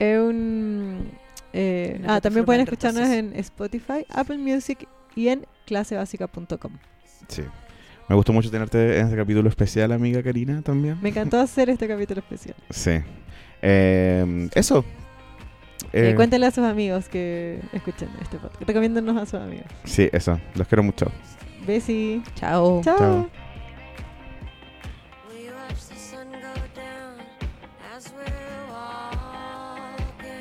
es un, eh,
Una
ah, también
plataforma
pueden
de
escucharnos
retos,
en Spotify, Apple Music y en clasebásica.com.
Sí. Me gustó mucho tenerte en este capítulo especial, amiga Karina, también.
Me encantó hacer este capítulo especial.
Sí. Eh, eso.
Eh,
Eh,
cuéntenle a sus amigos que escuchen este podcast. Recomiéndennos a sus amigos.
sí, eso. Los quiero mucho.
Besi.
Chao.
Chao.
Chao.
We watch the sun go down as we're walking.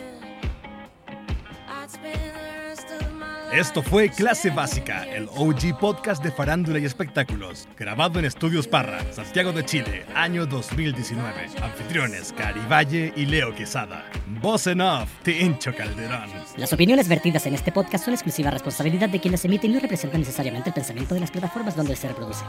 I'd spend the rest of my life
Esto fue Clase Básica, el OG podcast de farándula y espectáculos, grabado en Estudios Parra, Santiago de Chile, año 2019. Anfitriones Cari Valle y Leo Quesada. Voz en off, Tincho Calderón.
Las opiniones vertidas en este podcast son exclusiva responsabilidad de quien las emite y no representan necesariamente el pensamiento de las plataformas donde se reproduce.